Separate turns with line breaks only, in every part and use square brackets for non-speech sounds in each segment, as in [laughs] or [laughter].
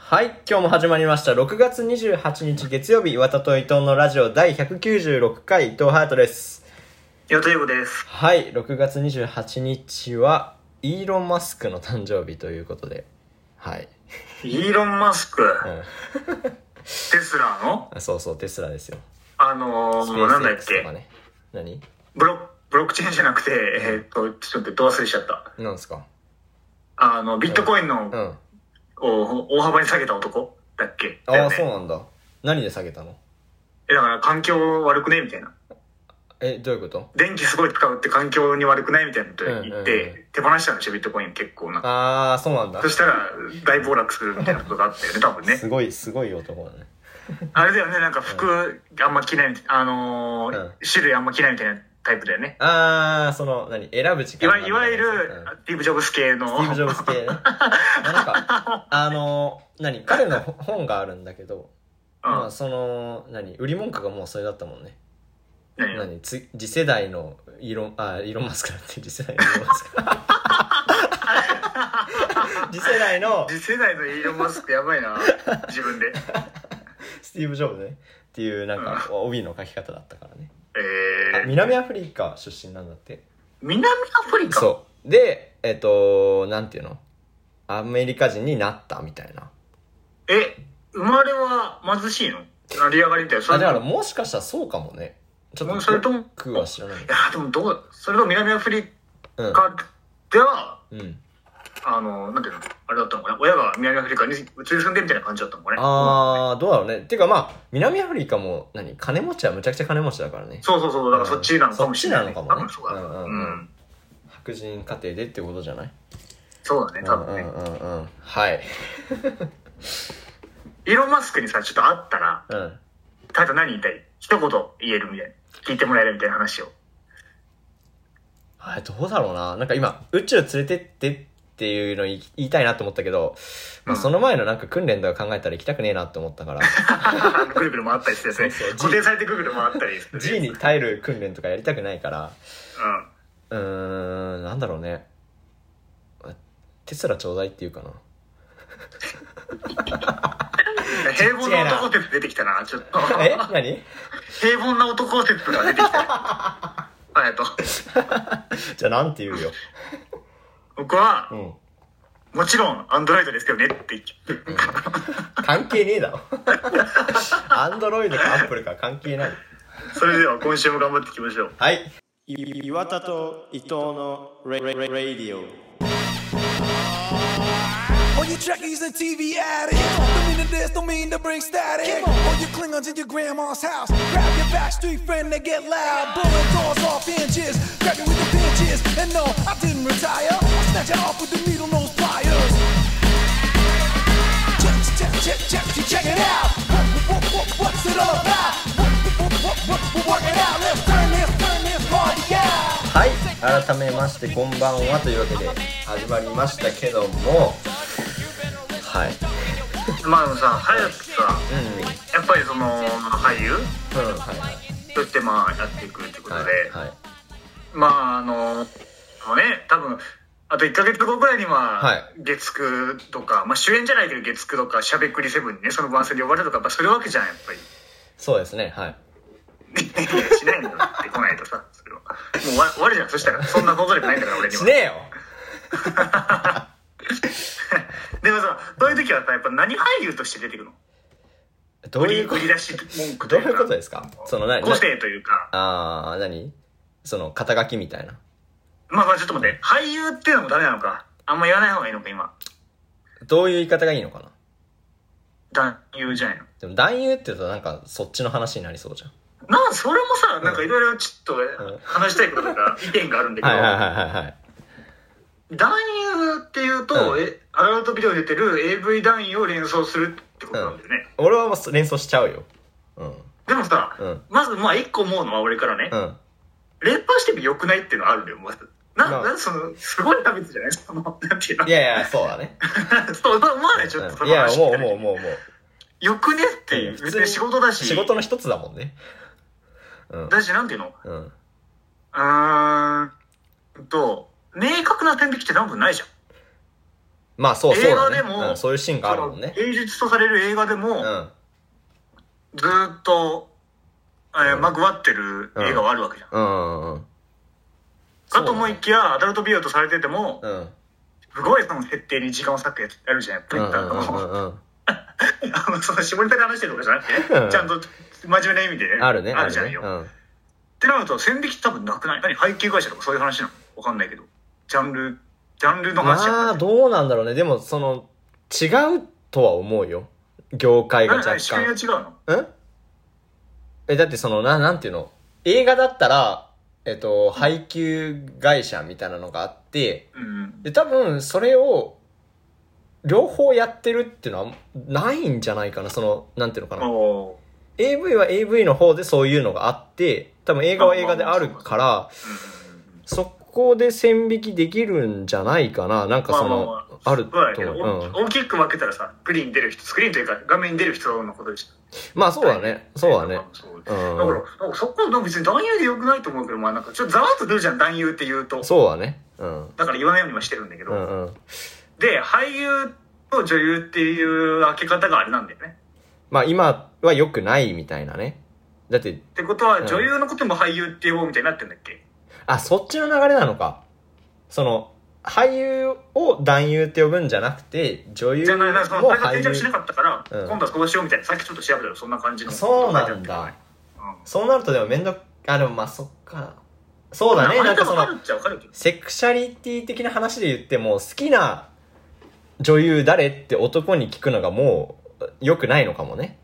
はい、今日も始まりました。6月28日月曜日、岩田と伊藤のラジオ第196回、伊藤ハートです。
ヨタヨコです。
はい、6月28日は、イーロン・マスクの誕生日ということで。はい。
イーロン・マスク、
うん
テスラの、
あそうそう、テスラですよ。
あのー、なんだっ
X
け
とか、ね。何
ブロブロックチェーンじゃなくて、えーっと、ちょっと待ってど忘れしちゃった。
なんですか
あの、ビットコインの、
うん。あ
を大幅に下げた男だっけだ
あ
よ
ー、
ね
そうなんだ。何で下げたの
え、だから環境悪くねみたいな。
え、どういうこと
電気すごい使うって環境に悪くないみたいなこと言っ
うんうんう
て、手放したんでしょ、ビットコイン結構な。
ああ、そうなんだ
そ。したら、大暴落するみたいなことがあったよね、多分
[laughs]
ね
す。ごい、すごい男だね。
あれだよね、なんか服あんま着ないみたいあのー
うん
種類あんま着ないみたいなタイプだよね。
ああ、その、何選ぶ時
い
間が
わいわゆる
うん、
スティーブ・ジョブス系
ス
の
ティーブ・ジョブス
[laughs]
系ね。まあなんか、あの、何彼のほ本があるんだけど、
うん
まあその、何売り文句がもうそれだったもんね。
何よ
何つ次世代のイーロン、あ、イーロンマスクだって、次世代のイーロンマス
[laughs]
ク。次世代の
次世代のイーロン・マスクやばいな [laughs] 自分で
スティーブ・ジョブズね。っていう、なんか、帯の書き方だったからね。あ
えー、
南アフリカ出身なんだって。
南アフリカ
そう。で、えっと、なんていうのアメリカ人になったみたいな。
え生まれは貧しいの成り上がりみたいなそ
あ、
れ
だから
い
もしかしたらそうかもね。ちょっと、
もうそれとも
僕は知らない。
やでもどうそれとも南アフリ
うん。
カでは、
うん。
あのなんていうのあれだったのかな親が南アフリカに移り住んでみたいな感じだったのかね
あー、どうだろうね。っていうかまあ、南アフリカも、何金持ちはむちゃくちゃ金持ちだからね。
そうそうそうだからそっちなのかもしれない、
そっちなのかもね
多分そうだ、
うんうん
う
うん
ん
白人家庭でってことじゃない
そうだね
うん
多
うん
分ね、
うんうん。はい。
イーロン・マスクにさちょっと会ったら
うん。
ただ何言いたい一言言えるみたいな聞いてもらえるみたいな
[laughs]
話を
はい、どうだろうな。なんか今、宇宙連れてってっていうの言い言いたいなと思ったけど、まあ、
うん
その前のなんか訓練とか考えたら行きたくねえなって思った
[laughs]
から、
あのぐるぐる回ったりしてですね
そうそう
固定されてぐるぐる回ったりして、ね、
G に耐える訓練とかやりたくないから、うーん、なんだろうね。あテスラちょうだいっていうかな。
うん、平凡な男説出てきたなちょっと
え何
平凡な男説が出てきたねありがとう
じゃあなんて言うよ。
僕は
うん。
もちろんアンドロイドですけどねって言って
[laughs] 関係ねえだろ。アンドロイドかアップルか関係ない。
それでは今週も頑張っていきましょう
はい。
い岩田と伊藤のレレレレディオ
All you trekkies and TV addicts Don't mean to this, don't mean to bring static All you Klingons in your grandma's house Grab your backstreet friend, they get loud Blowing doors off inches Grab you with the pinches And no, I didn't retire I snatch it off with the needle nose pliers Check, check, check, check, you check it out what, what, what, What's it all about? What, what, what, what, we're working out Let's turn this, turn this party out
はい改めましてこんばんはというわけで始まりましたけどもはい
まあでもさ早くさ
うんうん
やっぱりその俳優
はいはい
としてまあやっていくってことで、
はいはい
まああのもうね多分あと1か月後ぐらいには、
はい
月9とか、まあ、主演じゃないけど月9とかしゃべくりセブンにねその番宣で呼ばれるとかやっぱするわけじゃんやっぱり。
そうですねはい
いやしないんだよってこないとさそれはもう終わ終わるじゃんそしたらそんなこと力ないんだから俺には
しねえよ
でもさそういう時はさやっぱ何俳優として出てくの
ど
売
う
り
いうこ
売り出し文句
とど
と
う
いう
いう
か
ことですかその何
個性というか
ああ何その肩書きみたいな
まあまあちょっと待って俳優っていうのもダメなのかあんま言わない方がいいのか今
どういう言い方がいいのかな
男優じゃないの
でも男優って言うとなんかそっちの話になりそうじゃん
なんかそれもさなんかいろいろちょっ
うん
と話したいこととか意見があるんだけ
はい
ど、
はいはいはいはい
男優っていうと、
うん
えアダルトビデオに出てる AV 男優を連想するってことなんだよね、
俺はもう連想しちゃうようん
でもさ、
うん
まずまあ一個思うのは俺からね、
うん
連覇してみよくないっていうのはあるんだよまずな,、
まあ
なそのすごい差別じゃないそのなんていうの
いやいやそうだね
[laughs] そう思わないちょっとそ
うんい
の
や
話
もうもうもうもう
よくねっていう
普
別
通
に
に
仕事だし
仕事の一つだもんねうん
だしなんていうの
うん
うーんと明確な点引きって多分ないじゃん
まあそうそう
映
だ
画
ね
でも、
うん、そういうシーンがあるもんね
その芸術とされる映画でも、
うん
ずーっと、えーまぐわってる映画はあるわけじゃん。
うんうんうん
かと思いきや、アダルトビデオとされてても、
うん
すごいその設定に時間を割くやつってあるじゃん、やっぱ
う
り。
ん
あ
うんう
の
んうん
[laughs] あの、その下ネタで話してるとかじゃなくて
う
ね、
ん
ちゃんと真面目な意味で。
あるね
あ
あ
る
る
じゃん
ね
よ。
う
っ
ん
てなると、線引き多分なくない何配給会社とかそういう話なのわかんないけど。ジャンル、ジャンルの話じゃ
まあ
なくて。
どうなんだろうねでもその違うとは思うよ業界が
何
若
何仕組みが
干
違うの
うんえだってそのななんていうの映画だったらえっと配給会社みたいなのがあって
うん。
で多分それを両方やってるっていうのはないんじゃないかなそのなんていうのかな
おー
AV は AV の方でそういうのがあって多分映画は映画であるからそこで線引きできるんじゃないかななんかその、
まあま
あると
そうだけど、
思う、うん、
お大きく分けたらさ、スクリーンに出る人、スクリーンというか画面に出る人のことでした。
まあそうだねそうだね
そうだ
うん
から、なんかそこは別に男優でよくないと思うけど、まあなんかちょっとざわっと出るじゃん、男優って言うと。
そうだねうん
だから言わないようにはしてるんだけど。
うんうん
で、俳優と女優っていう開け方があれなんだよね。
まあ今は良くないみたいなねだって
ってことは、
うん
女優のことも俳優って呼ぼうみたいになってんだっけ
あそっちの流れなのかその俳優を男優って呼ぶんじゃなくて女優
じゃあ、
も
なんかその、なんか
俳
定着しな
優
かったから、
うん
今度はこうしようみたいな、さっきちょっと調べたらそんな感じの。
そうなんだ。そうなるとでも面倒あでもまあそっかそうだね
な
なんん
か
か
そ
そ
の。
の
あるっちゃわかるけど。
セクシャリティ的な話で言っても好きな女優誰って男に聞くのがもう良くないのかもね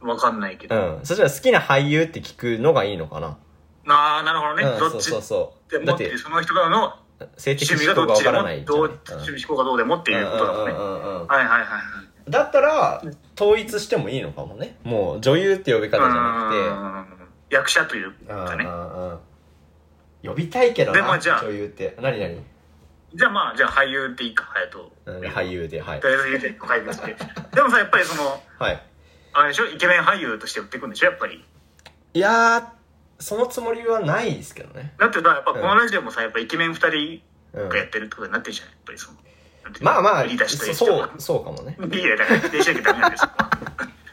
わかんないけ
う
ど。
んそしたら好きな俳優って聞くのがいいのかな、
ああ、なるほどね。
うん
ど
そ
っ
う
ち
そう
っ
そ
て
うだっ
持って
て
る、その人側の
性的指
趣味が
向が
どっ
わ
ちで
から
も
ない、じゃ
ど
な
う
い
趣味思考がどうでもっていうことだもんね。
うんうんうんうんうん
はいはいはいはい。
だったら統一してもいいのかもねもう女優って呼び方じゃな
うん役者という
くて
か
うん
ね。
うんうん呼びたいけど
でも
な
じゃあ
女優って何何
じゃあまあ、じゃあ俳優っていいか、隼人。
うん
[laughs]
俳優ではい
とりあえず言うて、俳優って。でもさ、やっぱりその、
はい
あれでしょ、イケメン俳優として売っていくんでしょ、やっぱり。
いやーそのつもりはないですけどね
だってさ、やっぱこのラジオもさ、やっぱイケメン二人
うん
がやってるってことになってるじゃん、やっぱりその。なんていうの
まあまあ
売り出しという人
そう
が。
そうかもね
いいや、だから否定しなきゃダメなんですよ。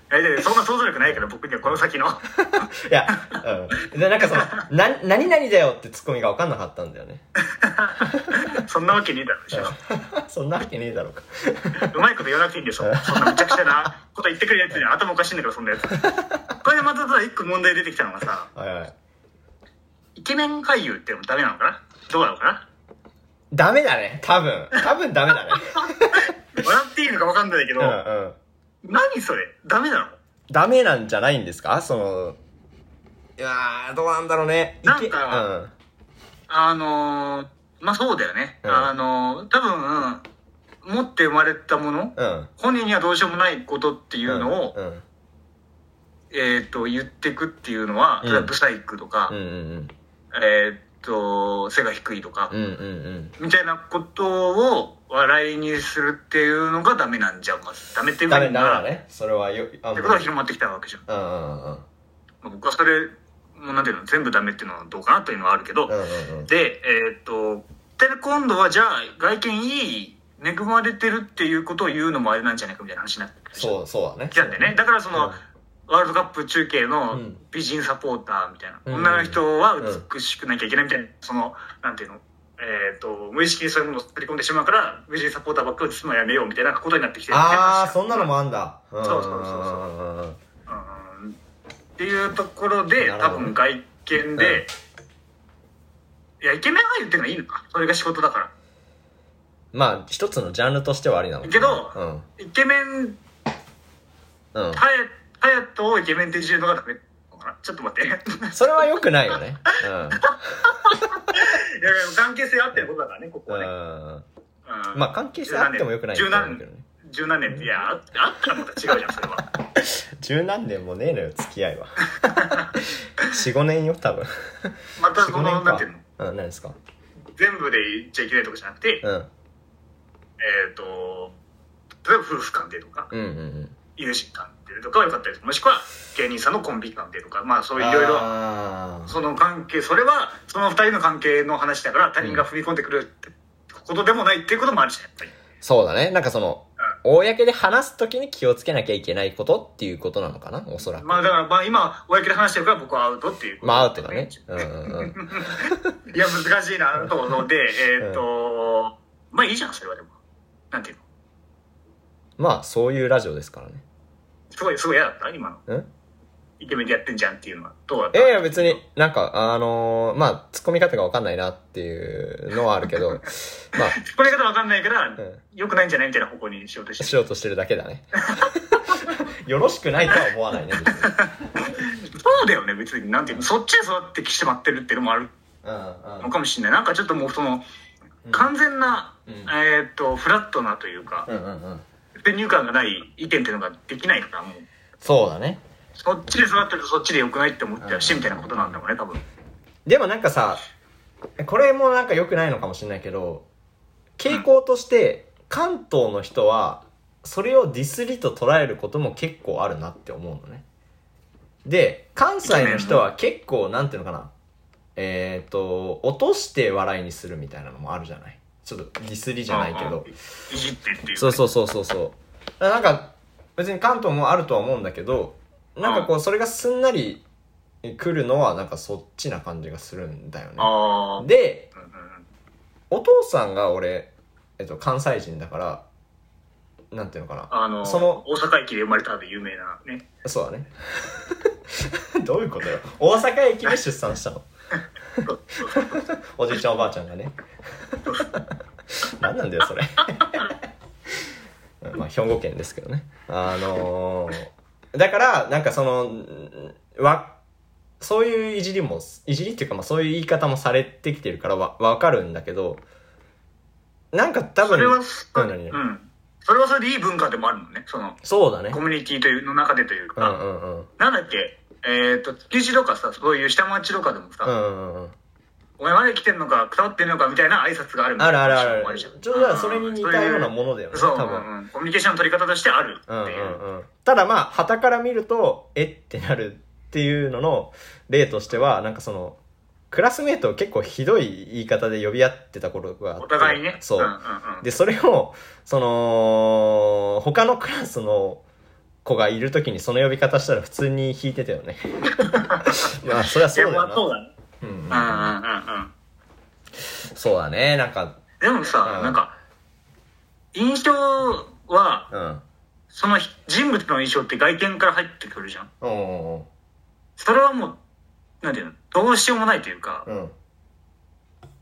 いやいやいやそんな想像力ないから、僕にはこの先
[laughs]
の。
いや、うん。で、なんかその、な、何々だよってツッコミが分かんなかったんだよね。 [laughs]
そんなわけねえだろうでしょ。
そんなわけねえだろうか。
うまいこと言わなくていいんで
[laughs]
しょ。そんなむちゃくちゃなこと言ってくるやつには頭おかしいんだから、そんなやつ。これでまたさ、一個問題出てきたのがさ、
はいはい。
イケメン俳優ってのもダメなのかなどうなのかな
ダメだね。多分。多分ダメ
[laughs]
だね。
笑っていいのかわかんないけど、
うんうん。
何それダメなの
ダメなんじゃないんですかその、いやー、どうなんだろうね。いけ
なんか、あのー、まあそうだよね。
うん
あのー、多分、持って生まれたもの、
うん。うん。
本人にはどうしようもないことっていうのを、
うん。うん
えっ、と、言ってくっていうのは、
うん
例えばブサイクとか、
うんうん。
えっ、と、背が低いとか、
うんうん
みたいなことを笑いにするっていうのがダメなんじゃん。まずダメって
う
い
ん。
うの
ダ
が、
メ、ダメだ
っ
ね。それはよ、あんま
てことが
り
広まってきたわけじゃん。
うんうんうん。
まあ僕はそれ、もうなんていうの、全部ダメっていうのはどうかなというのはあるけど、
うんうんうん。
で、えーっと、で、今度はじゃあ、外見いい、恵まれてるっていうことを言うのもあれなんじゃないかみたいな話になってくる
そう、そうだね。
じゃんでね。だからその、
うん
ワールドカップ中継
う
の
ん
美人サポーターみたいな、
うん
女の人は美しくなきゃいけないみたいな、その、なんていうの、えーっと、無意識にそういうものを取り込んでしまうから、美人サポーターばっかり映すのはやめようみたいなことになってきてるね
あー、
確か
そんなのもあんだ。そう
そうそうそうそ
そう。
うんっていうところで、
なる
多
ほど
分外見で、いや、イケメン俳優っていうのはいいのか。それが仕事だから。
まあ、一つのジャンルとしてはありなのかな
けど
うん。
イケメン、
うん。
ハヤハヤトをイケメンっていうのがダメなのかなちょっと
[laughs]
待って。いやいや、
それは良くないよね。
[laughs] 関係性あってることだからね、ここ
うん。う
はね。
ん。
うん
まあ、関係性あっても良くない
十
よ
何年
ね。。
十何年って、いや、ああったらまた違うじゃん、そ
[laughs]
れは。
十何年もねえのよ、付き合いは。四五年よ、多分。
また
四
そ
五
の、
年
な
か
んていうの。
うん、何ですか
全部で言っちゃいけないとかじゃなくて、
うん。
えっと、例えば夫婦関係とか、
うんうんうん。
友人関係とかは良かったりするもしくは芸人さんのコンビ関係とか、まあそういういろいろ。
あー
その関係それはその二人の関係の話だから他人が踏み込んでくるってことでもないっていうこともあるしやっぱり
そうだね。なんかその、公で話すときに気をつけなきゃいけないことっていうことなのかなおそらく。
まあだから、まあ今、公で話してるから僕はアウトっていうこと
まあ、アウトだね。うんうんうん。
[laughs] いや、難しいなと思うので、
[laughs]
えーっと、まあいいじゃん、それはでも。なんていうの
まあ、そういうラジオですからね。
すごい、すごい嫌だった今の。
うん
イケメンでやってんじゃんっていうのは。どうだった
いやいや別になんかあのーまあ突っ込み方が分かんないなっていうのはある
[laughs]
けどま
これ方わかんないから、
ん
良くないんじゃないみたいな方向にしようとし
あ
て
[laughs] しようとしてるだけだ
[laughs]
ねよろしくないとは思わないね別に
そうだよね、別に。なんていうの、そっちで育ってきてしまってるっていうのもある
うん
のかもしれない。なんかちょっともうその、
ん
完全な、
うん
えーっと、フラットなというか、
うんうんうんうん
先入観がない意見っていうのができないから、もう、
そうだね
そっちで育ってるとそっちで良くないって思ってるし、
うん
みたいなことなんだもんね、多分。
でもなんかさこれもなんか良くないのかもしれないけど傾向として関東の人はそれをディスりと捉えることも結構あるなって思うのねで関西の人は結構なんていうのかなえっ、と落として笑いにするみたいなのもあるじゃないちょっとディスりじゃないけど
うんうんいじってっていう、
そうそうそうそうそうだからなんか別に関東もあるとは思うんだけどなんかこうそれがすんなり来るのはなんかそっちな感じがするんだよね
ああ。
で
うんうん
お父さんが俺、えっと、関西人だからなんていうのか
あの、
その
大阪駅で生まれたで有名なね。
なそうだね [laughs] どういうことよ大阪駅で出産したのおじいちゃんおばあちゃんがね何なんだよそれ [laughs] まあ兵庫県ですけどねあのーだからなんかそのんわそういういじりもいじりっていうかまあそういう言い方もされてきてるからわわかるんだけどなんか多分
それは、
うん何々
うん。それはそれでいい文化でもあるもんね。その、
そうだね
コミュニティというの中でという
うんう
か、
んうん
なんだっけ、えっ、と、築地とかさ、そういう下町とかでもさ、
うんうんうん
お前まで来てんのか、くたばってんのかみたいな挨拶があるみた
あ
い
る
な
あるある
も
ある
るじ
ち
ゃ
ょ
ん
っとだからそれに似たようなものだよね
そう、
多分
うんうんコミュニケーションの取り方としてあるって
うんうん
いう。
うん、ただまあ旗から見るとえってなるっていうのの例としてはなんかそのクラスメートを結構ひどい言い方で呼び合ってた頃があって
お互いね。
そう、
んんうん
でそれをその他のクラスの子がいる時にその呼び方したら普通に引いてたよね [laughs] まあそれはいそうだ
や、ま
よ
あ
な
そうだね。
うんうん
うんうんうんうん。
そうだねなんか
でもさ、
うん
なんか、印象は、
うん
その人物の印象って外見から入ってくるじゃん。
おうん
それはもう、なんていうの、どうしようもないというか、
うん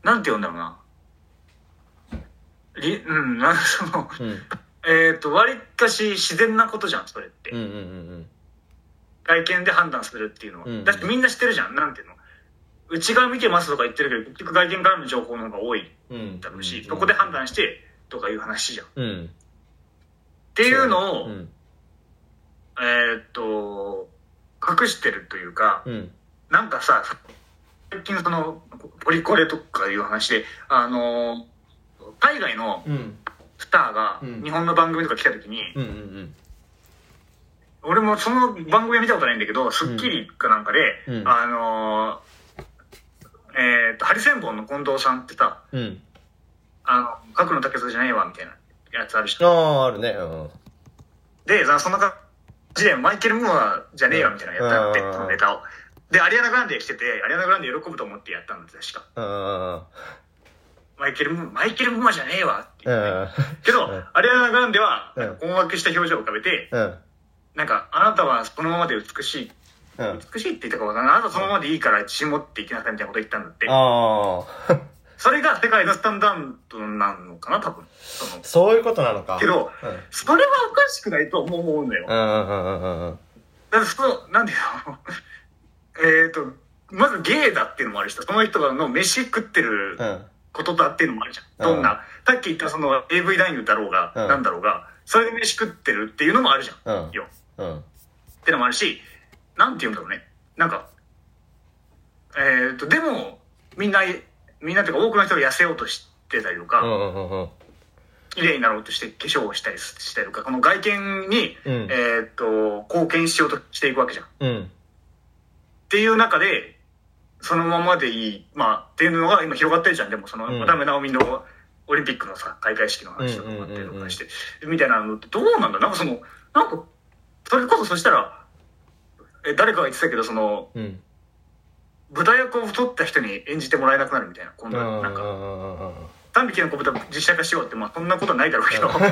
なんて言うんだろうな。りうん、なんかその、
うんうん
えっ、と、割かし自然なことじゃん、それって。
うんうんうん
外見で判断するっていうのは。
うん
だってみんな知ってるじゃん、なんていうの。内側見てますとか言ってるけど、結局外見からの情報の方が多い
うんうん
だろうし、そこで判断してとかいう話じゃん。っ
うんって
いうのを、
うん
えっ、と、隠してるというか、
うん
なんかさ、最近その、ポリコレとかいう話で、あのー海外の
うん
スターが
うん
日本の番組とか来た時に、
うんうんうん
俺もその番組は見たことないんだけど『スッキリ』かなんかで、
うん
あのーえっとハリセンボンの近藤さんってさ
うん。
あの角野武蔵じゃないわみたいなやつあるし
ああ、あるね。うん。
でそのその感じでマイケル・ムーアじゃねえよみたいなのやったって、
うん
そのネタをでアリアナ・グランデしててアリアナ・グランデ喜ぶと思ってやったんです確か
あ
マイケル・ムーアマイケル・ムーアじゃねえわって
あ、う
言って、
ん。
けど、
うん
アリアナ・グランデは
うん
なんか困惑した表情を浮かべて、
うん。
なんかあなたはそのままで美しい
うん。
美しいって言ったかわからない。あなたそのままでいいから自信持っていきなさいみたいなこと言ったんだって。
ああ、
それが世界のスタンダードなのかな、多分。その、
そういうことなのか。
けど
うん、
それはおかしくないと思うのよ
う。んうんうんうんうん。
だってその、 [laughs] なんでよ。えっと、まずゲイだっていうのもあるし、その人の飯食ってる
うん。
ことだっていうのもあるじゃん。
うん
どんな、さっき言ったその AV 男優だろうが、
うん
なんだろうが、それで飯食ってるっていうのもあるじゃ
うん
ん。よ。
うん。
ってのもあるし、なんて言うんだろうね。なんか、えーっと、でも、みんな、みんなっていうか多くの人が痩せようとしてたりとか、
うんうんうんうん。
綺麗になろうとして化粧をしたりしたりとか、この外見に、
うん
えーっと、貢献しようとしていくわけじゃん。っ
うん。
ていう中で、そのままでいい、まあ、っていうのが今広がってるじゃん。でも、その、
うん
渡辺直美のオリンピックのさ、開会式の話とかもあって、
うんうんうんうん
録画して、みたいなのってどうなんだなんかその、なんか、それこそそしたら、え、誰かが言ってたけど、その、
うん
豚役を太った人に演じてもらえなくなるみたいな、今
う
度、
ん
なんか、
うんうん
3匹の子豚実写化しようって、まあそんなことはないだろうけど、太っ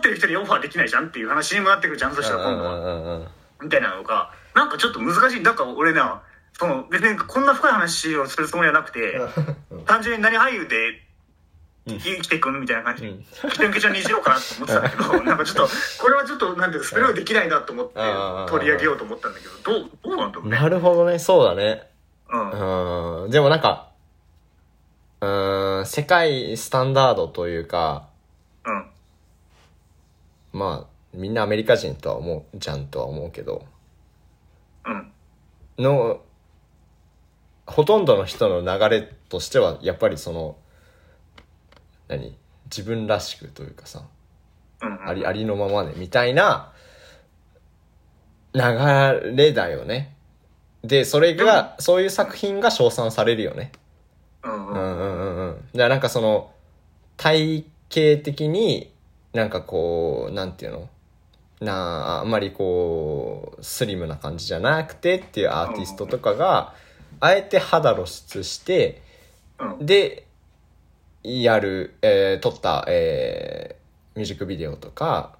てる人にオファーできないじゃんっていう話にもなってくるじゃん、そしたら今度は。
うん
みたいなのが、なんかちょっと難しい。だから俺な、その別にこんな深い話をするつもりはなくて、単純に何俳優で生きていくみたいな感じ
うん
で、きちょんきちょんにしようかなと思ってたんだけど、なんかちょっと、これはちょっと、なんていうか、スペルできないなと思って
うん
取り上げようと思ったんだけど、どう、どうなんだろ
う
うんね。
なるほどねそうだね
うん。うん。
うんでもなんかうん世界スタンダードというかまあみんなアメリカ人とは思うじゃんとは思うけど
うん。
のほとんどの人の流れとしてはやっぱりその何自分らしくというかさ
うん。うん
ありありのままでみたいな流れだよねでそれがそういう作品が称賛されるよね
うん
うん
うん
うんうんうんだからなんかその体系的になんかこうなんていうのなああんまりこうスリムな感じじゃなくてっていうアーティストとかがあえて肌露出して
うん
でやる、えー撮った、えーミュージックビデオとか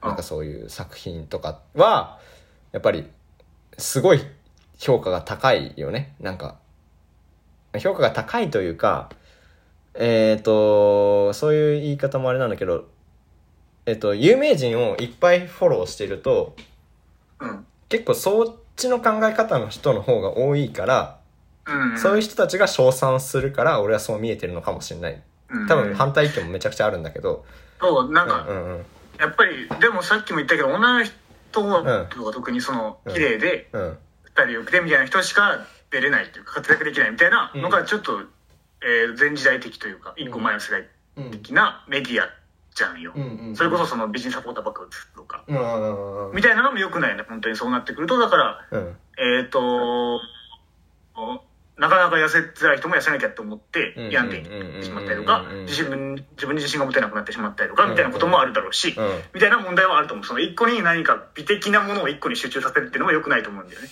うん
なんかそういう作品とかはやっぱりすごい評価が高いよねなんか評価が高いというかえっ、とそういう言い方もあれなんだけどえっ、と有名人をいっぱいフォローしてると
うん。
結構そっちの考え方の人の方が多いから
うん。
そういう人たちが称賛するから俺はそう見えてるのかもしれない
うん
多分反対意見もめちゃくちゃあるんだけど
そう、なん
うん
か
う、んうん
やっぱり、でもさっきも言ったけど、女の人は、
う
特にその、
うん
綺麗で、
うん
二人よくてみたいな人しか出れないというか活躍できないみたいなのがちょっと、えー前時代的というか一個前の世代
うん
的なメディアじゃんよ、
うん
それこそその美人サポーターばっか映すとか、
うんうん
みたいなのも良くないよね本当にそうなってくるとだから
うん
えっ、となかなか痩せづらい人も痩せなきゃって思って
うん
病んでいってしまったりとか
うんうん
自分自分に自信が持てなくなってしまったりとかみたいなこともあるだろうし、
うん
みたいな問題はあると思う。その一個に何か美的なものを一個に集中させるっていうのも良くないと思うんだよね。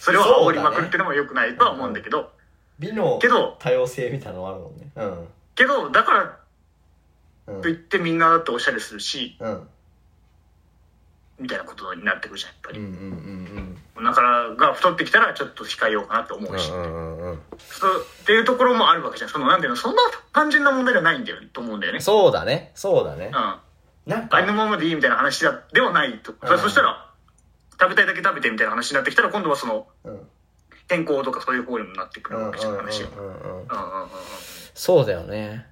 それを煽りまくるっていうのも良くないとは思うんだけど、
美の
けど
多様性みたいなのあるもんねうん
けど、だから
うん
といってみんなだっておしゃれするし、
うん
みたいなことになってくるじゃん、やっぱ
うんう
り。
んうん
お腹が太ってきたらちょっと控えようかなって思うし、
うんうんうん
そうっていうところもあるわけじゃん。その、なんていうの、そんな単純な問題じゃないんだよね、と思うんだよね。
そうだねそうだね
うん。あ
なん
りのままでいいみたいな話だではないと。
うん
そしたら、食べたいだけ食べてみたいな話になってきたら、今度はその、
うん
健康とかそういう方にもなってくるわけじゃん、話が。
うんうんうんうん
うんうんうんうん
そうだよね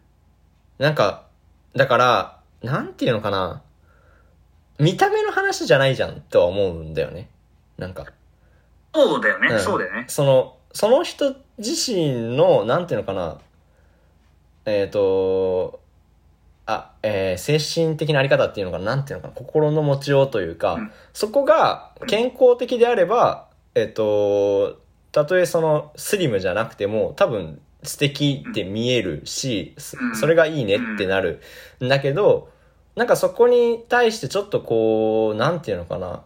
なんかだからなんていうのかな見た目の話じゃないじゃんとは思うんだよねなんか
そうだよね、
ん
そうだよね。
その、その人自身の、なんていうのかな、えっ、と、あ、えー精神的なあり方っていうのかな、なんていうのかな、心の持ちようというか、
うん
そこが健康的であれば、えっ、と、たとえそのスリムじゃなくても、多分素敵って見えるし、そ
うん
それがいいねってなるんだけど、なんかそこに対してちょっとこう、なんていうのかな、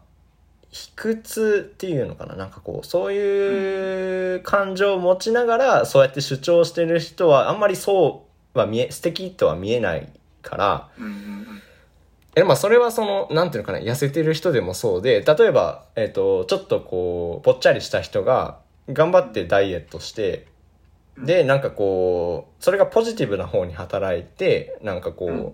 卑屈っていうのかななんかこうそういう感情を持ちながらそうやって主張してる人はあんまりそうは見え素敵とは見えないから
うんうんうん
えまあそれはそのなんていうのかな痩せてる人でもそうで例えば、えっとちょっとこうぽっちゃりした人が頑張ってダイエットしてでなんかこうそれがポジティブな方に働いてなんかこう、
うん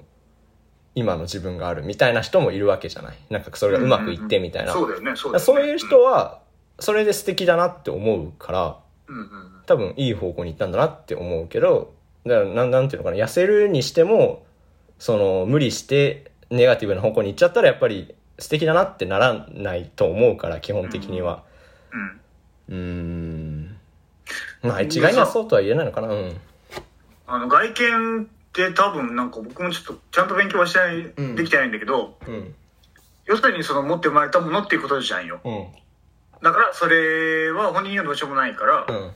今の自分があるみたいな人もいるわけじゃないなんかそれがうまくいってみたいな。
そうだよね、そうだよね。
そういう人は、それで素敵だなって思うから、
うんうんうん
多分いい方向に行ったんだなって思うけど、だからなん、なんていうのかな、痩せるにしても、その、無理して、ネガティブな方向に行っちゃったら、やっぱり素敵だなってならないと思うから、基本的には。
う
うー
ん。
ん。まあ、一概にはそうとは言えないのかな。うん。
あの、外見って多分なんか僕もちょっとちゃんと勉強はしてない、
ん
できてないんだけど、
うん。
要するにその持って生まれたものっていうことじゃんよ。
うん。
だからそれは本人にはどうしようもないから、
うん。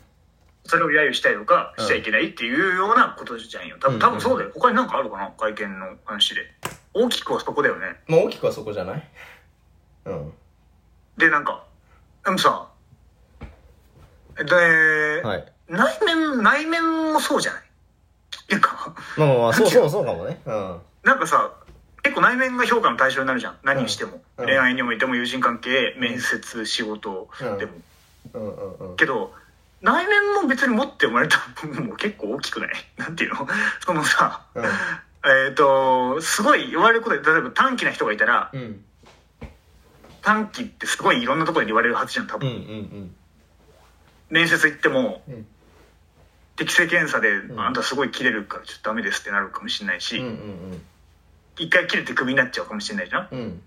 それを揶揄したりとかしちゃいけないっていうようなことじゃんよ多分多分そうだよ他に何かあるかな会見の話で大きくはそこだよね
まあ大きくはそこじゃないうん
でなんかでもさで、
はい
内面内面もそうじゃないっていうか
まあまあまあそうそうそうかもねうん
なんかさ結構内面が評価の対象になるじゃん何にしても、
うん
恋愛においても友人関係面接仕事でも、
うんうんうん
けど内面も別に持ってもらえた分も結構大きくないなんていうのそのさ
うん
えっ、とすごい言われることで例えば短期な人がいたら
うん
短期ってすごいいろんなところに言われるはずじゃん多
うんう
分、
ん
面接行っても、
うん
適性検査で、
ん
あんたすごい切れるからちょっとダメですってなるかもしれないし、
うんうんうん
一回切れてクビになっちゃうかもしれないじゃん
うん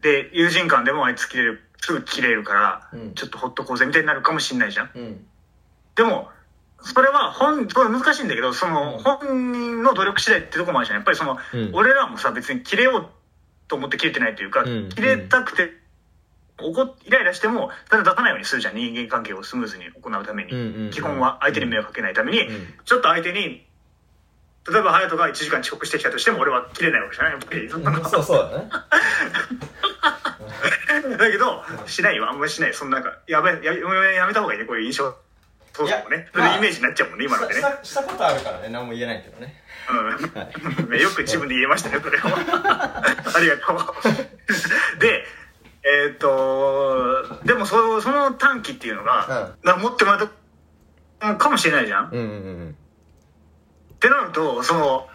で友人間でもあいつ切れるすぐ切れるから、
うん
ちょっとほっとこうぜみたいになるかもしれないじゃん
うん
でもそれは本これ難しいんだけどその本人の努力次第ってとこもあるじゃんやっぱりその、
うん
俺らもさ別に切れようと思って切れてないというか、
うん
切れたくて怒っイライラしてもただ出さないようにするじゃん人間関係をスムーズに行うために、
うんうんうん
基本は相手に迷惑かけないために、
ん
ちょっと相手に例えば隼人が1時間遅刻してきたとしても俺は切れないわけじゃないやっぱりそんなの
[laughs] そうそうだね
だけど、しないよ、あんまりしない。そんななんか、やばい、ややめやめた方がいいね、こういう印象。そうだもんね。そ
いやま
れ
あ
でイメージになっちゃうもんね、今ので
し
ね。
たしたことあるからね何も言えないけどね
うん。よく自分で言えましたね、これは。 [laughs] ありがとう。で、えーっ、と、でもそ、その短期っていうのが、なんか持ってもらったうんかもしれないじゃ
う
ん。
んうんうん
ってなるとその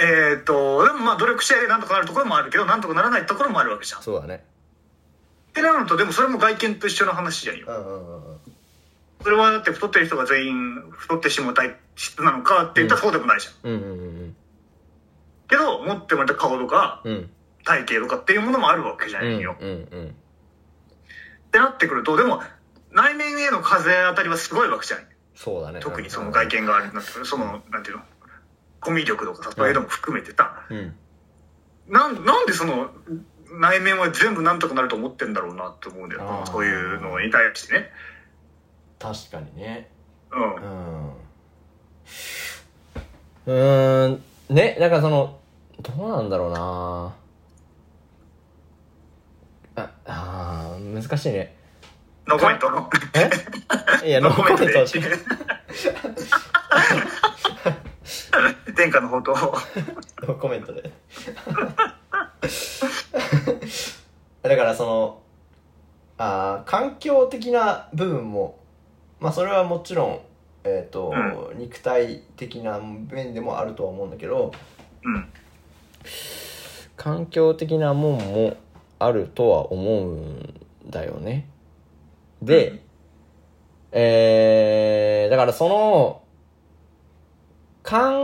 えっ、とでもまあ努力次第でなんとかなるところもあるけどなんとかならないところもあるわけじゃんっ
そうだね
てなるとでもそれも外見と一緒の話じゃんよ
うんうんうんうん
それはだって太ってる人が全員太ってしまう体質なのかって言ったらそうでもないじゃん、
うんうんうん
けど持ってもらった顔とか
うんうん
体型とかっていうものもあるわけじゃ
う
ない
ん
よ、
うんうん
ってなってくるとでも内面への風当たりはすごいわけじゃん
そうだね
特にその外見があるになってくるそのなんていうのコミュ力とかさそういうのも含めてた、
うん
なんなんでその内面は全部なんとかなると思ってんだろうなって思うんだよ
あー
そういうのに対してね
確かにね
うん
う、ーんねなんかそのどうなんだろうなああー難しいね
ノーコメントの
え
[laughs]
いやノーコメント
で
はし
天下の宝刀
ノーコメントで [laughs] だからそのあー環境的な部分もまあそれはもちろんえっ、と、肉体的な面でもあるとは思うんだけど、
うん
環境的なもんもあるとは思うんだよね。で、えー、だからその、かん、う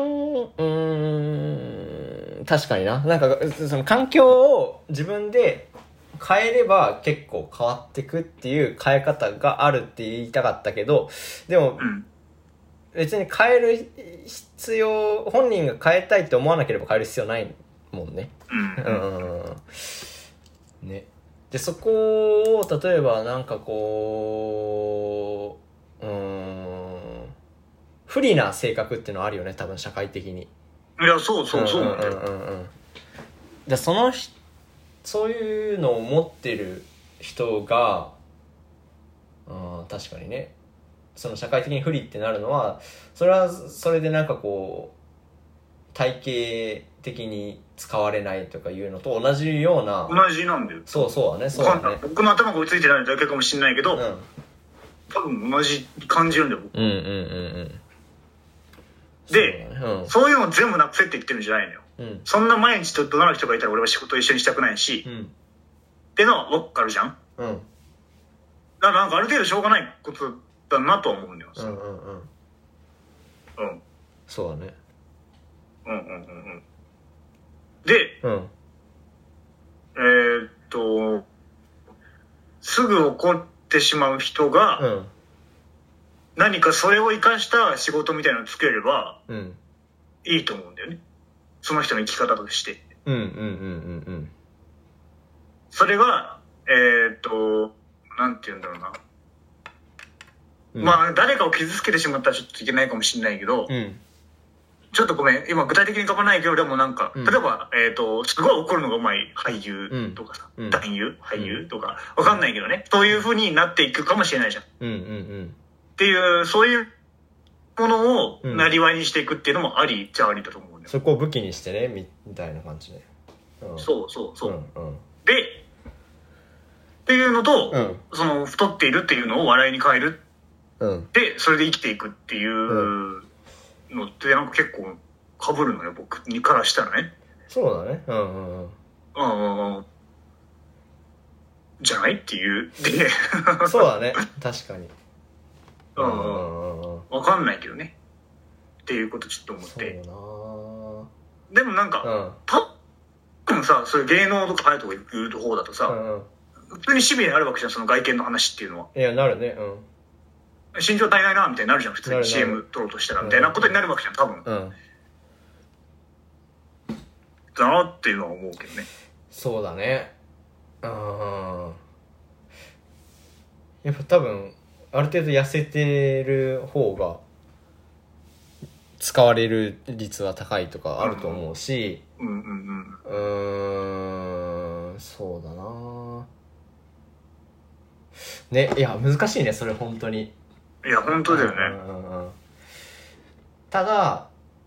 ーん、確かにな。なんか、その環境を自分で変えれば結構変わってくっていう変え方があるって言いたかったけど、でも
うん
別に変える必要、本人が変えたいって思わなければ変える必要ないもんね。
うん
うんねでそこを例えばなんかこううーん不利な性格っていうのはあるよね多分社会的に
いやそうそうそうなんだ
ん
よ
うんうんうんでそのひそういうのを持ってる人がうん確かにねその社会的に不利ってなるのはそれはそれでなんかこう体系的に使われないとかいうのと同じような
同じなんだよ
そうそうだねそう
わかん
だ
ない
ね
僕の頭が追いついてないだけかもしれないけ
う
ど、
んうん
多分同じ感じるんだよ僕
うんうんうん
で
そうだね
そういうの全部なくせって言ってるんじゃないのよ
うんうん
そんな毎日と怒鳴る人がいたら俺は仕事一緒にしたくないし、
うん
ってのは分かるじゃん
うん
だからなんかある程度しょうがないことだなとは思うんだよ。
うんうんうん
うん。
そうだね
うんうんうんうん。で、
うん
えーっと、すぐ怒ってしまう人が、
うん
何かそれを活かした仕事みたいなのを作れれば
うん
いいと思うんだよね。その人の生き方として。
うんうんうんうんうん
それが、えーっと、なんて言うんだろうな。まあ、誰かを傷つけてしまったらちょっといけないかもしれないけど、
うん。
ちょっとごめん、今具体的に浮かばないけど、でもなんか、
うん
例えば、えっ、と、すごい怒るのがうまい俳優とかさ、
うんうん
男優俳優とか、わかんないけどね、そういう風になっていくかもしれないじゃん。っ
うんうん
ていう、そういうものを
うん
なりわいにしていくっていうのもありっちゃありだと思うんだよ。
そこを武器にしてね、みみたいな感じで。うん
そうそうそう。
うんうん。
で、っていうのと、
うん
その、太っているっていうのを笑いに変える
うん。
で、それで生きていくっていうのって、なんか結構被るのよ、僕にからしたらね。
そうだね。うんうん [laughs] うん。
ああ、じゃないっていう。で、
そうだね。確かに。う
う
ん
う
んう
ん
んうんうん。
わかんないけどね。っていうことちょっと思っ
そう
て。
だな
でもなんか、
ぁ
た多分さ、そういう芸能とか早いとこ行く方だと
う
さ、
ん。うんうん。
普通に趣味であるわけじゃん、その外見の話っていうのは。
いや、なるね。うん。
身長足りないな、みたいになるじゃん、普通
な
に
るなる
CM 撮ろうとしたら、みたいなことになるわけじゃん、多分。
うん。
だなっていうのは思うけどね。
そうだねうんやっぱ多分ある程度痩せてる方が使われる率は高いとかあると思うし
うんうんうん。
うーんそうだなねいや難しいねそれ本当に
いや、本当だよね。
うんうんうんただ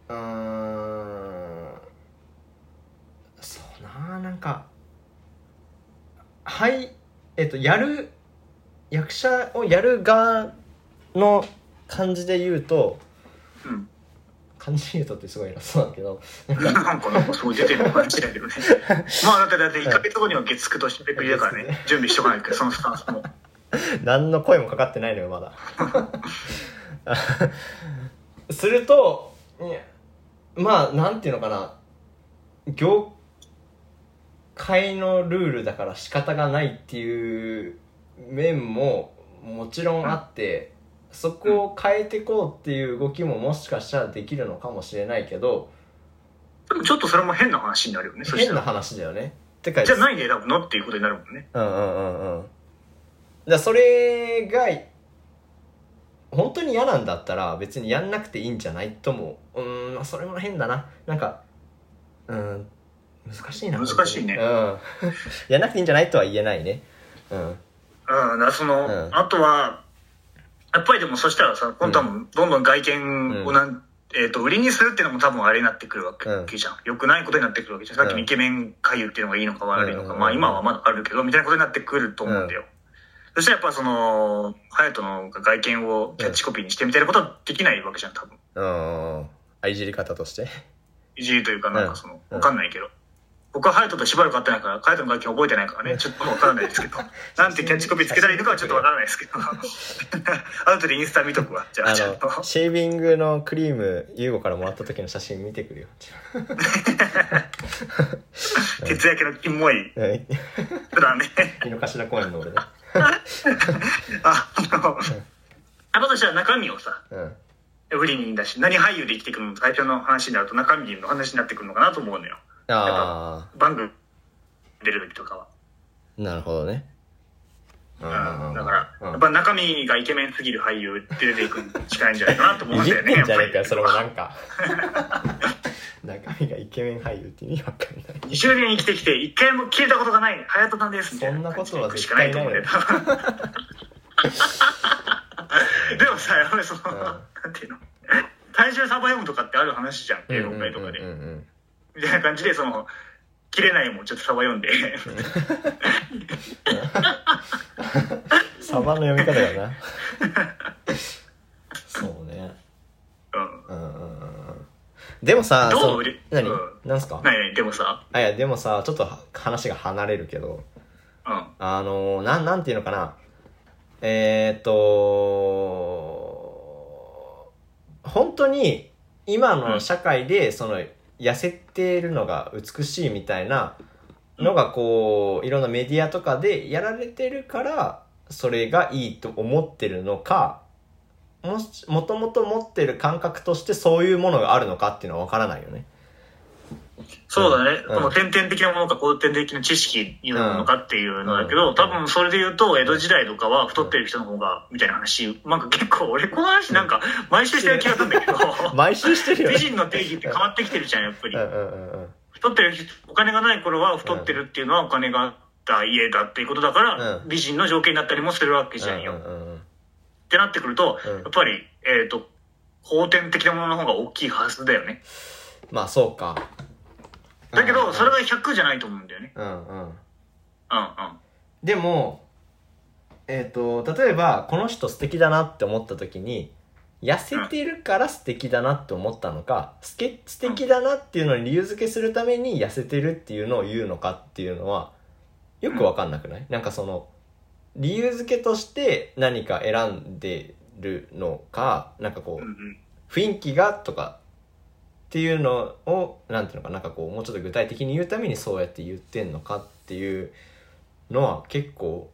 うーんそうななんかはいえっとやる役者をやる側の感じで言うと
うん。
感じで言うとってすごい偉そうだけど
なんかなんかそう出てるのかもしれないけどね。まあだってだって1ヶ月後には月9と締めくりだからね、準備しとかないから、そのスタンスも。
何の声もかかってないのよまだ [laughs] するとまあなんていうのかな業界のルールだから仕方がないっていう面ももちろんあって、そこを変えてこうっていう動きももしかしたらできるのかもしれないけど
ちょっとそれも変な話になるよね、そした
変な
ら。
話だよねてか
じゃあ何で選ぶのっていうことになるもんね。
うんうんうんうんだからそれが本当に嫌なんだったら別にやんなくていいんじゃないともうーんまあそれも変だななんかうーん難しいな
難しいね
本当にうん [laughs] やんなくていいんじゃないとは言えないねうん
うん、だからその、
うん
あとは、やっぱりでもそしたらさ、今度はもうどんどん外見をなん、えっと売りにするっていうのも多分あれになってくるわ
うん
けじゃん。良くないことになってくるわけじゃん。さっき
う
の
ん
イケメン俳優っていうのがいいのか悪いの
うんうん
か、
うん
まあ今はまだあるけど、みたいなことになってくると思うんだよ。そしたらやっぱその、隼人の外見をキャッチコピーにしてみたいなことはできないわけじゃん、多分。
うんあいじり方として
いじりというか、なんかその、
うん
わかんないけど。僕はハヤトとしばらく会ってないから、ハヤトの楽器覚えてないからね、ちょっとわからないですけど。
[laughs]
なんてキャッチコピーつけたらいいのかはちょっとわからないですけど。あとでインスタ見とくわ。じゃ
あ
あ、ちゃんと。
のシェービングのクリーム優吾からもらった時の写真見てく
[laughs]
るよ
徹夜系のキモい
うん
プランね。
井の頭公園の俺ね
[laughs] あ、あの、あととしたら中身をさ、
うん
売り人だし、何俳優で生きていくの最初の話になると中身の話になってくるのかなと思うのよ。
あ
番組出る時とかは。
あなるほどねうん
うんだか
う
ら、
ん
やっぱ中身がイケメンすぎる俳優って出ていくに近いんじゃないかなと思うん
いじ
だ
っ
よね。
てんじゃねえかよ
やっぱり
それもなんか [laughs] 中身がイケメン俳優って意味わかんない
20年生きてきて一回も聞いたことがない隼人さんですみたいな
そんなことは
し
絶
かな
対
いと
ない
[laughs] 思う
よ
んだよでもさやっぱりその、
ん
なんていうの体重サバイムとかってある話じゃん芸能界とかで、
うんうんうん
みたいな感じでその切れないもんちょっとサバ読んで
うんサバの読み方だなそうね
うん
うんうんうんうんでもさ
どう
そ
売り
何、
うん
なんすか
ないないでもさ
あいやでもさちょっとは話が離れるけど
うん
あのー、なん、なんていうのかな。えーっと、本当に今の社会で、その、痩せているのが美しいみたいなのが、こう、いろんなメディアとかでやられてるから、それがいいと思ってるのか、もし、もともと持ってる感覚としてそういうものがあるのかっていうのはわからないよね。
そうだね。
うん
この点々的なものか、後天的な知識になるのかっていうのだけど、
うん
多分それで言うと、江戸時代とかは太ってる人の方が、みたいな話、なんか結構、俺この話なんか、毎週してる気がするんだけど、
毎週してるよね
美人の定義って変わってきてるじゃん、やっぱり
うん。うんうんうん
太ってる人、お金がない頃は太ってるっていうのはお金があった家だっていうことだから
う、ん
美人の条件になったりもするわけじゃんよ。
うんうんうん
ってなってくると、
うん
やっぱり、えっ、と、後天的なものの方が大きいはずだよね。
まあそうか
だけ
うんう
ど、
ん
それが100じゃないと思うんだよね。
うんうん
うんうん。
でもえっ、と例えばこの人素敵だなって思った時に痩せてるから素敵だなって思ったのか、すけ素敵だなっていうのに理由付けするために痩せてるっていうのを言うのかっていうのはよくわかんなくない、なんかその理由付けとして何か選んでるのかなんかこ
うんう
うん雰囲気がとかっていうのをなんていうのかなんかこうもうちょっと具体的に言うためにそうやって言ってんのかっていうのは結構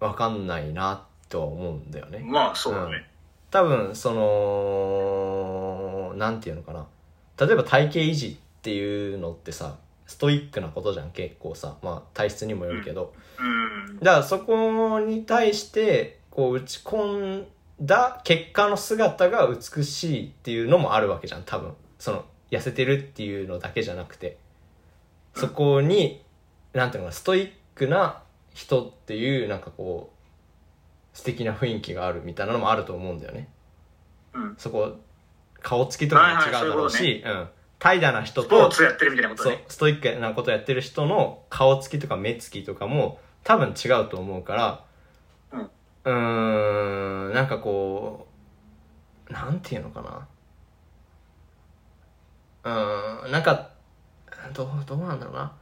わかんないなとは思うんだよね。
まあそうだね。
多分そのなんていうのかな例えば体型維持っていうのってさストイックなことじゃん結構さまあ体質にもよるけど、
うん。
だからそこに対してこう打ち込んだ結果の姿が美しいっていうのもあるわけじゃん多分その痩せてるっていうのだけじゃなくてそこになんていうのかなストイックな人っていうなんかこう素敵な雰囲気があるみたいなのもあると思うんだよね、
うん
そこ顔つきとかも違うだろうし、
はい
うん怠惰な人
スポー
と
ツやってるみたいなこと
そう
ね。
ストイックなことやってる人の顔つきとか目つきとかも多分違うと思うからうーんなんかこうなんていうのかなうーんなんかどうどうなんだろうな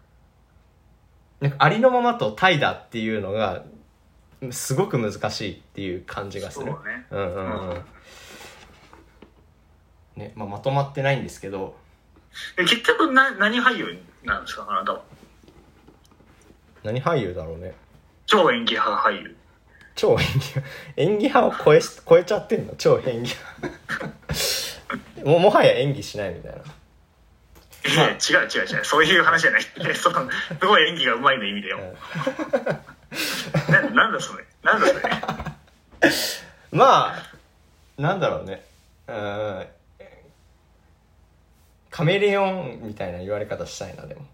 なんかありのままと怠惰っていうのがすごく難しいっていう感じがす
そう
る
だね。
うんうんう
うん
ねまあ、まとまってないんですけど
え結局な、何俳優なんですか、あなたは。
何俳優だろうね
超演技派俳優。
超演技派 [laughs] 演技派を超えし超えちゃってんの超演技派 [laughs] もうもはや演技しないみたいない
や、違う違う違う。そういう話じゃない。 [laughs] いやそのすごい演技がうまいの意味だよ。ななんだそれ。なんだそれ。
まあなんだろうねうーんカメレオンみたいな言われ方したいなでも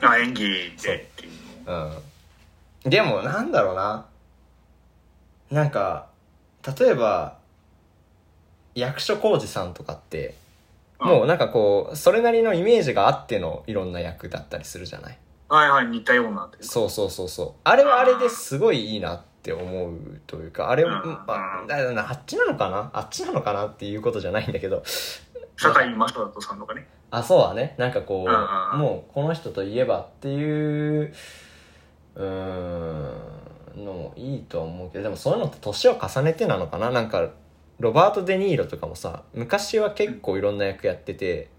あ演技でっていう。
うんでもなんだろうななんか例えば役所広司さんとかってもうなんかこうそれなりのイメージがあってのいろんな役だったりするじゃない
はいはい、似たような。
そうそうそうそうあれはあれですごいいいなって思うというかあれ
うん
あだだあっちなのかなあっちなのかなっていうことじゃないんだけど
堺井雅人さんとかね。
あそうだねなんかこう、
うんうん
もうこの人といえばっていううーんのもいいとは思うけどでもそういうのって年を重ねてなのかななんかロバート・デ・ニーロとかもさ昔は結構いろんな役やってて、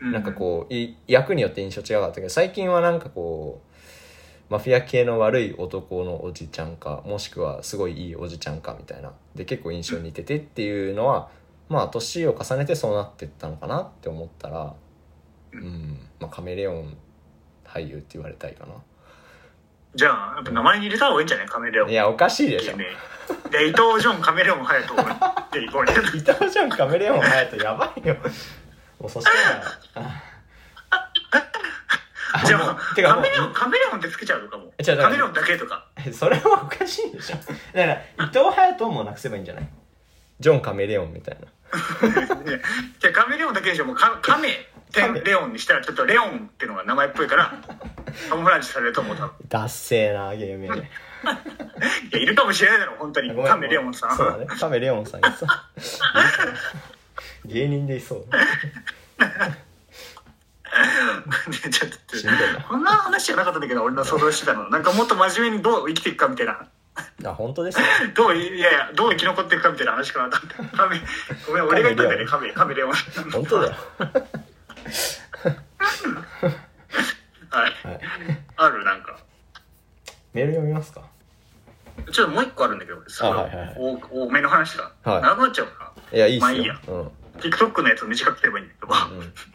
う
なんかこうい役によって印象違かったけど最近はなんかこうマフィア系の悪い男のおじちゃんかもしくはすごいいいおじちゃんかみたいなで結構印象似ててっていうのはまあ年を重ねてそうなってったのかなって思ったらうんまあカメレオン俳優って言われたいか
じゃあ、やっぱ名前に入れた方がいいんじゃないカメレオン。
ないやおかしいでし
芸
ょ
名で、伊藤ジョン、カメレオン、隼人で行こ
[laughs]
うね。
伊藤ちゃんカメレオン隼人やばいよもうそしたらああ
じゃ
も
あ
う、てか
カ
もう
メレオン、カメレオンってつけちゃうのかも。
え違うだから
カメレオンだけ
[laughs]
とか。
えそれはおかしいでしょだから伊藤隼人もなくせばいいんじゃないジョン・カメレオンみたいな
ねじゃあカメレオンだけでしょもうカカメ
カ
点
メ
レオンにしたらちょっとレオンっていうのが名前っぽい
[laughs]
からカモフラージュされると思う多分
ダッセーな芸名
[laughs]
で
いやいるかもしれないだろ本当に
ごめん
カメレオンさん
そうだねカメレオンさんいそう芸人でいそう
ねちょっと
しんどいな
こんな話じゃなかったんだけど俺の想像してたのなんかもっと真面目にどう生きていくかみたいな
あ本当ですね
どういいやいやどう生き残っていくかみたいな話かなと思ってカメごめん俺が言ったんだよねカメカメレオン
本当だよ
はい
はい
あるなんか
メール読みますか
ちょっともう一個あるんだけど俺さ、
あはいはいはい
お多めの話が、
はい
長くなっちゃうかない
やいいっすよ、
まあいいや
うん、
TikTok のやつ短くすればいいんだけど、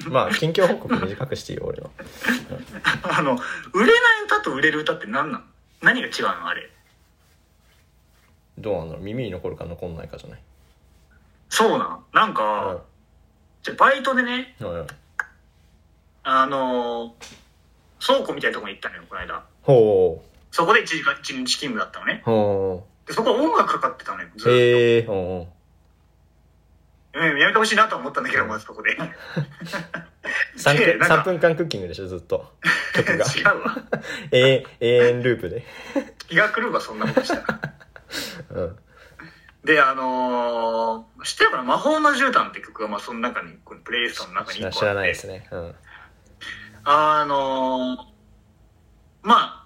うんまあ近況報告短くしていいよ俺は
あの、売れない歌と売れる歌って何なの何が違うのあれ。
どうなんだろう耳に残るか残んないかじゃない
そうなんなんか、じゃあバイトでね、
うんうん
あのー倉庫みたいなとこに行ったのよ、この間。
ほ
そこで1時間、1日勤務だったのね
う。ほ
でそこは音楽かかってたのよ、ずっ
う
と。
へえほ
うんやめてほしいなとは思ったんだけど、まずそこで。
う 3,
でなんか
3分間クッキングでしょずっと曲が
[laughs] 違うわ。
永遠永遠ループで
気が狂うわ、そんなことしたら。
うん
で、あのー、知ってるかな魔法の絨毯って曲が、まあ、その中に、このプレイリストの中に
知
一個あ
ら
って。
知らないですねうん
あのー、ま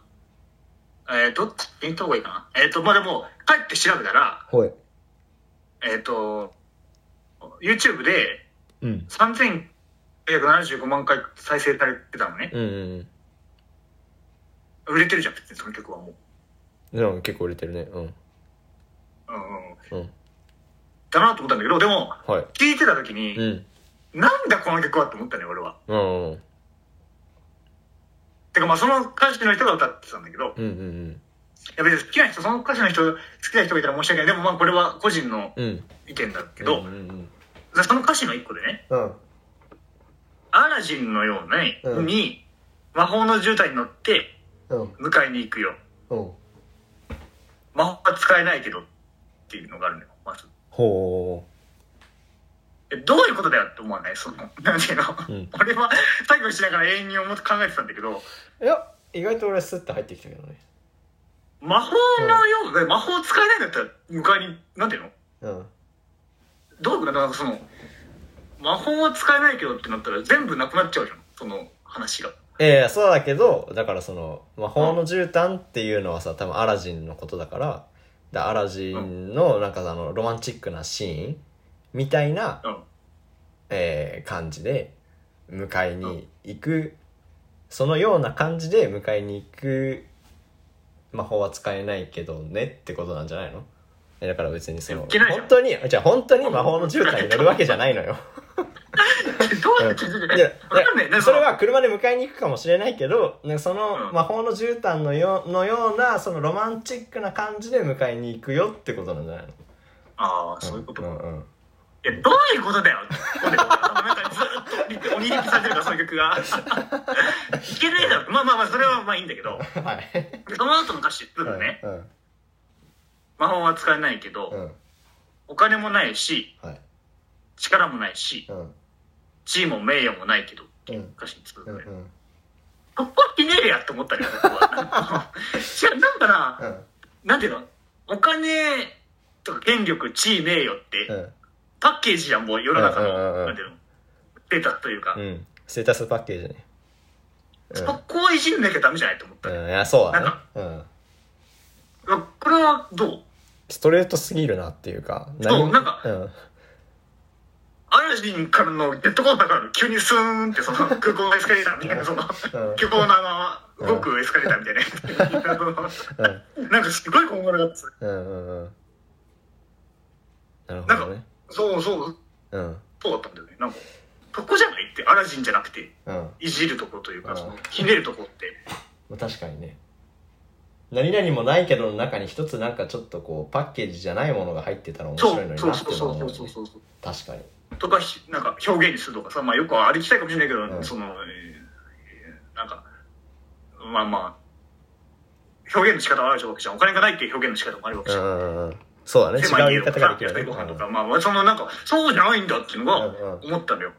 あ、えっ、どっち言った方がいいかな。えっ、と、まあでも、帰って調べたら、
ほい
えっ、と、YouTube で
うん
3975万回再生されてたのね。
うんうん
売れてるじゃん、別にその曲はもう。
うんでも結構売れてるねうん
うんうん。
うん
だなと思ったんだけど、でも、
はい
聞いてた時に、
うん
なんだこの曲はって思ったね、俺は。
うんうん
てかまあその歌手の人が歌ってたんだけど、
うんうん
いや別に好きな人、その歌手の人、好きな人がいたら申し訳ない。でもまあこれは個人の
うんうん
意見だけど、
うんうん
その歌詞の一個でね、
うん
アラジンのようなね
うん
に、魔法の絨毯に乗って
うん
迎えに行くよ。
うん
魔法は使えないけどっていうのがあるのよ、まず。
ほ
えどういうことだよって思わないその、なんていうの、
ん
俺は作業しながら永遠に思って考えてたんだけど、
ういや意外と俺スッて入ってきたけどね
魔法のような、魔法使えないんだったら迎えに、なんていうの
うん
どういうことだなんかその、魔法は使えないけどってなったら全部なくなっちゃうじゃん、その話が。
いやいやそうだけどだからその魔法の絨毯っていうのはさ多分アラジンのことだからでアラジンのなんかあのロマンチックなシーンみたいな、
うん
えー感じで迎えに行く、そのような感じで迎えに行く魔法は使えないけどねってことなんじゃないのえだから別にその
いけないじゃん
本当にじゃあ本当に [laughs] 魔法の絨毯に乗るわけじゃないの
[laughs]
よ
どういう気づきだ
いや
よ。わかんない。なんか
それ、は車で迎えに行くかもしれないけど、ね、その
うん
魔法の絨毯のよのようなそのロマンチックな感じで迎えに行くよってことなんじゃないの
ああ、そういうことか。
んうん
いや、どういうことだよ俺なんかずっと鬼引きされてるから、その
[laughs]
曲が。いけねえだろ。まあまあまあ、それはまあいいんだけど、
うん、はい
その後の歌詞ってね、
うん
魔法は使えないけど、
うんうん
お金もないし、
はい
力もないし、
うん
地位も名誉もないけど、
うん
歌詞に作る
うんん
で、
うん
ここはひねれやって思ったけど、僕は。 [laughs] 違う、なんかな、
うん
なんていうの、お金とか権力、地位、名誉って、
うん
パッケージじゃん、もう世の中の、
うんうんうんうん
なんていうの、データというか、
うんステータスパッケージね
そこをいじんなきゃダメじゃないと思った
う
ね。
ん、うん、いやそうだ
な
ね
ん
う
か、
ん、
これはどう
ストレートすぎるなっていうか
そう
も
なんか
うん
アラジンからのデッドコーナーから急にスーンってその空港のエスカレーターみたいなその
ん
空港のあの動くエスカレーターみたいなやつなんかすごいこんがらがってた
うんうんうんなるほ
なん
ど
か
ね
そうそう
うん
そうだったんだよねなんかそこじゃないってアラジンじゃなくて
うん
いじるとこという
う
か
ん
そのひねるとこって
まあ確かにね何々もないけどの中に一つなんかちょっとこうパッケージじゃないものが入ってたら面
そ
白いの
う
に
そ
な
う
って
そう
のは
そう
思
そうう
ね
そうそ
確
う
かに
とかひなんか表現にするとかさまあよくありきたいかもしれないけど、
うん
そのえーなんかまあまあ表現の仕方はあるわけじゃんお金がないっていう表現の仕方もあるわけ
う
じゃん、
んうんうんそうだね
狭い
違
家
う言い
と
方
か
が
さ
でき
野
るよね
菜ご飯と
う
か、まあそのなんかそうじゃないんだっていうのが
うんうん
思ったのよ、
ん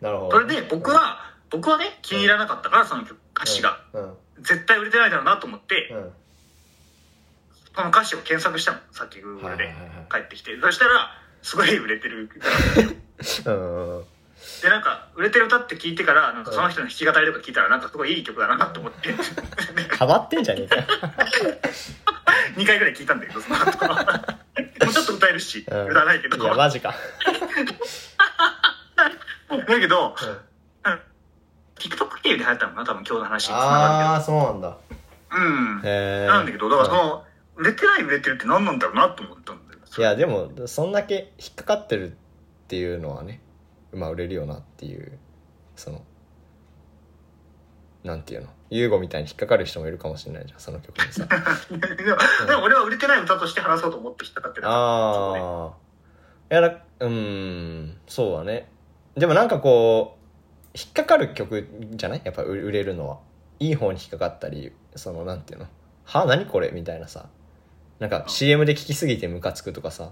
なるほど
それで僕は僕はね気に入らなかったからその曲歌詞が、
うん
絶対売れてないだろうなと思って、
うん
この歌詞を検索したのさっき Google で、
はいはいはいはい
帰ってきてそしたらすごい売れてる歌
[laughs]
なんですよ
うんうんうん
でなんか売れてる歌って聞いてからなんかその人の弾き語りとか聞いたらなんかすごいいい曲だなと思って
[laughs] かばってんじゃねえかよ
2回ぐらい聞いたんだけどそ
[laughs]
の後もうちょっと歌えるし、
うん
歌わないけど
いやマジか
だけど、TikTok 経由で流行ったのかな多分今日の話につな
あ
が
あそうなんだ
るけどうん
へえ
なんだけどだからその売れてない売れてるって何なんだろうなと思ったんだよ
いやでもそんだけ引っかかってるっていうのはねまあ売れるよなっていうそのなんていうのユーゴみたいに引っかかる人もいるかもしれないじゃんその曲にさあ
でもでも俺は売れてない歌として話そうと思って引っかかってる
あいやだうーんそうだねでもなんかこう引っかかる曲じゃないやっぱ売売れるのはいい方に引っかかったりそのなんていうのは何これみたいなさなんか CM で聴きすぎてムカつくとかさ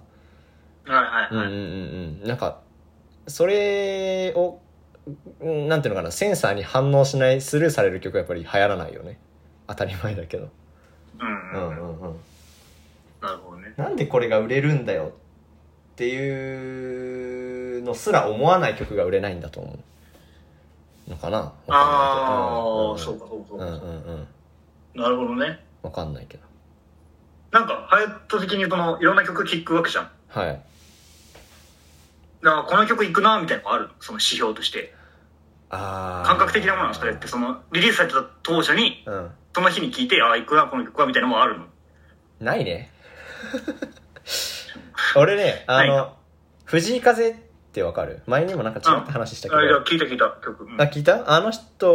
はい
うん
は
う
い
ん
はい、
うんうんなんかそれをうんなんていうのかなセンサーに反応しないスルーされる曲はやっぱり流行らないよね当たり前だけど
うん
う
うん
んうんうん
なるほどね
なんでこれが売れるんだよっていうのすら思わない曲が売れないんだと思うのかな
ああ、
わ
そう
か
かそうか、
んないけどうんうんうんうん
なるほどね
わかんないけど
なんかハヤト的にこのいろんな曲聴くわけじゃん
はい
だからこの曲いくなみたいなのがあるのその指標として
あー
感覚的なもののそれってそのリリースされた当初に
うん
その日に聴いてああいくなこの曲はみたいなのもあるの
ないね [laughs] 俺ねあ
ない
の藤井風ってわかる前にもなんか違った話したけど、
あいや聞いた聞いた曲、うん
あ聞いたあの人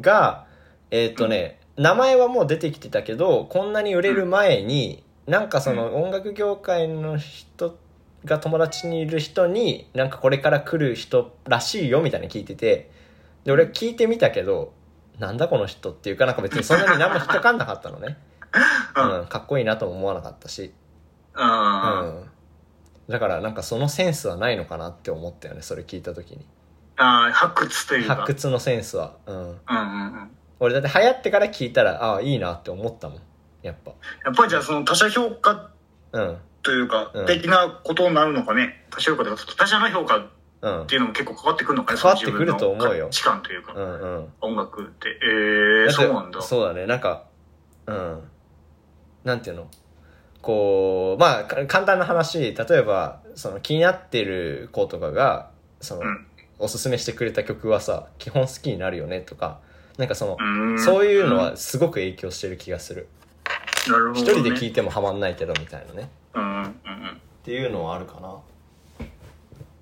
が、えっ、とね、名前はもう出てきてたけどこんなに売れる前に、なんかその音楽業界の人が友達にいる人になんかこれから来る人らしいよみたいなの聞いててで俺聞いてみたけどなんだこの人っていうかなんか別にそんなに何も引っかかんなかったのね、
うん
うん、かっこいいなとも思わなかったし、う
あー
ん、だからなんかそのセンスはないのかなって思ったよねそれ聞いた時に
あー発掘というか
発掘のセンスは、うん、
うんうんうん
俺だって流行ってから聞いたらああいいなって思ったもんやっぱ
やっぱりじゃあその他者評価
うん
というか、
うん
的なことになるのかね他者評価というか他者の評価っ
うん
ていうのも結構関わってくるのかね
関わってくると思うよ
その自分の価値観というか、
うんうん
音楽ってえー、
だって
そうなんだ
そうだねなんかうんなんていうのこうまあか簡単な話例えばその気になってる子とかがその、
うん
おすすめしてくれた曲はさ基本好きになるよねとかなんかその、
ーん
そういうのはすごく影響してる気がする
なるほど、ね、
一、人で聴いてもハマんないけどみたいなね
うんうんうん
っていうのはあるか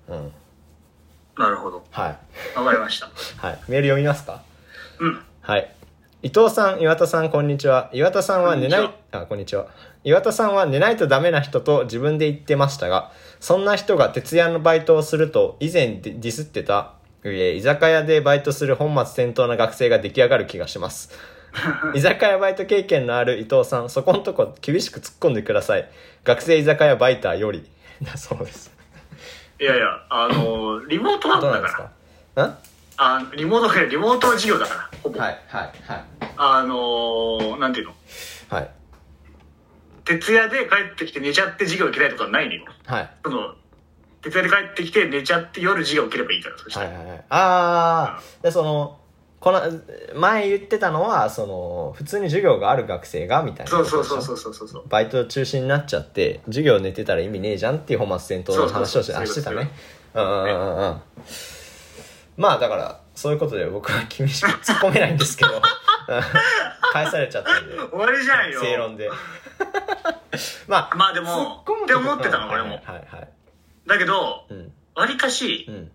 なうん
なるほど
はい
わかりました
はい、メール読みますか
うん
はい。伊藤さん、岩田さん、こんにちは。岩田さんは寝ない
こんに、
あ、こんにちは。岩田さんは寝ないとダメな人と自分で言ってましたが、そんな人が徹夜のバイトをすると、以前ディディスってた、えー居酒屋でバイトする本末転倒な学生が出来上がる気がします。 [laughs] 居酒屋バイト経験のある伊藤さん、そこんとこ厳しく突っ込んでください。学生居酒屋バイターより。 [laughs] だそうです。
いやいやあ
[coughs]
のーリモートワー
ど
ク
うな
だ
んです
から
かん
あリモートリモート授業だからほぼ、
はい、はい、はい。
あのーなんていうの
はい。
徹夜で帰ってきて寝ちゃって授業受けないとかないのよ
はい。
その徹夜で帰ってきて寝ちゃって夜授業受ければいいからそした
は
ら、
いはいはい、ああ、でそのこの前言ってたのはその普通に授業がある学生がみたいな
そうそうそうそううそうそうそう
バイト中止になっちゃって授業寝てたら意味ねえじゃんっていう本末転倒の話をして
そう
あ
そう
し
そう
てた
そういう
ねう
こ
んうんうんうんまあだからそういうことで僕は厳しく突っ込めないんですけど [laughs] うん返されちゃったんで
終わりじゃんよ
正論で [laughs] まあ
まあでも
突込む
って思ってたの
うん
俺も
はいはいはい
だけど
うん
わりかし
うん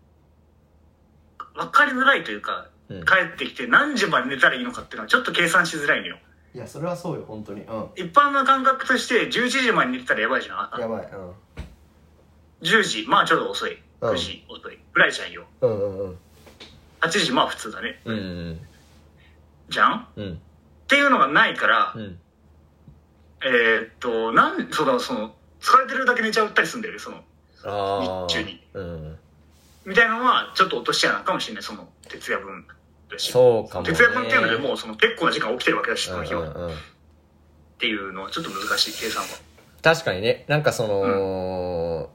分かりづらいというか、
うん
帰ってきて何時まで寝たらいいのかっていうのはちょっと計算しづらいのよ
いやそれはそうよ本当にうん
一般の感覚として11時まで寝てたらやばいじゃん朝
やばいうん
10時まあちょうど遅い
うん
9時遅いぐらいじゃんよ
うんうんうん
8時まあ普通だね
うんうん
じゃんっ
うん
ていうのがないから、
うん
えーっとなんそうだその疲れてるだけ寝ちゃったりするんだよねその
あー
日中に
うん
みたいなのはちょっと落とし穴かもしれないその徹夜分だし
そうかもね
徹夜分っていうのでもうその結構な時間起きてるわけだしその日は、
うんうんうん
っていうのはちょっと難しい計算は
確かにねなんかその、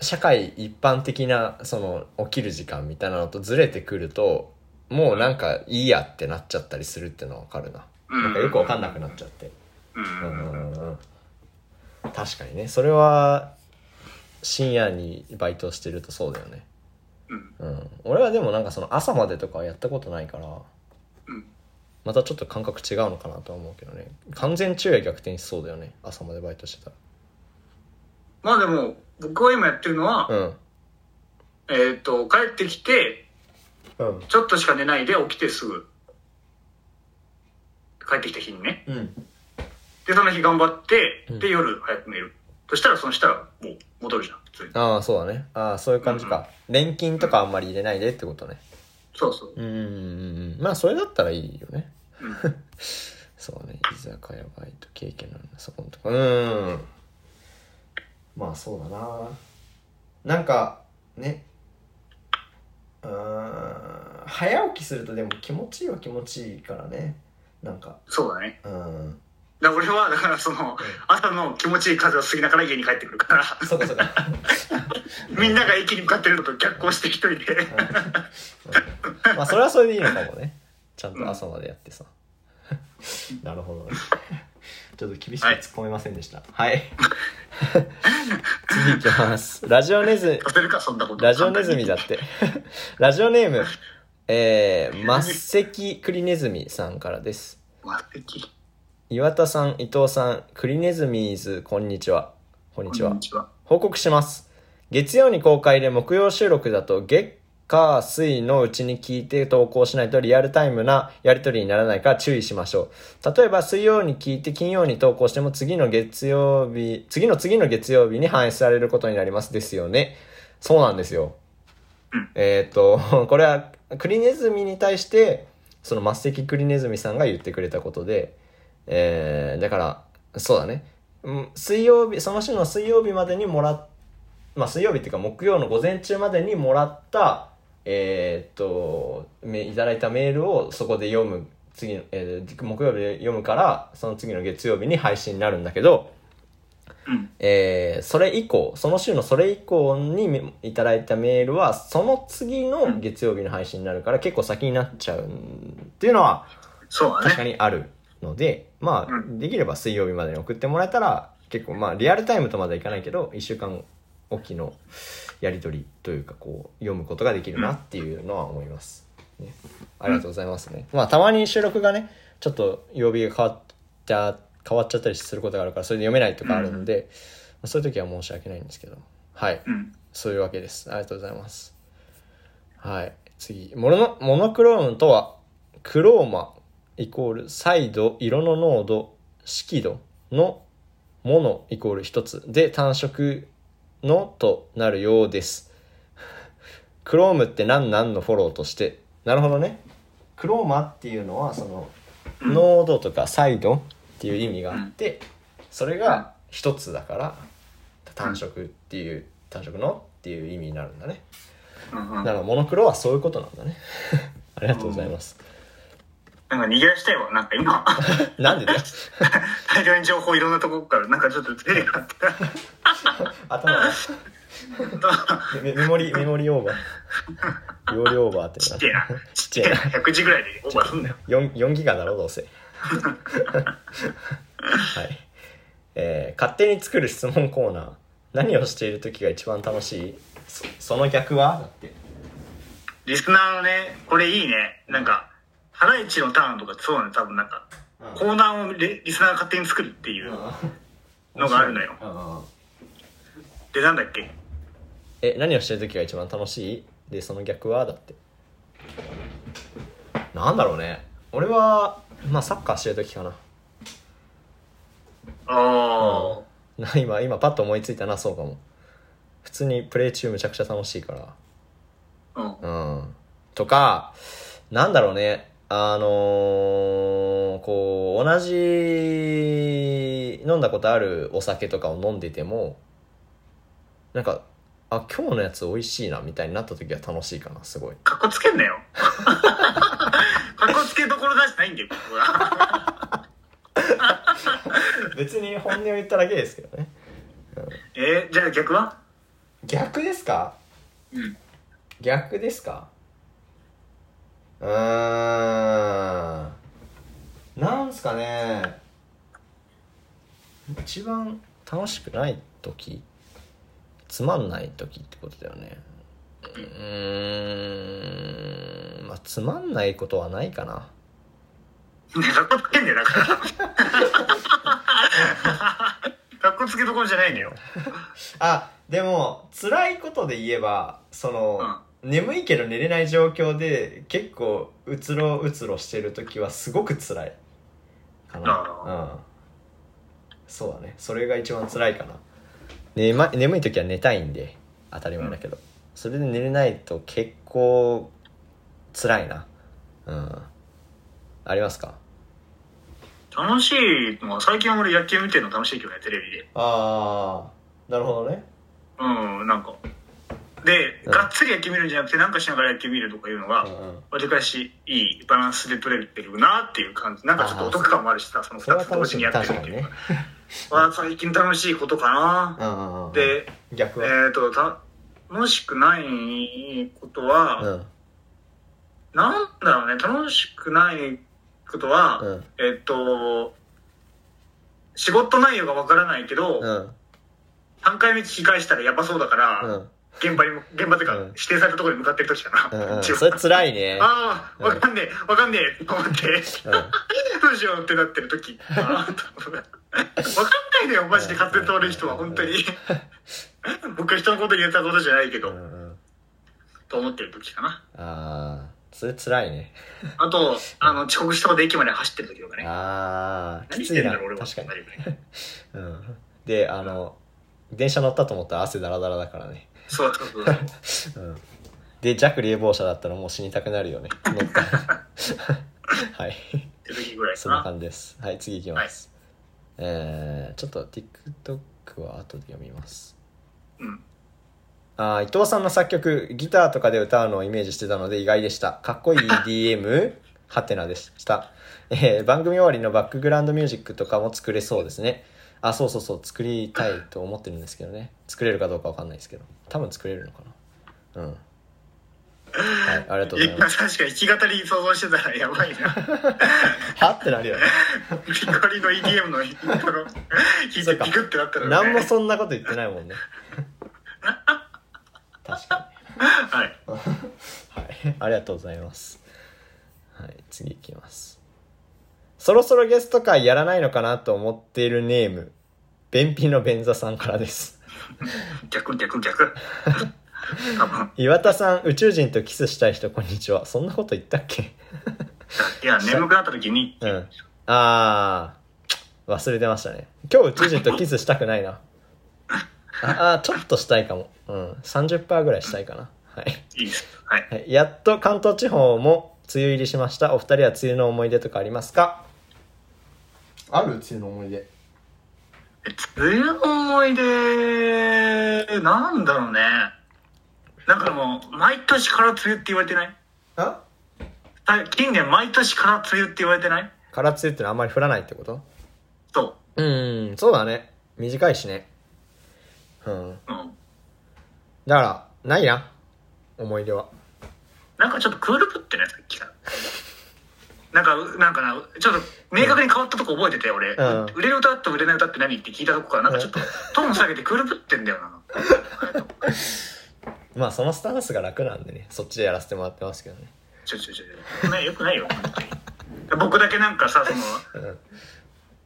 社会一般的なその起きる時間みたいなのとずれてくるともうなんかいいやってなっちゃったりするってのはわかるな,、
うん
なんかよくわかんなくなっちゃって
うん
うんうんうんうん確かにねそれは深夜にバイトしてるとそうだよね
うん
うん俺はでもなんかその朝までとかはやったことないから
うん
またちょっと感覚違うのかなとは思うけどね完全昼夜逆転しそうだよね朝までバイトしてた
まあでも僕が今やってるのは、
らうん
ええーっと帰ってきて
うん
ちょっとしか寝ないで起きてすぐ帰ってきた日にね
うん
でその日頑張って
うん
で夜早く寝る、そしたらそのしたらもう戻るじゃん普通に
ああそうだねああそういう感じか錬金とかあんまり入れないでってことね
そうそう
うんうんうんうんまあそれだったらいいよね
うん
そうね居酒屋バイト経験なんだそこのとこうんまあそうだななんかねうーん早起きするとでも気持ちいいは気持ちいいからねなんか
そうだね
うん
だから俺はだからその朝の気持ちいい風を過ぎながら家に帰ってくるから
そうかそうか
みんなが駅に向かってるのと逆行して一人で
うん [laughs] まあそれはそれでいいのかもねちゃんと朝までやってさなるほどねちょっと厳しく突っ込めませんでしたはい、 [laughs] 次いきますラジオネズ
させるか [laughs] そんなこと
ラジオネズミだって。 [laughs] ラジオネーム、えー、末席クリネズミさんからです。
まあ駅
岩田さん、伊藤さん、クリネズミーズ、こんにちは。こんにち
こ
は
んに。ちは
報告します。月曜に公開で木曜収録だと月、火、水のうちに聞いて投稿しないとリアルタイムなやりとりにならないから注意しましょう。例えば水曜に聞いて金曜に投稿しても次の月曜日、次の次の月曜日に反映されることになりますですよね。そうなんですよ。えーっ、と、 [laughs] これはクリネズミに対して、その末席クリネズミさんが言ってくれたことで、えー、だから、そうだね。うん水曜日、その週の水曜日までにもらっ、まあ水曜日っていうか木曜の午前中までにもらった、えーっと、めいただいたメールをそこで読む、次の、えー木曜日で読むから、その次の月曜日に配信になるんだけど、
うん
えーそれ以降、その週のそれ以降にめいただいたメールは、その次の月曜日の配信になるから、結構先になっちゃうっていうのは、
そう
確
だ
か
ね
にあるので、まあ、
うん
できれば水曜日までに送ってもらえたら、結構、まあ、リアルタイムとまではいかないけど、1週間おきのやり取りというか、こう、読むことができるなっていうのは思います。ね、ありがとうございますね。まあ、たまに収録がね、ちょっと曜日が変わった、変わっちゃったりすることがあるから、それで読めないとかあるので、まあそういう時は申し訳ないんですけど、はい。
うん
そういうわけです。ありがとうございます。はい。次。モノモノクロームとは、クローマイコール再度、色の濃度、色度のものイコール一つで単色のとなるようです。 [laughs] クロームって何なんのフォローとして。なるほどね。クローマっていうのは、その、濃度とか再度っていう意味があって、それが一つだから、単色っていう単色のっていう意味になるんだね
うんうん
だからモノクロはそういうことなんだね [laughs] ありがとうございます
なんか逃げ出したいわなんか
[laughs]
今
なんでだよ
大量に情報いろんなとこからなんかちょっと出てがあって
頭
[laughs]
が [laughs] メメモリメモリオーバー容量オーバーって
ちっちゃいな
ちっちゃいな
100時ぐらいでオーバーすんだよ
4, 4ギガだろどう
[laughs]
せはいえー勝手に作る質問コーナー何をしている時が一番楽しいそその逆はだって
リスナーのねこれいいねなんかハライチのターンとかそうなの多分なんかコーナーをリリスナーが勝手に作るっていうのがあるのよ
よ
でなんだっけ
え何をしてる時が一番楽しいでその逆はだってなんだろうね俺はまあサッカーしてる時かな [laughs]
ああ
な今今パッと思いついたなそうかも普通にプレイ中むちゃくちゃ楽しいから
うん
うんとかなんだろうねあのーこう同じ飲んだことあるお酒とかを飲んでてもなんかあ今日のやつ美味しいなみたいになった時は楽しいかなすごい
かっこつけんなよ。 [laughs] かっこつけどころ出してないんだよ、ここは。
別に本音を言っただけですけどね
えーじゃあ逆は
逆ですか
うん。
逆ですかうーんなんすかね一番楽しくない時つまんない時ってことだよねうーんまあつまんないことはないかな
ねかっこつけんだよ、
[laughs]
だから。かっこつけどころじゃないのよ。
あでも辛いことで言えばその、眠いけど寝れない状況で結構うつろうつろしてる時はすごく辛いかな、うん、そうだねそれが一番辛いかな、ねま、眠い時は寝たいんで当たり前だけど、それで寝れないと結構辛いなうんありますか
楽しいのは、最近は俺野球見てるの楽しいけどね、テレビで。
ああなるほどね
うん、なんか。で、
うん
がっつり野球見るんじゃなくて、なんかしながら野球見るとかいうのが、
うんうん
わりかしいいバランスで取れてるなっていう感じ。なんかちょっとお得感もあるしさ、その
それ
2
は
つ同
楽
時
し
に
い
やっ
確
てる
か
って
に
いう
ね
か。は最近楽しいことかな。
うんうんうん
で、
逆
えっ
は、、
と、た楽しくないことは、
うん
なんだろうね、楽しくないことは、
うん
えっと、仕事内容がわからないけど、
うん
3回目聞き返したらやばそうだから、
うん
現場にも、現場っていうか、
うん
指定されたところに向かってる時だな。
うんう
[laughs]
ん
一応
それ辛いね
ああ、わかんねえ、わかんねえ、と思って、
うん
どうしようってなって
[laughs]
る時。あーと思ってわかんないのよ、マジで滑舌悪い人は、本当に。 [laughs] 僕は人のこと言ったことじゃないけど、
うんうん
と思ってる時かな。
ああそれ辛いね
あと、あの、遅刻したことで駅まで走ってる時とかね。
ああ
何
き
して
つい
ん
な
だろう、俺は。
確かにうんであの電車乗ったと思ったら汗だらだらだからね
そうそ
[laughs]
うそうそう。
うんで弱冷房車だったらもう死にたくなるよね乗った
[laughs]
らはい
って時ぐらい
そ
か
んな
な。
感じですはい次いきます、えー、ちょっと TikTok は後で読みます
うん。
あー伊藤さんの作曲ギターとかで歌うのをイメージしてたので意外でしたか
[laughs]
っこいい DM ハテナでした、えー番組終わりのバックグラウンドミュージックとかも作れそうですねあそうそうそう作りたいと思ってるんですけどね作れるかどうかわかんないですけど多分作れるのかなうんはいありがとうござ
いや
い
[laughs]
ます
確かに弾き語り想像してたらやばいな。
はってなるよね
ピコリの EDM のイント
[laughs]
ロ弾い
そ
て
うか
ピクってなったらね。
何もそんなこと言ってないも
[laughs]
んね確かに
はい。
はい、ありがとうございます。はい、次いきます。そろそろゲスト会やらないのかなと思っているネーム、便秘の便座さんからです。
逆逆逆。多分。
岩田さん、宇宙人とキスしたい人、こんにちは。そんなこと言ったっけ
いや、眠くなった時に、
うん。あー、忘れてましたね。今日宇宙人とキスしたくないな。ああー、ちょっとしたいかも。うん、30%ぐらいしたいかな。はい。
いいです。はい。
はいやっと関東地方も梅雨入りしましたお二人は梅雨の思い出とかありますかある梅雨の思い出
梅雨の思い出、なんだろうね。なんかもう、毎年から梅雨って言われてない
あ
あ近年毎年から梅雨って言われてない
空梅雨ってのはあんまり降らないってこと
そう
ーんそうだね短いしねうん
う。うん。
だからないな思い出は
なんかちょっとクールぶってね、さっきから。なんかう、なんかな、ちょっと明確に変わったとこ覚えてて、俺。
うん
売れる歌と売れない歌って何って聞いたとこから、なんかちょっとトーン下げてクールぶってんだよな。
まあそのスタンスが楽なんでねそっちでやらせてもらってますけどね
ちょちょちょちょ。ね、よくないよ、本当に。僕だけなんかさ、その、
うん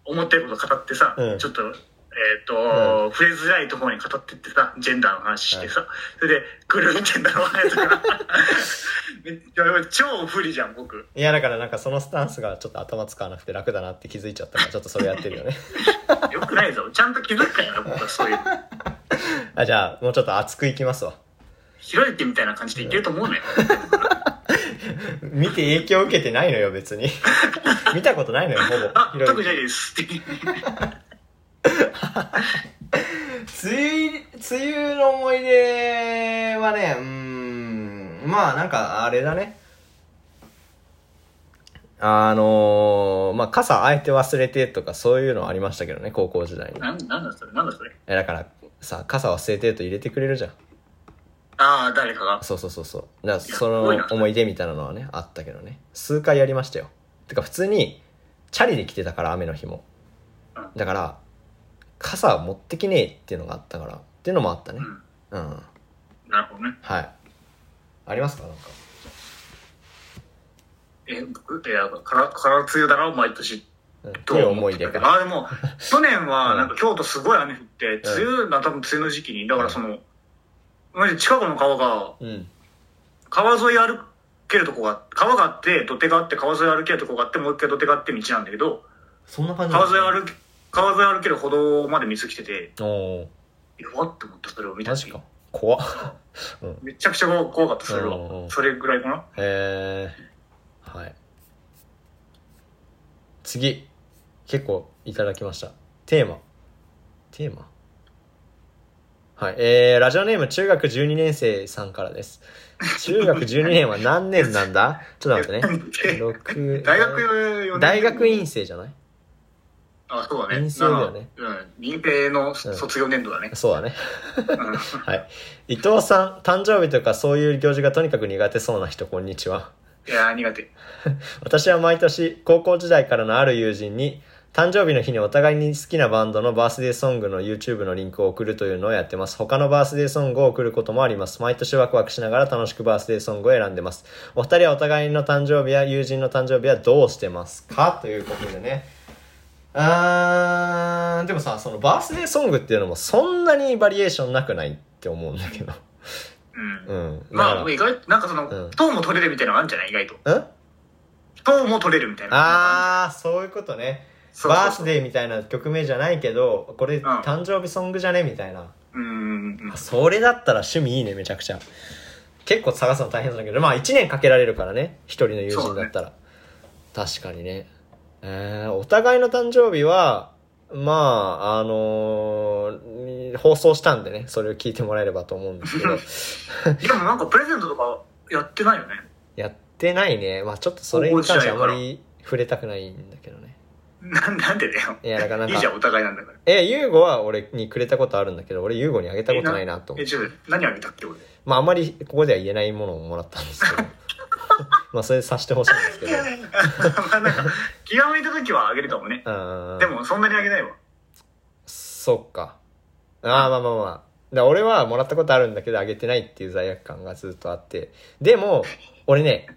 思ってること語ってさ、
うん
ちょっと、えっ、と、触れづらいところに語ってってさ、ジェンダーの話してさ、それで、クールぶってんだろうね、とか。 [laughs] めっちゃ超不利じゃん、僕。
いやだからなんかそのスタンスがちょっと頭使わなくて楽だなって気づいちゃったからちょっとそれやって [laughs] るよね
よくないぞ。ちゃんと気づくから、僕はそういう。
あじゃあもうちょっと熱くいきますわ
ひろゆきみたいな感じでいけると思うのよ。
[laughs] 見て影響受けてないのよ別に [laughs] 見たことないのよほ [laughs]
あ、
ぼ
特にないです。
梅雨、梅雨の思い出はね、うーん、まあなんかあれだね。あのー、まあ傘あえて忘れてとかそういうのありましたけどね、高校時代に。
なん、なんだそれなんだそれ
え、だからさ、傘忘れてると入れてくれるじゃん。
ああ、誰かが。
そうそうそうそう。だからそ
すごい
の
な
思い出みたいなのはね、あったけどね。数回やりましたよ。てか普通に、チャリで来てたから、雨の日も。だから、傘持ってきねえっていうのがあったから、っていうのもあったね
う。ん。
うん。
なるほどね。
はい。ありますかなんか。
え、僕、いや、から、から梅雨だろ、毎年。
という思い出
か
が。
あ、
[laughs]
でも、去年は、なんか京都すごい雨降って、梅雨な、多分梅雨の時期に、だからその、マジで近くの川が、
うん。
川沿い歩けるとこが、川があって、土手があって、川沿い歩けるとこがあって、もう一回土手があって道なんだけど、
そんな感じ
川沿
る
い歩け、川沿い歩ける歩道まで水来てて、
おー
やばって思った、それを見た
マ
時
ジか。怖っ。
めちゃくちゃ怖かった、それ
うんう
は。
ん
それぐらいかな。
えー、はい。次。結構いただきました。テーマ。テーマはい。えー、ラジオネーム中学12年生さんからです。中学12年は何年なん
[laughs]
だちょっと待ってね。六
大学4年。
大学院生じゃない
あ、そうだね。
院生だよね
なうん。民兵の卒業年度だね。
そうだ
[laughs]
ね。
うん
はい。伊藤さん、誕生日とかそういう行事がとにかく苦手そうな人、こんにちは。
いやー、苦手。
私は毎年高校時代からのある友人に誕生日の日にお互いに好きなバンドのバースデーソングの YouTube のリンクを送るというのをやってます。他のバースデーソングを送ることもあります。毎年ワクワクしながら楽しくバースデーソングを選んでます。お二人はお互いの誕生日や友人の誕生日はどうしてますかということでね。あー、でもさ、そのバースデーソングっていうのもそんなにバリエーションなくないって思うんだけど。
うん。
うん。
まあ、
だ
意外と、なんかその
うん、
糖も取れるみたいなのあるんじゃない意外と。
からん
糖も取れるみたいな。あ。
あー、そういうことね。
そうそうそう
バースデーみたいな曲名じゃないけど、これ誕生日ソングじゃねみたいな。
うん。うん
それだったら趣味いいね、めちゃくちゃ。結構探すの大変そうだけど、まあ1年かけられるからね。一人の友人だったら。確かにね。えー、お互いの誕生日は、まあ、あのー放送したんでね、それを聞いてもらえればと思うんですけ
[laughs]
ど、
でもなんかプレゼントとかやってないよね。 [laughs]
やってないね。まあちょっとそれに関してはあまり触れたくないんだけどね。
ななんでだよ。
いやなかなか
いいじゃん、お互いなんだから。
え、ユーゴは俺にくれたことあるんだけど、俺ユーゴにあげたことないなと思
え、
って。
ちょっと、何あげたっけ、俺。
まああんまりここでは言えないものをもらったんですけ
[laughs]
ど。 [laughs] まあそれさしてほしいんですけど。
まあなんか、気が向いた時はあげるかもね。
うん。
でも、そんなにあげないわ。
そっか。ああ、まあまあまあ。だから俺はもらったことあるんだけど、あげてないっていう罪悪感がずっとあって。でも、俺ね、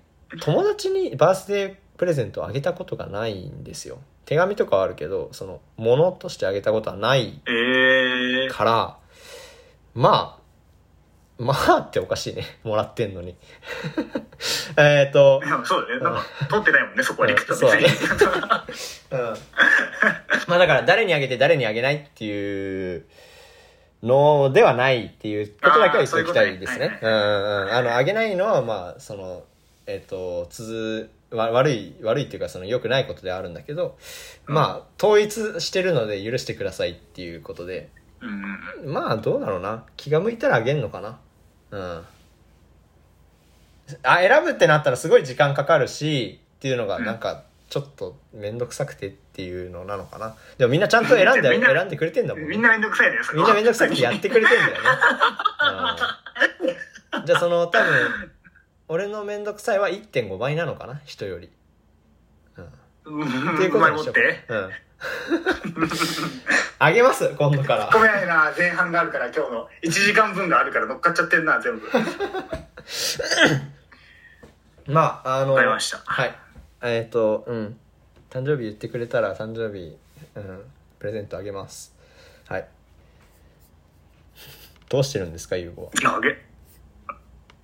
友達にバースデープレゼントをあげたことがないんですよ。手紙とかはあるけど、その、物としてあげたことはない
ええー。
から、まあ、まあっておかしいね。もらってんのに。 [laughs] えっと、
でもそうだね。なんか、取ってないもんね、そこは理屈
そう
は
だ
別
ね
に。
うん。まあだから誰にあげて誰にあげないっていうのではないっていうことだけは言っておきたいですね。
あーそういうこと
う
ね
んうんうん。あの、あげないのはまあ、その、えっ、と、つづ、わ悪い、悪いっていうかその良くないことではあるんだけど、まあ、統一してるので許してくださいっていうことで、
うん。
まあどうだろうな気が向いたらあげんのかなうんあ選ぶってなったらすごい時間かかるしっていうのが
うん
なんかちょっと面倒くさくてっていうのなのかなでもみんなちゃんと選ん
[laughs] み
で
んな
選んでくれてんだもんね
みんなめんどくさいね、それ
みん
は
なめんどくさくてやってくれてんだよね、うんじゃあその多分俺のめんどくさいは1.5倍なのかな人より、うん、
うん
っていう
う
こと
まい
に
も
しようか
んって。
なうんあげます今度から
ごめんな、前半があるから、今日の1時間分があるから乗っかっちゃってんな、全部。
まああの
わかりました
はいえっ、とうん誕生日言ってくれたら誕生日、うん、プレゼントあげますはいどうしてるんですか優子はい
や、あげ。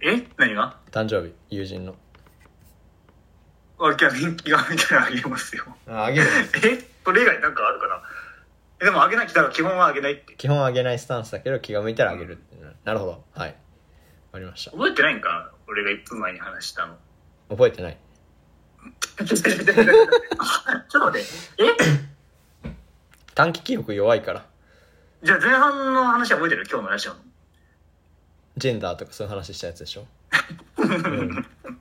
え何が
誕生日友人の
あ、気が向いたらあげますよ。
ああげるんです
えこれ以外なんかあるかなえでもあげなきゃ、だから基本はあげないって。
基本あげないスタンスだけど気が向いたらあげるっていうのはなるほどはいわかりました
覚えてないんかな俺が1分前に話したの。 [laughs]
覚えてない
ちょっと待って。え
短期記憶弱いから
じゃあ前半の話は覚えてる今日の話は。
ジェンダーとかそういう話したやつで [laughs] しょ、うん、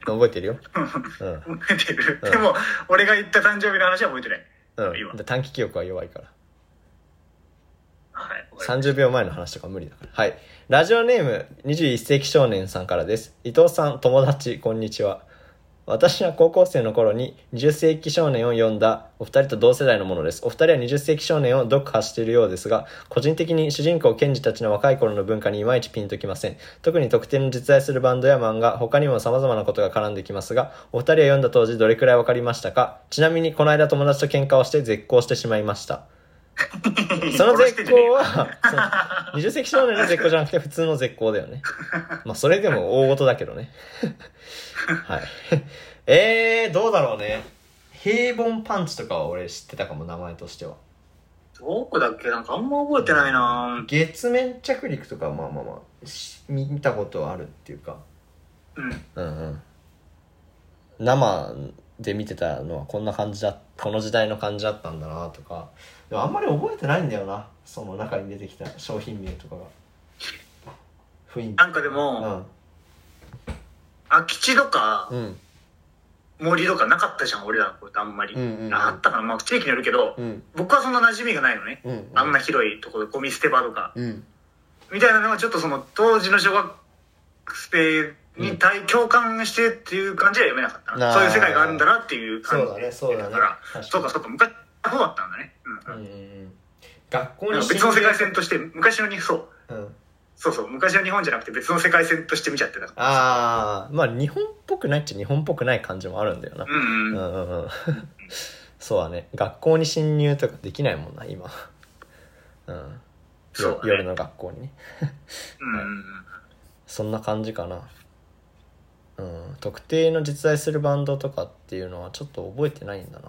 覚えてるようん
覚えてる。でも、俺が言った誕生日の話は覚えてない。
うん
今、
短期記憶は弱いから
はい。覚えて
30
る
秒前の話とか無理だから。はい。ラジオネーム21世紀少年さんからです。伊藤さん、友達、こんにちは。私は高校生の頃に20世紀少年を読んだお二人と同世代のものです。お二人は20世紀少年を読破しているようですが、個人的に主人公ケンジたちの若い頃の文化にいまいちピンときません。特に特定の実在するバンドや漫画、他にも様々なことが絡んできますが、お二人は読んだ当時どれくらいわかりましたかちなみにこの間友達と喧嘩をして絶交してしまいました。その絶交は、その20世紀少年の絶交じゃなくて普通の絶交だよね。まあそれでも大事だけどね。はい。えー、どうだろうね。平凡パンチとかは俺知ってたかも、名前としては。
どこだっけなんかあんま覚えてないな
月面着陸とかはまあまあまあ、し見たことあるっていうか。
うん。
うんうん。生で見てたのはこんな感じだ、この時代の感じだったんだなとか。でもあんまり覚えてないんだよな。その中に出てきた商品名とかが。雰囲気。
なんかで
う
も、
ん。
空き地とか
うん。
森とかなかったじゃん、俺らの頃ってあんまり。
うんうんうん
あったかなまあ、地域によるけど、
うん。
僕はそんな馴染みがないのね。
うん。
あんな広いところでゴミ捨て場とか。
うん。
みたいなのがちょっとその当時の小学生に対、共感してっていう感じは読めなかった
あ
な。
ー
そういう世界があるんだなっていう感じ
そうだねそうだね
から、そうかそうか、昔はそうだったんだね。
う
うん。
ん。学校
なん
に
か別の世界線として、昔の日そ
う
う。
ん。
そうそう、昔の日本じゃなくて別の世界線として見ちゃってた。
ああまあ日本っぽくないっちゃ日本っぽくない感じもあるんだよな、
うん
う
うん。
んうん [laughs] うんそうだね学校に侵入とかできないもんな今うん
そうだね
夜の学校にね
うんうん
そんな感じかなうん特定の実在するバンドとかっていうのはちょっと覚えてないんだな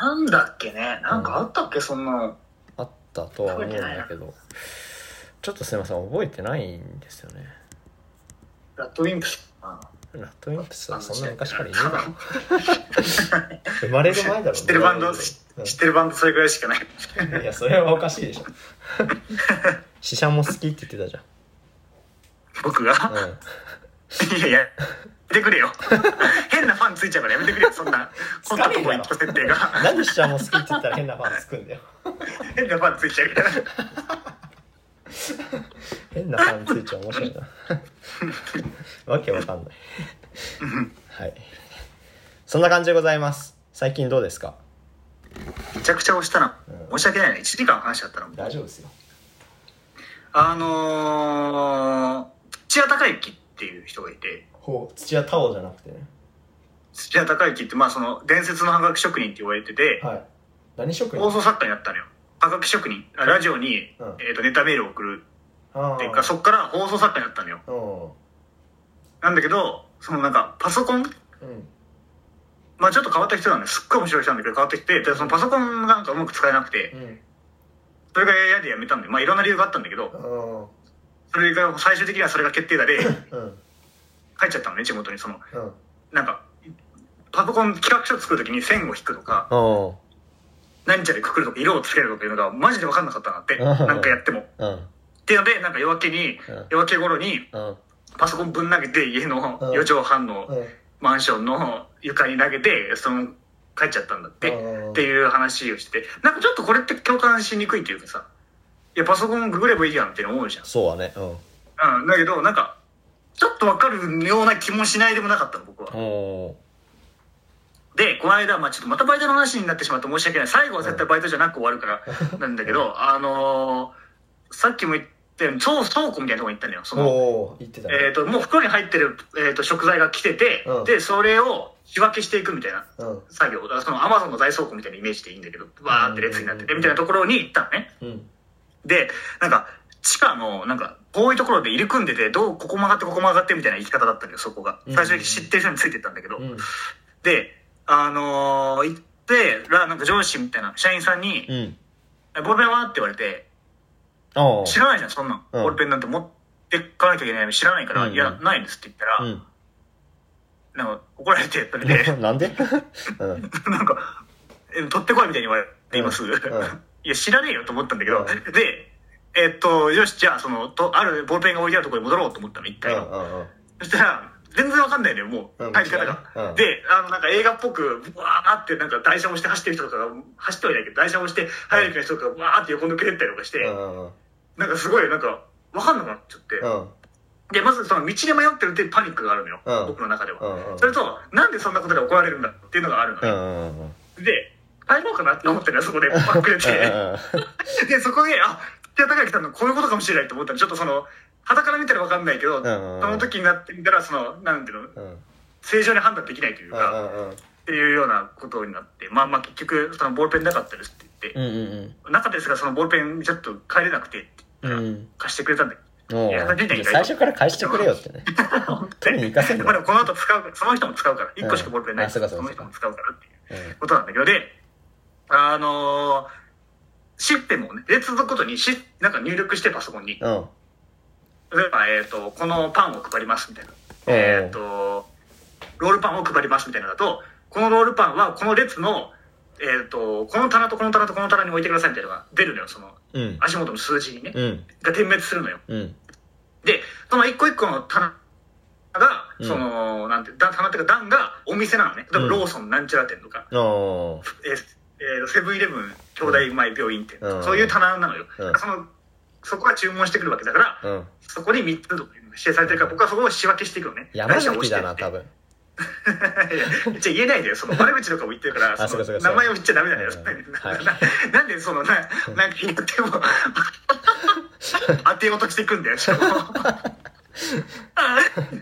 なんだっけねなんかあったっけそんなの。
あったとは思うんだけどちょっとすいません覚えてないんですよね
ラッドウィンプスか
ラットウィンプス
な。
はそんな昔からいねえ
多
だろ
分 [laughs]
生まれる前だろ
知ってるバンド、
うん
知知ってるバンドそれぐらいしかない。
いや、それはおかしいでしょ。 [laughs] 死者も好きって言ってたじゃ
僕が。
ん。うん。
いやいや、やめてくれよ。変なファンついちゃうからやめてくれよ、そんな。こんなとこ行った設定が。
なんで死者も好きって言ったら変なファンつくんだよ。
変なファンついちゃうから。
変なファンついちゃ面白いな。わけわかんない。はい。そんな感じでございます。最近どうですか
めちゃくちゃ押したな
う。ん
申し訳ないね。1時間話しちゃったの。
大丈夫ですよ。
あのー、土屋隆之っていう人がいて、
ほう、土屋太鳳じゃなくてね。
土屋隆之って、まあその伝説のハガキ職人って言われてて、
はい。何職人
放送作家になったのよ。ハガキ職人、あラジオに、
うん
えっとネタメールを送る
あ
っていうか、そっから放送作家になったのよ。
あ。うん。
なんだけど、そのなんかパソコン、
うん。
まあちょっと変わった人なんですっごい面白い人なんだけど変わってきて、でそのパソコンがなんかうまく使えなくて、
うん。
それが嫌でやめたんで、まあいろんな理由があったんだけど、
うん。
それが最終的にはそれが決定
[laughs]
打で、
うん。
帰っちゃったのね、地元に。その、
うん。
なんか、パソコン企画書作るときに線を引くとか、
うん。
何ちゃでくくるとか色をつけるとかいうのがマジで分かんなかったなって、
うん
なんかやっても。
うん。
っていうので、なんか夜明けに
うん、
夜明け頃に
うん。
パソコンぶん投げて家の
うん
4畳半
う
の
ん。
マンションの床に投げて、その、帰っちゃったんだって、
うん
っていう話をしてて、なんかちょっとこれって共感しにくいというかさ、いや、パソコンググればいいやんって思うじゃん。
そうだね。うん。
うん、だけど、なんか、ちょっとわかるような気もしないでもなかったの、僕は。
お
で、この間、まあちょっとまたバイトの話になってしまって申し訳ない。最後は絶対バイトじゃなく終わるから、なんだけど、あのーさっきも言ったように、倉倉庫みたいなとこに行ったのよ。そ
お
の、
おー言ってたね
えっ、と、もう袋に入ってる、えー、と食材が来てて、
うん
で、それを仕分けしていくみたいな
うん
作業。だからそのアマゾンの大倉庫みたいなイメージでいいんだけど、わーって列になってて、みたいなところに行ったのね。
うん
で、なんか、地下の、なんか、遠いところで入り組んでて、どう、ここ曲がって、ここ曲がってみたいな行き方だったんだよ、そこが。
うん
最初に知ってる人についてったんだけど。
うん
で、あのー行って、ら、なんか上司みたいな、社員さんに、
うん
ボールペンはって言われて、
お
知らないじゃん、そんなん。
うん
ボールペンなんて持ってかなきゃいけないの知らないから、
うんうん
いや、ないんですって言ったら、
ー
なんか、怒られて、それ
う
で、
んなんでうん
なんか、え取ってこいみたいに言われています。
うんうん
いや、知らねえよと思ったんだけど、
う
で、えっと、よし、じゃあ、その、と、あるボールペンが置いてあるところに戻ろうと思ったの、一
う
回の。
んうんうん
そしたら、全然わかんないのよ、も
うん
う、入り方
うん
が。で、あの、なんか映画っぽく、ブワーって、なんか台車をして走ってる人とかが、走ってはいないけど、台車をして、早い人とかが、ブワーって横抜けてったりとかして、
うんうん
なんかすごい、なんか、わかんなくなっちゃって、
うん
で、まずその道で迷ってるっていうパニックがあるのよ。
うん
僕の中では、
うんうん
それと、なんでそんなことで怒られるんだっていうのがあるの
うん
ね。
うんうん
で、帰ろうかなって思ってるのよそこで、パックれて。で、そこで、あ、土屋高之さんのこういうことかもしれないと思ったの。ちょっとその、肌から見たらわかんないけど、
ん
その時になってみたら、その、なんていうの、
うんうん
正常に判断できないというか、っていうようなことになって、まあまあ結局、そのボールペンなかったですって言って、
うんうん
なかったですが、そのボールペンちょっと帰れなくてって言ったら、
うん
貸してくれたんだけど。
もう
いや出てきた
最初から返してくれよってね取りに行かせん
で
の
まあでもこの後使う、その人も使うから、1個しかボールペンない、
あそう
そ
かそう
の
かそう
人
か
も使うからっていうことなんだけど、で、あのーシッペもね、列のことにし、なんか入力してパソコンに、例え
うん
ば、えっ、と、このパンを配りますみたいな、
うん
えっ、と、ロールパンを配りますみたいなのだと、このロールパンはこの列の、えっ、と、この棚とこの棚とこの棚に置いてくださいみたいなのが出るのよ、その、
うん
足元の数字にね、
うん
が点滅するのよ。
うん
で、その一個一個の棚が、
うん
その、なんて、だ棚っていうか段がお店なのね。例えば
うん
ローソンなんちゃら店とか、
おー
えーえーセブンイレブン兄弟前病院店とか、
うん
そういう棚なのよ。
うん
その、そこが注文してくるわけだから、
うん
そこに3つとかいうのが指定されてるから、僕はそこを仕分けしていくのね。
山
何社を
崎
押して
だ
る
な
って
多分
[laughs] いやじゃあ言えないでよ、その悪口とかも言ってるから、
あ
そ
そう
の
かそうかそうか
名前を言っちゃダメだよ、
うんはい
な [laughs] なんでそのな、なんか言っても、当てようとしていくんだよ、しか
[laughs]
も。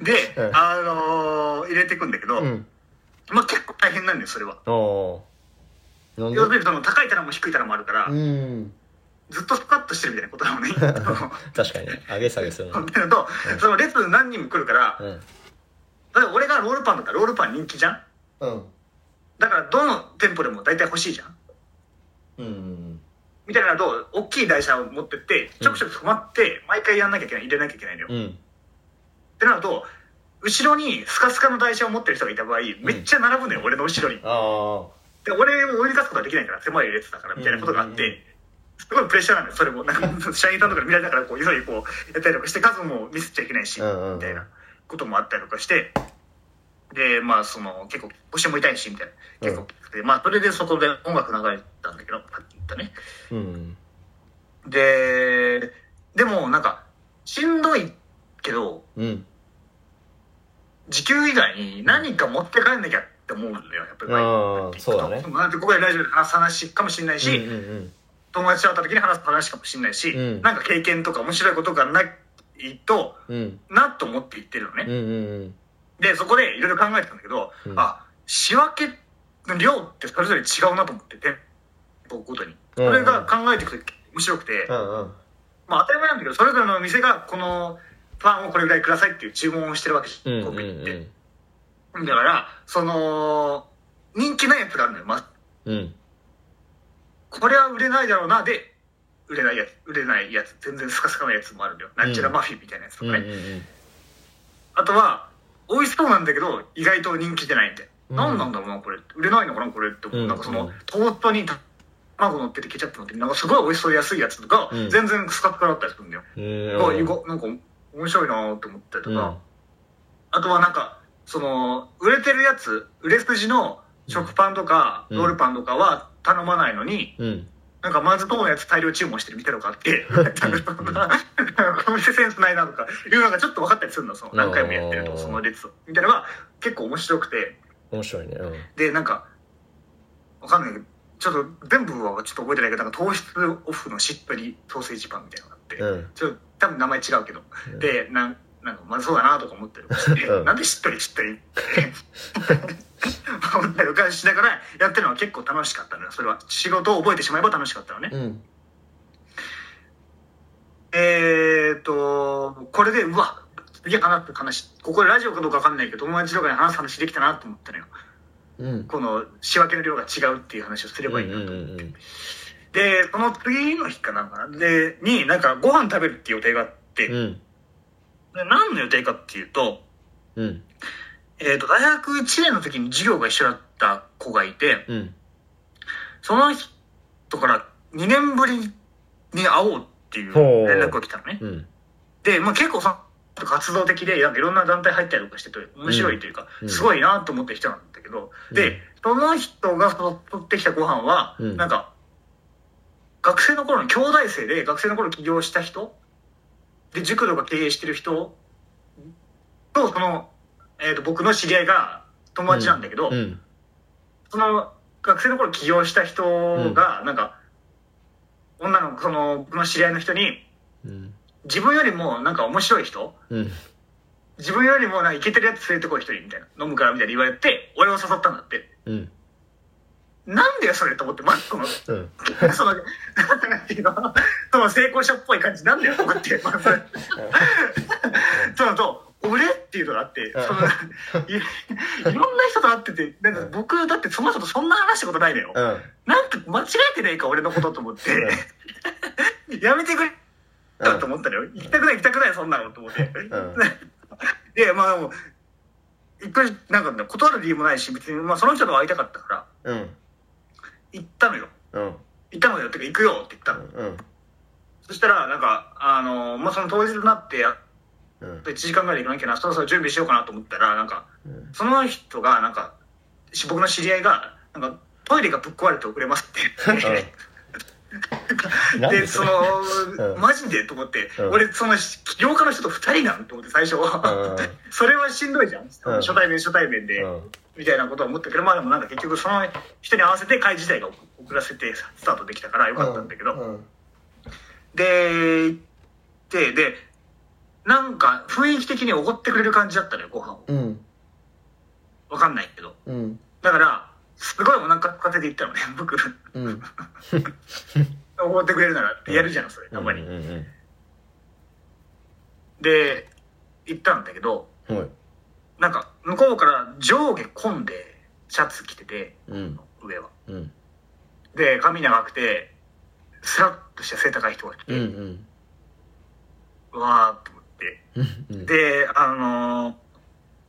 で、
うん
あのー入れていくんだけど、
うん
まあ結構大変なんだよ、それは。
おー飲んで
要するにその高い棚も低い棚もあるから、
うん
ずっとスカッとしてるみたいなことなのね。
[laughs]
[laughs]
確かにね上げ下げするの
本当と、その列何人も来るから、
うん
例えば俺がロールパンだったらロールパン人気じゃん
うん
だからどの店舗でも大体欲しいじゃん
うん
みたいなのと、大きい台車を持ってって、ちょくちょく止まって、毎回やんなきゃいけない、入れなきゃいけないのよ。
う
っ
ん
てなると、後ろにスカスカの台車を持ってる人がいた場合、めっちゃ並ぶのよ、俺の後ろに。
あ
で、俺を追い抜かすことはできないから、狭い列だから、みたいなことがあっ
うんうんうん
て、すごいプレッシャーなんだよ、それも。なんか、社員さんとかに見られたから、こう、急いでこう、やったりとかして、数もミスっちゃいけないし、
うんうんうん
みたいなこともあったりとかして、で、まあ、その、結構、腰も痛いし、みたいな。結構、でまあ、それでそこで音楽流れたんだけど、パッと言ったね。
ーうん
で、でもなんか、しんどいけど、
うん
時給以外に何か持って帰んなきゃって思うんだよ、やっぱり。
あーそうだね
なんてここでラジオで話す話かもしれないし、
うんうん
友達と会った時に話す話かもしれないし、
うん
なんか経験とか面白いことがないと、
うん
なと思って言ってるのね。
うんうん
で、そこでいろいろ考えてたんだけど、
うん
あ、仕分けの量ってそれぞれ違うなと思ってて、僕ごとに。それが考えていくと面白くて、
うんうん
まあ、当たり前なんだけどそれぞれの店がこのパンをこれぐらいくださいっていう注文をしてるわけじゃ
うんん
コン
う
ビニっ
んう
て
ん
だからその人気ないやつがあるのよ、まあ、
うん
これは売れないだろうなで売れないやつ売れないやつ全然スカスカなやつもあるのよなんちゃらマフィーみたいなやつと
う
か
ん
ね、あとは美味しそうなんだけど意外と人気じゃないみたいな、
うん
ん、何なんだろうなこれ売れないのかなこれって、
うん
なんかそうの
ん
トーストに卵乗っててケチャップ乗っててなんかすごい美味しそうで安いやつとか、
うん
全然スカスカだったりするんだよ、
うん
が意外なんか面白いなと思ったりとか、あとはなんか、その、売れてるやつ、売れ筋の食パンとか、
うん
ロールパンとかは頼まないのに、
うんうん
なんかまずどうのやつ大量注文してるみたいなのがあって、この店センスないなとか、いうのがちょっと分かったりするの、その何回もやってる
お
と、
ー
その列を。みたいなのが結構面白くて、
面白いねうん
で、なんか、わかんないけど、ちょっと全部はちょっと覚えてないけど、なんか糖質オフのしっとりソーセージパンみたいなのがあって、
うん
ちょっと多分名前違うけど、
うん
でなんなんかまずそうだなとか思ってる、して
うん
なんでしっとりしっとりって
[laughs]
[laughs] 思ったりとかしながらやってるのは結構楽しかったのよそれは仕事を覚えてしまえば楽しかったのね、
うん
えーっとこれでうわすげえかなって話ここでラジオかどうか分かんないけど友達とかに話す話できたなと思ったのよ
うん
この仕分けの量が違うっていう話をすればいいなと思って、でその次の日かなんかなでになんかご飯食べるっていう予定があって、
うんうん
で何の予定かっていうと
うん
えっと大学1年の時に授業が一緒だった子がいて
うん
その人から2年ぶりに会おうっていう
ほう
連絡が来たのね
うん
で、まあ、結構さ活動的でなんかいろんな団体入ったりとかしてて面白いというか、
うん
すごいなと思った人なんだけど、
うん
でその人が取ってきたご飯は、
うん
なんか学生の頃の兄弟生で学生の頃起業した人で塾とか経営してる人と、その、えっ、と、僕の知り合いが友達なんだけど、
うん。
その、学生の頃起業した人が、なんか、女の、その、僕の知り合いの人に、
うん。
自分よりもなんか面白い人
うん。
自分よりもなんかイケてるやつ連れてこい一人みたいな。飲むからみたいに言われて、俺を誘ったんだって。
うん。
なんでよそれと思って、マックの、 [laughs]
うん。
その、なんていうの、 [laughs] その成功者っぽい感じなんだよと思って、まず。そうそう、俺っていうのがあって、その、いいろんな人と会ってて、なんか僕だってその人とそんな話したことないのよ。
うん。
なんか間違えてないか俺のことと思って、 [laughs] やめてくれだと思ったのよ。行きたくない行きたくないそんなのと思って。 [laughs] で、まあでも、一回、なんかね、断る理由もないし、別に、まあその人とは会いたかったから、
うん。
行ったのよ。
うん。
行ったのよってか、行くよって言ったの。
うん。
そしたら、なんか、あの、まあその当日になって、やっ
うん。
と1時間ぐらいで行かなきゃな、そろそろ準備しようかなと思ったら、なんか、その人が、なんか、し僕の知り合いが、なんか、トイレがぶっ壊れて遅れますって言って。
なん
で、
で
そ
そ
の
れ、うん
マジでと思って、
うん
俺、その、起業家の人と二人なんと思って、最初
んうん。
それはしんどいじゃん。初対面、初対面で、
うん
みたいなことは思ったけど、まあでもなんか結局、その人に合わせて会自体が遅らせてスタートできたからよかったんだけど、
うん。
で、行って、で、なんか、雰囲気的におごってくれる感じだったのよ、ご飯を。
うん。
わかんないけど。
うん。
だから、すごいお腹稼いで行ったのね、 [laughs] 僕。
うん。
おごってくれるならってやるじゃん、それ、たまに。
うん。
で、行ったんだけど、
うん。はい。
なんか、向こうから上下混んで、シャツ着てて、
うん。
上は。
うん。
で、髪長くて、スラッとした背高い人が来て、
うん。うん。
うわーっと思って。
うん。
で、あのー、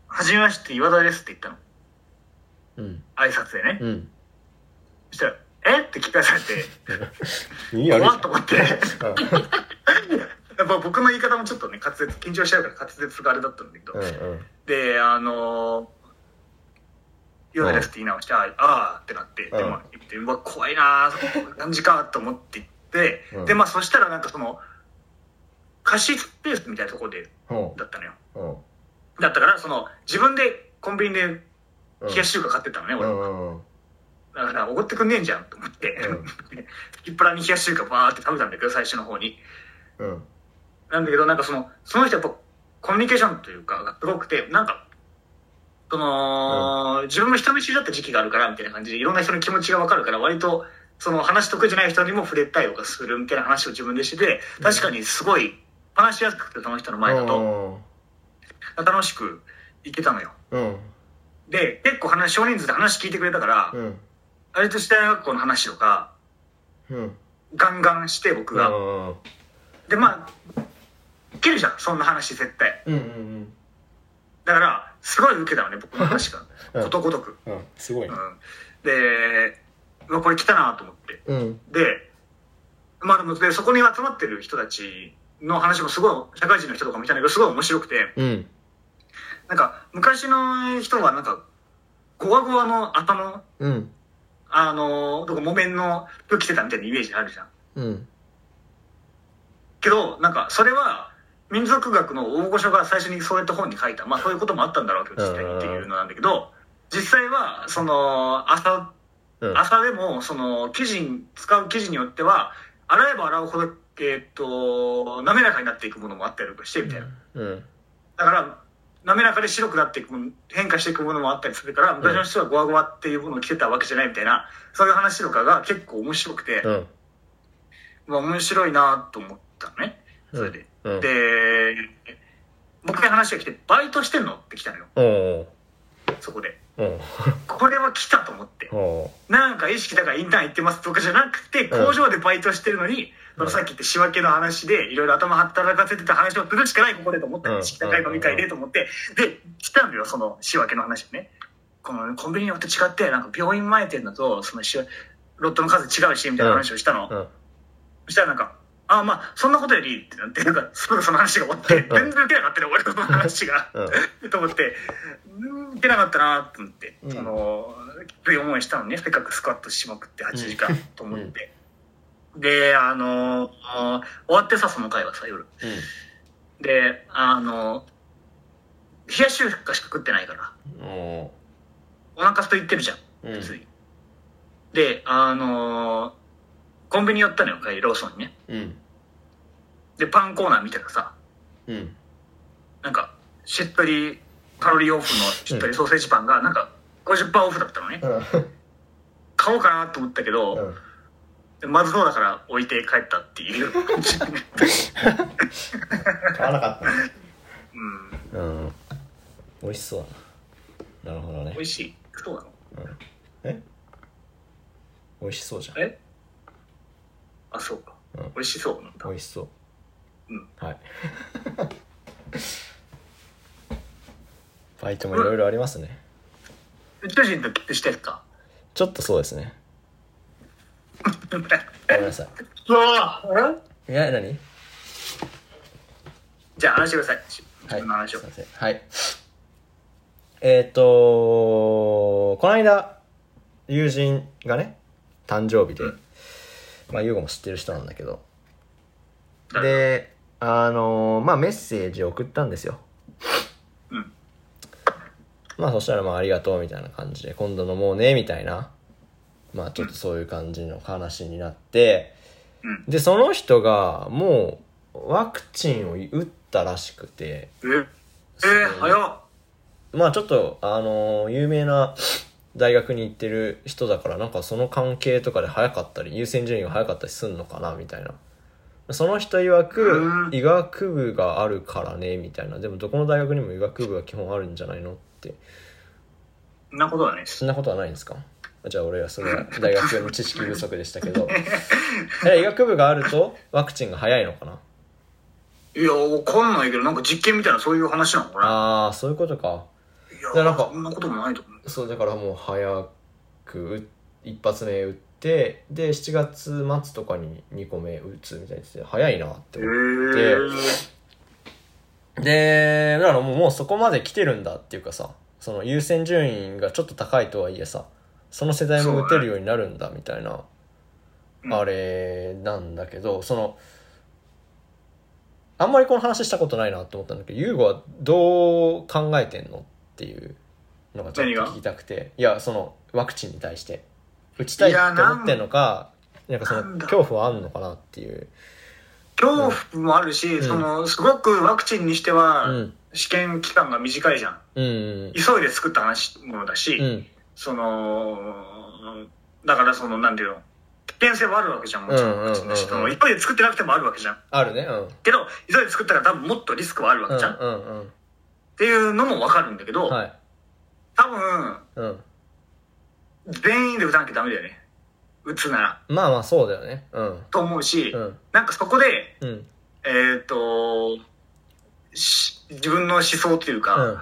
はじめまして、岩田ですって言ったの。
うん。
挨拶でね。
うん。
そしたら、えって聞かされて、
いいや
怖っと思って。やっぱ僕の言い方もちょっとね、滑舌、緊張しちゃうから滑舌があれだったんだけど。
うん。
で、あのー、岩田ですって言い直して、あーあーってなって、で
うん
まあ言って、うわ、怖いなー、こんな感じかと思って行って、
うん
で、まあそしたらなんかその、貸しスペースみたいなところで、
うん。
だったのよ。
うん。
だったから、その、自分でコンビニで
うん。
冷やし中華買ってったのね、
う
俺。
ん。うん。
だから、おごってくんねえんじゃんと思って、
うん
[laughs] 引っ張らに冷やし中華バーって食べたんだけど、最初の方に。
うん。
なんだけど、なんかその、その人やっぱ、コミュニケーションというか、がすごくて、なんか、その、自分も人見知りだった時期があるから、みたいな感じで、いろんな人の気持ちがわかるから、割と、その話得意じゃない人にも触れたりとかするみたいな話を自分でしてて、確かにすごい、話しやすくて、その人の前だと、楽しくいけたのよ。
うん。
で、結構話、少人数で話聞いてくれたから、
うん。
割とした大学校の話とか、
うん。
ガンガンして、僕が。
うん。
で、まあ、いけるじゃん、そんな話絶対。
うん。うん。
だから、すごい受けたのね、僕の話が。
[laughs] うん
ことごとく。
うん。すごい
うん。で、うわ、これ来たなと思って。
うん。
で、まあでも、でそこに集まってる人たちの話もすごい、社会人の人とか見たんだけど、すごい面白くて、
うん。
なんか、昔の人はなんか、ゴワゴワの頭、
うん。
あの、とか木綿の服着てたみたいなイメージあるじゃん。
うん。
けど、なんか、それは、民族学の大御所が最初にそうやって本に書いた、まあそういうこともあったんだろうけど、実際にっていうのなんだけど、実際は、その、朝、
うん。
朝でも、その、生地に、使う生地によっては、洗えば洗うほど、えーっと、滑らかになっていくものもあったりとかして、みたいな。
うん。
だから、滑らかで白くなっていくもの、変化していくものもあったりするから、昔の人はゴワゴワっていうものを着てたわけじゃないみたいな、そういう話とかが結構面白くて、
うん。
まあ面白いなと思ったのね。それで。
うん。
で、僕に話が来て、バイトしてんのって来たのよ、
おう
そこで。
おう
これは来たと思って。
おう
なんか意識だからインターン行ってますとかじゃなくて、
うん
工場でバイトしてるのに、そのさっき言って仕分けの話で、いろいろ頭働かせてた話をするしかない、ここでと思って
う、ん
意識高い飲み会でと思って、で、来たんだよ、その仕分けの話をね。このコンビニによって違って、なんか病院前店だと、そのしロットの数違うし、みたいな話をしたの。
うん。
そしたらなんか、あまあ、そんなことよりってなって、なんか、すぐその話が終わって、全然受けなかったね、俺の話が。 [laughs] と思って、うん、受けなかったなと思って、
うん
その、きつい思いしたのね、せっかくスクワットしまくって8時間と思って。で、あのあー終わってさ、その回はさ、夜。で、あの冷やし中華しか食ってないから
も
お腹空いてるじゃん
う、うん、
ついであのーコンビニ寄ったのよ帰りローソンにね
うん、
でパンコーナー見たらさ
うん、
なんかしっとりカロリーオフのしっとりソーセージパンがなんか50%オフだったのね
うん、
買おうかなと思ったけど、まずそうだから置いて帰ったって
[laughs]
いう、
買わなかっ
うん、
た。うん、美味しそうだな。なるほどね
美。味しいそうなの
美味しそうじゃん。
えあそうか、
うん
美味しそうなんだ
美味しそう。
うん、
はい。 [laughs] バイトもいろいろありますね。
宇宙人とキッしてる
[laughs]
か
ちょっとそうですね。ごめんなさ
うわぁ
い。いや、何
じゃあ話してください自
はい。
分の話を、
すいません。はい。えっ、とこの間、友人がね、誕生日で、まあ、優吾も知ってる人なんだけど、
誰
で、あのーまあ、メッセージを送ったんですよ。
うん
まあ、そしたら、まあ、ありがとうみたいな感じで、今度飲もうね、みたいな、まあ、ちょっとそういう感じの話になって、
うん
で、その人が、もう、ワクチンを打ったらしくて、
ええー、早っ
まあちょっと、あのー有名な大学に行ってる人だから、なんかその関係とかで早かったり、優先順位が早かったりすんのかな、みたいな。その人曰
う
く、医学部があるからね、みたいな。でもどこの大学にも医学部は基本あるんじゃないのって。
そんなことはね
そんなことはないんですかじゃあ俺はそれは大学の知識不足でしたけど。え医学部があるとワクチンが早いのかない
やわかんないけどなんか実験みたいなそういう話なのかな
ああ、そういうことか。
いや
いやなんか
そんなこともないと思う
そうだからもう早くう一発目打ってで7月末とかに2個目打つみたいです早いなって
へ
思っ
え
てでだからもうもうそこまで来てるんだっていうかさその優先順位がちょっと高いとはいえさその世代も打てるようになるんだみたいな、
うん
あれなんだけどそのあんまりこの話したことないなと思ったんだけど優吾はどう考えてんのっていうのがちょっ
何
と
が
聞きたくていやそのワクチンに対して打ちたいって思ってんのかなんかそ
な
の
んだ
恐怖はあんのかなっていう
恐怖もあるし、
ん
そのすごくワクチンにして
う
は
ん
試験期間が短いじゃん
うん
急いで作った話ものだし、
うん
そのだからそのなんていうの危険性はあるわけじゃんもちろ
うん
ん,、
うんうんうん
その急いで作ってなくてもあるわけじゃん
あるねうん
けど急いで作ったら多分もっとリスクはあるわ
う
け
ん
じゃん、っ
うんうん
ていうのもわかるんだけど、
はい
多分
うん
全員で打たなきゃダメだよね打つなら
まあまあそうだよねうん
と思うし、
うん
なんかそこで
うん
えっ、とし自分の思想というか、
うん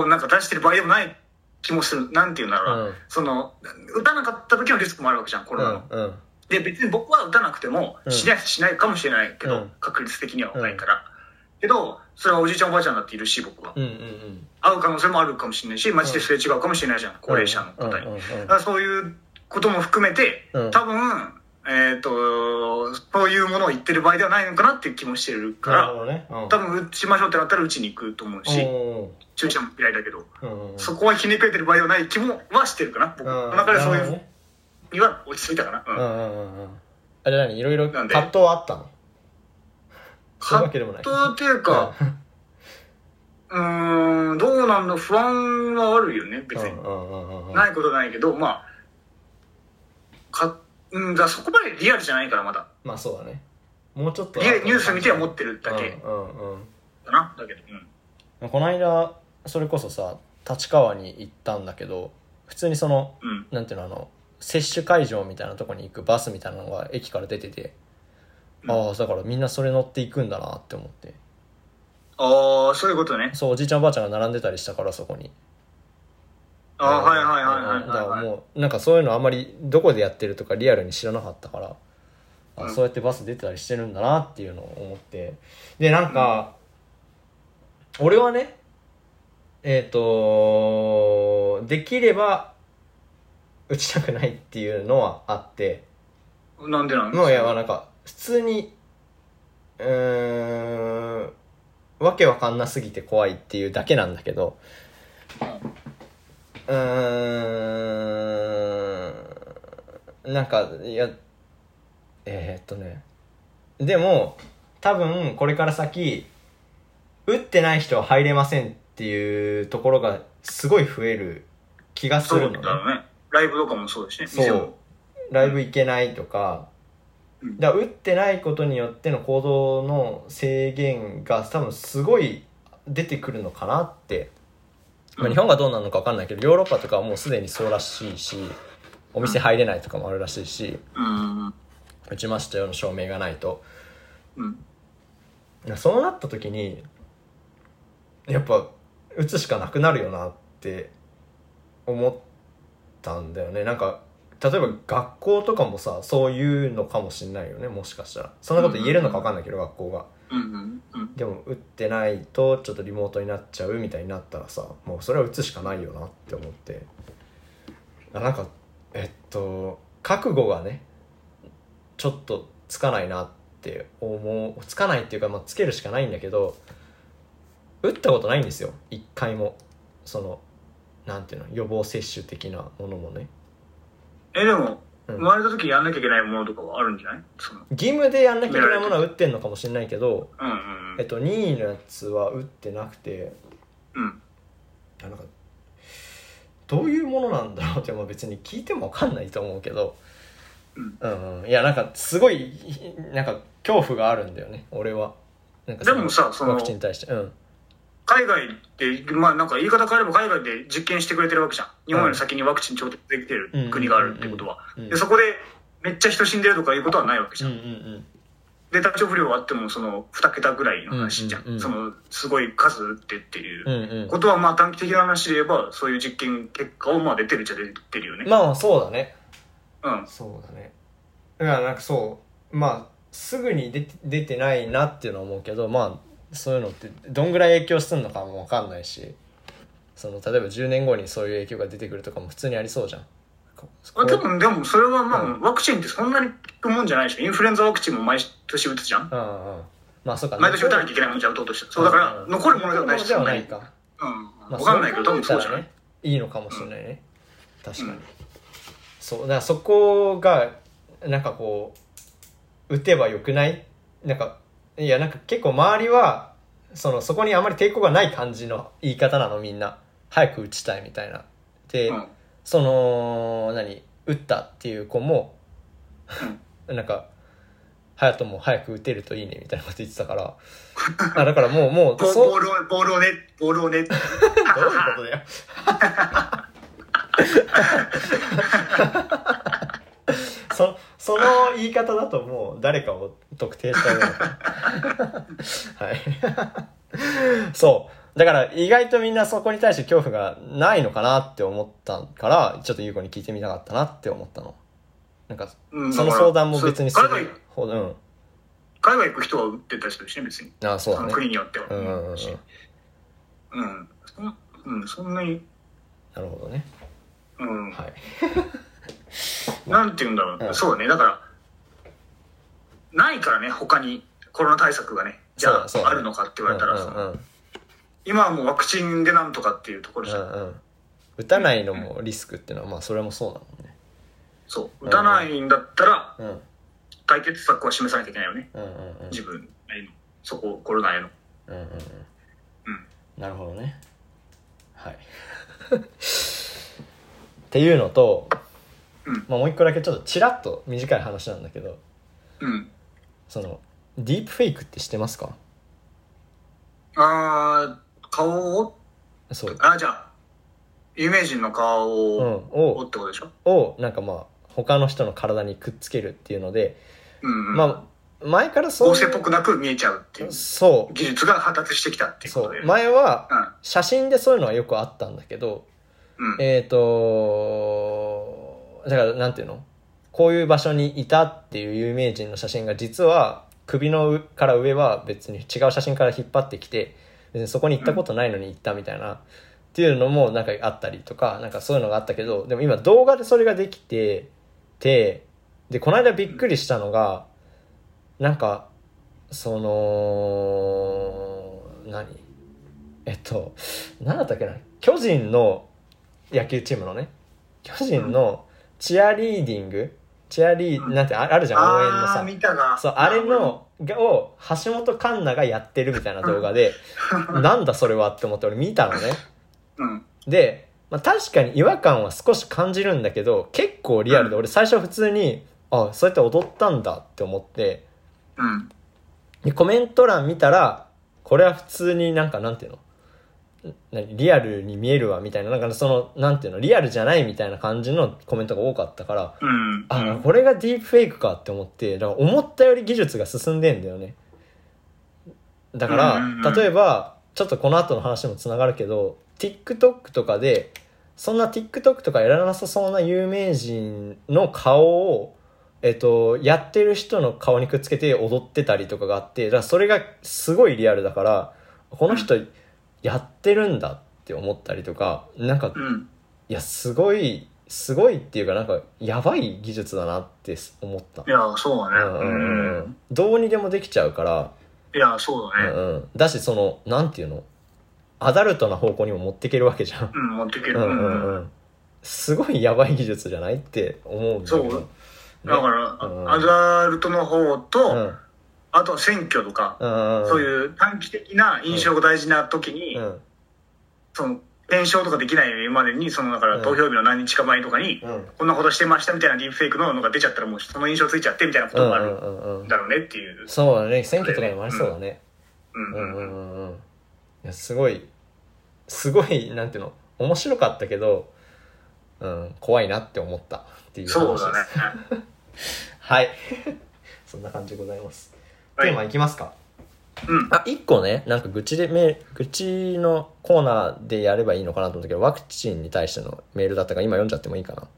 をなんか出してる場合でもない気もする。なんて言うんだろうな。
うん
その、打たなかった時のリスクもあるわけじゃん、コ
う
ロナの。
んうん
で、別に僕は打たなくても
うん
しない、しないかもしれないけど、
うん
確率的にはないから。けど、それはおじいちゃんおばあちゃんだっているし、僕は。
うんうん
会う可能性もあるかもしれないし、街ですれ違うかもしれないじゃん、高齢者の方に。
うんうんうん
だからそういうことも含めて、
うん
多分、えっ、と、そういうものを言ってる場合ではないのかなっていう気もしてるか
なるほ
ら、
どねうん
多分打ちましょうってなったら打ちに行くと思うし、
お
注射も嫌いだけど。
ーうんうんうん
そこはひねくれてる場合はない気もはしてるかな。僕
うん
の中でそうい
なるほど
う
ね
には落ち着いたかな。うん
うんうんうんうんあれ何いろいろ
な
葛
んで
藤はあったのそういう
葛
わけでもない
藤っていうか、うーん、どうなんの不安はあるよね、別
うん
に。
うんうんうんうん
ないことないけど、まあ、か、うん、だからそこまでリアルじゃないから、まだ。
まあそうだねもうちょっと
リアニュース見て思ってるだけ
うんうんうん
だな、だけど。うん。
この間それこそさ立川に行ったんだけど普通にその
うん。
なんていうのあの接種会場みたいなとこに行くバスみたいなのが駅から出てて、
うん
ああだからみんなそれ乗っていくんだなって思って
ああ、そういうことね。
そうおじいちゃんおばあちゃんが並んでたりしたからそこに
ああ、はいはいはい
うんだか
はい
ら
はい。
もうなんかそういうのあんまりどこでやってるとかリアルに知らなかったから、あ
うん
そうやってバス出てたりしてるんだなっていうのを思ってでなんか、俺はねえっ、とできれば打ちたくないっていうのはあって
なんでなん
もういやなんか普通にうーんわけわかんなすぎて怖いっていうだけなんだけどうーんなんかいやえー、っとねでも多分これから先打ってない人は入れませんっていうところがすごい増える気がす
そう
るの
だ
ね。
ろうね。ライブとかもそうだしね。
そ
店
う
も。
ライブ行けないとか、
うん
だから打ってないことによっての行動の制限が多分すごい出てくるのかなって、まあ、日本がどうなるのか分かんないけどヨーロッパとかはもうすでにそうらしいしお店入れないとかもあるらしいし
うん。
打ちましたよの証明がないと
うん。
そうなった時にやっぱ打つしかなくなるよなって思ったんだよねなんか例えば学校とかもさそういうのかもしんないよねもしかしたらそんなこと言えるのか分かんないけど学校が
うん。うん。
でも打ってないとちょっとリモートになっちゃうみたいになったらさもうそれは打つしかないよなって思ってあなんかえっと覚悟がねちょっとつかないなって思うつかないっていうか、まあ、つけるしかないんだけど打ったことないんですよ一回もそのなんていうの予防接種的なものもね
え、でも、
うん
生まれた時やんなきゃいけないものとかはあるんじゃないその。
義務でやんなきゃいけないものは打ってんのかもしれないけど、
うんうん
えっと、任意のやつは打ってなくて
うん。うん。
いやなんかどういうものなんだろうって、まあ、別に聞いても分かんないと思うけど、
うん
うん、いやなんかすごいなんか恐怖があるんだよね俺はなんか
でもさその
ワクチンに対してうん
海外って、まあなんか言い方変えれば海外で実験してくれてるわけじゃん。日本より先にワクチン調達できて
うん
る国があるってことは。
うん
で、そこでめっちゃ人死んでるとかいうことはないわけじ
う
ゃ。
んうんん
で、体調不良があってもその2桁ぐらいの話じゃ
うんうんうん
ん。その、すごい数打ってっていう。
うんうん
ことはまあ短期的な話で言えばそういう実験結果をまあ出てるっちゃ出てるよね、
まあまあそうだね
うん
そうだねだからなんかそうまあすぐに出て出てないなっていうのは思うけどまあそういうのってどんぐらい影響するのかも分かんないしその例えば10年後にそういう影響が出てくるとかも普通にありそうじゃんこ
あ多分でもそれはまあ
うん
ワクチンってそんなに効くもんじゃないでしょインフルエンザワクチンも毎年打つじゃん
うんうんまあそうか
毎年打たなきゃいけないもんじゃん打とうとしてそうだから残るものではないし
ではないか、
うん、分かんないけど多分そうじゃない、
ねいいのかもしれないね、確かに、そうだからそこがなんかこう打てばよくないなんかいやなんか結構周りはそのそこにあまり抵抗がない感じの言い方なのみんな早く打ちたいみたいなで、
うん
その何打ったっていう子も [laughs] なんか隼人も早く打てるといいねみたいなこと言ってたからあだからもう
[laughs]
もう
ボ
そう
ボールをボールをねボールをね
どういうことだよ。 [laughs] そその言い方だともう誰かを特定したような
[laughs]
はいそうだから意外とみんなそこに対して恐怖がないのかなって思ったからちょっと優子に聞いてみたかったなって思ったのなんか
うん
その相談も別に
だからそう
ほどうん
海外行く人は打ってたりするしね別に
ああそうだね
国によっては
うんうんうんうん
うんそんうんそんなに
なるほどね
うん
はい
なんて言うんだろう、
うん
そうだねだからないからね他にコロナ対策がねじゃあ、
そうそう
あるのかって言われたら、
うん
その
うんうん
今はもうワクチンでなんとかっていうところじ
う
ゃん、
んうん、打たないのもリスクっていうのはまあそれもそうだもんね
そう打たないんだったら
うん
解決策は示さなきゃいけないよね
うんうんうん
自分なりのそこコロナへの
うんうんうん
うん
なるほどねはい [laughs] っていうのと、
うん
まあ、もう一個だけちょっとちらっと短い話なんだけど
うん
そのディープフェイクって知ってますか
あー顔を
そう、
あじゃあ有名人の顔
うん、
を、を
を
ってことでしょ
をなんかまあ他の人の体にくっつけるっていうので、
うん、うん
まあ前からそう
合
い
成っぽ
う
くなく見えちゃうっていう
そう
技術が発達してきたっていうこ
そ
とで
う前は
うん
写真でそういうのはよくあったんだけど
うん
えっ、とだからなんていうのこういう場所にいたっていう有名人の写真が実は首の上から上は別に違う写真から引っ張ってきて別にそこに行ったことないのに行ったみたいな、っていうのもなんかあったりとかなんかそういうのがあったけどでも今動画でそれができててでこの間びっくりしたのがなんかその何えっと何だったっけな巨人の野球チームのね巨人のチアリーディングチアリーなんてああるじゃん応援の
ああー
さ
見たな
そうあれのがを橋本環奈がやってるみたいな動画
[laughs]
でなんだそれはって思って俺見たのね
うん
で、まあ、確かに違和感は少し感じるんだけど結構リアルで俺最初普通にあそうやって踊ったんだって思って
うん
でコメント欄見たらこれは普通になんかなんていうのん何リアルに見えるわみたいななんかそのなんていうのリアルじゃないみたいな感じのコメントが多かったから
うん
あ、これがディープフェイクかって思ってだから思ったより技術が進んでんだよねだから、
うんうんうん
例えばちょっとこの後の話にもつながるけど TikTok とかでそんな TikTok とかやらなさそうな有名人の顔を、えっと、やってる人の顔にくっつけて踊ってたりとかがあってだからそれがすごいリアルだからこの人やってるんだって思ったりとかなんか
うん
いやすごいすごいっていうかなんかやばい技術だなって思った
いやそう
う
だ
ん
ね
う
う
う
んんうん
んどうにでもできちゃうから、
いやそう
う
だね
んうん、だしそのなんていうのアダルトな方向にも持っていけるわけじゃん
うん持ってけ
う
る
ん
う
うんうんんすごいやばい技術じゃないって思うんだけど
そう
ね
だか
うん
らアザルトの方
うん
とあと選挙とか
うん
そういう短期的な印象が大事な時に
うん
その検証とかできないまでにそのだか
うん
ら投票日の何日か前とかに
うん
こんなことしてましたみたいなディープフェイクののが出ちゃったらもうその印象ついちゃってみたいなこ
う
と
ん
があ
うん
る
うんうんん
だろうねっていう
そうだね選挙とかにもありそうだね
うん
う
うん
うんんうんうんいやすごいすごいなんていうの面白かったけど、うん、怖いなって思ったっていう話
そ
で
う
す
だね
はい [laughs] そんな感じでございます、
はい
テーマいきますか
うん
あ一個ねなんか愚痴でメール愚痴のコーナーでやればいいのかなと思ったけどワクチンに対してのメールだったから今読んじゃってもいいかな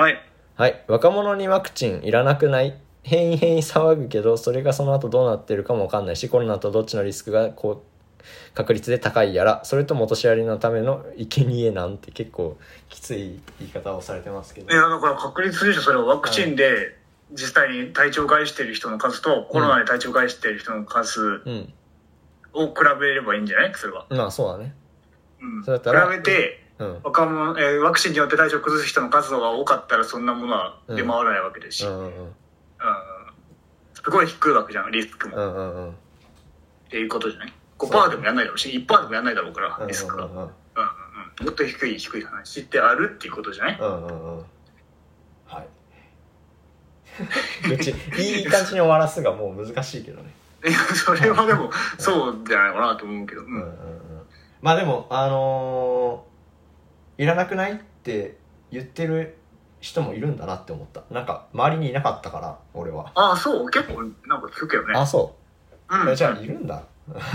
はい
はい若者にワクチンいらなくない変異変異騒ぐけどそれがその後どうなってるかもわかんないしコロナとどっちのリスクがこう確率で高いやらそれともお年寄りのための生贄なんて結構きつい言い方をされてますけど
いやだから確率でしょそれはワクチンで実際に体調を害してる人の数とコロナで体調を害してる人の数
うん
を比べればいいんじゃないそれは、
まあそうだね
うん、
そうだったら
比べて
うん
若者、えーワクチンによって体調を崩す人の数が多かったらそんなものは出回らないわけですし、
う
う
ん
ん
うん
すごい低いわけじゃんリスクも、
う
っ
んうんうん
ていうことじゃない5%でもやんないだろうし1%でもやんないだろうからリスクが、うんうん
う
うん、もっと低い低い話ってあるっていうことじゃない
んうんうんうんうんはい愚痴いい感じに終わらすがもう難しいけどね
いや [laughs] それはでもそうじゃないかなと思うけど、うん
うんうんうんまあでもあのーいらなくないって言ってる人もいるんだなって思ったなんか周りにいなかったから俺は
ああそう結構なんか聞くよね
あそううじゃ
ん
あいるんだ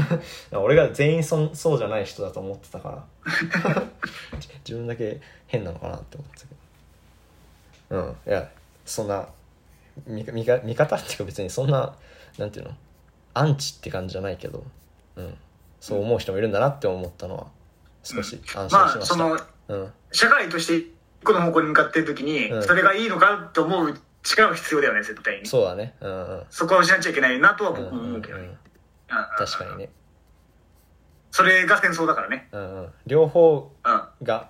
[laughs] 俺が全員そんそうじゃない人だと思ってたから [laughs] じ自分だけ変なのかなって思ってたけどうんいやそんな見か見か見方っていうか別にそんななんていうのアンチって感じじゃないけど、うん、そう思う人もいるんだなって思ったのは少し安心し
ま
ま
あ
した、
そ
うん
の社会として一個の方向に向かってる時に、
うん
それがいいのかと思う力は必要だよね絶対にそ
そうだねうんうん
こは失っちゃいけないなと
う
は
ん
僕
うん
も思
うん
うけどね、うん
確かにね、
それが戦争だからね
うんうん、両方
うん
が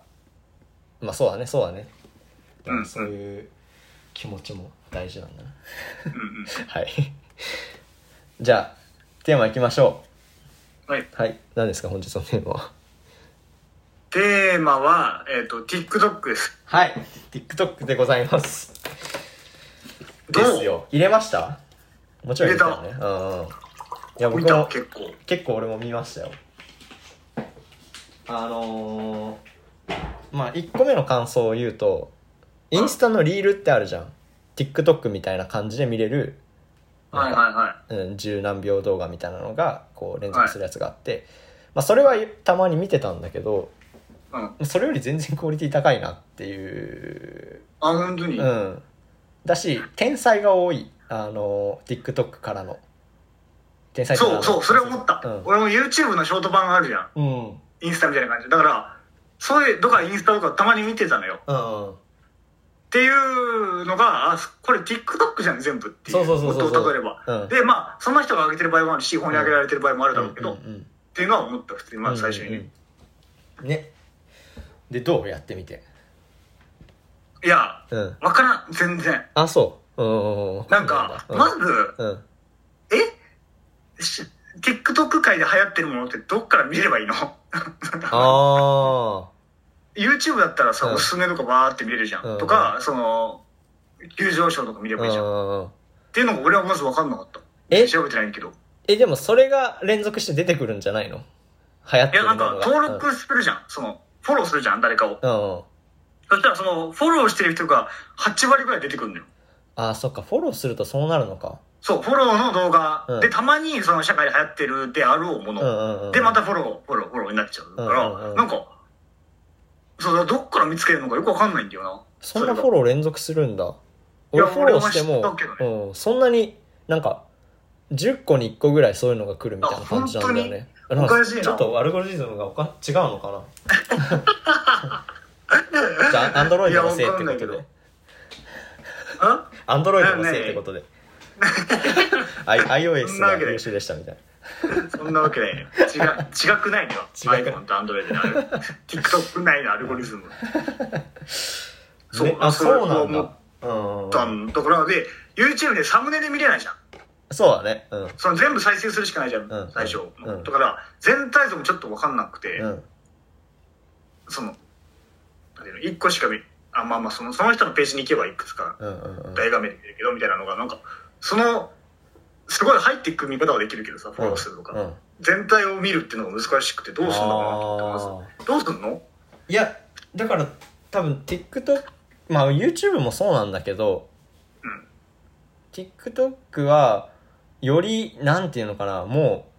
まあそうだねそうだね、
うんうん
そういう気持ちも大事なんだ [laughs] な
うんうん
はい [laughs] じゃあテーマいきましょ [laughs]
はい、
うはい何ですか本日のテーマは
テーマは、えっと TikTok です
はい TikTok でございます
どう
ですよ入れましたもちろん入れたよねうんうんいや僕
見た
も
結構
結構俺も見ましたよあのーまあ1個目の感想を言うとインスタのリールってあるじゃん TikTok みたいな感じで見れる
はいはいは
うん、十何秒動画みたいなのがこう連続するやつがあって、まあ、それはたまに見てたんだけど
いうんあ
それより全然クオリティ高いなっていう、
本当に、
う
あ
ん、だし天才が多いあの TikTok からの天才
そうそうそれ思った、
うん
俺も YouTube のショート版あるじゃん
うんうん
インスタみたいな感じだからそういうとかインスタとかたまに見てたのよ
うん
っていうのが、あ、これ TikTok じゃん、全部っていう。
そうそうそうそう
元をたどれば。
うん
で、まあ、その人が上げてる場合もあるし、本に上げられてる場合もあるだろうけど、
うんうんうん
っていうのは思った普通にまず最初にね、
うんねでどうやってみて
いや
うん
わからん全然
あそううんうん
なんか、
うん
まず
うん
えし TikTok 界で流行ってるものってどっから見ればいいの [laughs]
あ
YouTube だったらさ、
うん
おすすめとかバーって見れるじゃん、
うん
とかその急上昇とか見ればいいじゃん、っ
あうん
ていうのが俺はまず分かんなかった
え
調べてないけど
えでもそれが連続して出てくるんじゃないの流行っ
い
て
や
る
な
も
ん
のが
か登録するじゃん、そのフォローするじゃん誰かを
うん、うん、
そしたらそのフォローしてる人が8割ぐらい出てくるのよ
あそっかフォローするとそうなるのか
そうフォローの動画、
うん
でたまにその社会で流行ってるであろうもの、
うんうんうん
でまたフォローフォローフォローになっちゃうから、
うんうんうん
なんかそうだどっから見つけるのかよくわかんないんだよな
そんな
れが
フォロー連続するんだ
い
俺
や
フォローしても
俺は知ったけ
うん、そんなになんか10個に1個ぐらいそういうのが来るみたいな感じなんだよね
当に
んか
おかしいな
ちょっとアルゴリズムがおか違うのか
[laughs]
なじゃあアンドロイドのせいってこ
いや
と
わかんな
で
いあ
アンドロイドのせいってことで I- [laughs] iOS
そんな
が
わけで
優秀でしたみたいな
そんなわけないよ。違う、違くないのよ。
違く
iPhone と Android である。TikTok 内のアルゴリズム。そう、
ねあ [laughs] そうなん
思っ
だうん
たんところで、YouTube でサムネで見れないじゃん。
そうだねうん
その全部再生するしかないじゃん、
うん
最初
う
の。
ん
だから、全体像もちょっとわかんなくて、
うん
その、なんていうの一個しか見、あ、まあまあ、その、その人のページに行けばいくつか、
うんうんうん
大画面で見れるけど、みたいなのが、なんか、その、すごい入っていく見方はできるけどさ、フォローするとか。
うん
全体を見るっていうのが難しくて、どうすんのかなと思ってます。
あー
どうすんの
いやだから多分 TikTok まあ YouTube もそうなんだけど、
うん
TikTok はよりなんていうのかなも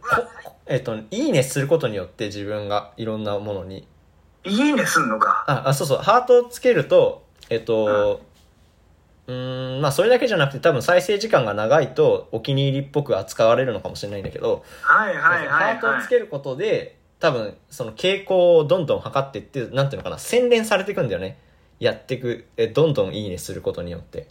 うこえっと「いいね」することによって自分がいろんなものに
いいねすんのか。
ああそうそうハートをつけるとえっとうーんまあそれだけじゃなくて多分再生時間が長いとお気に入りっぽく扱われるのかもしれないんだけど、
はいはいはい
ハート
は
をつ
い。
けることで多分その傾向をどんどん測っていってなんていうのかな洗練されていくんだよねやっていくえどんどんいいねすることによって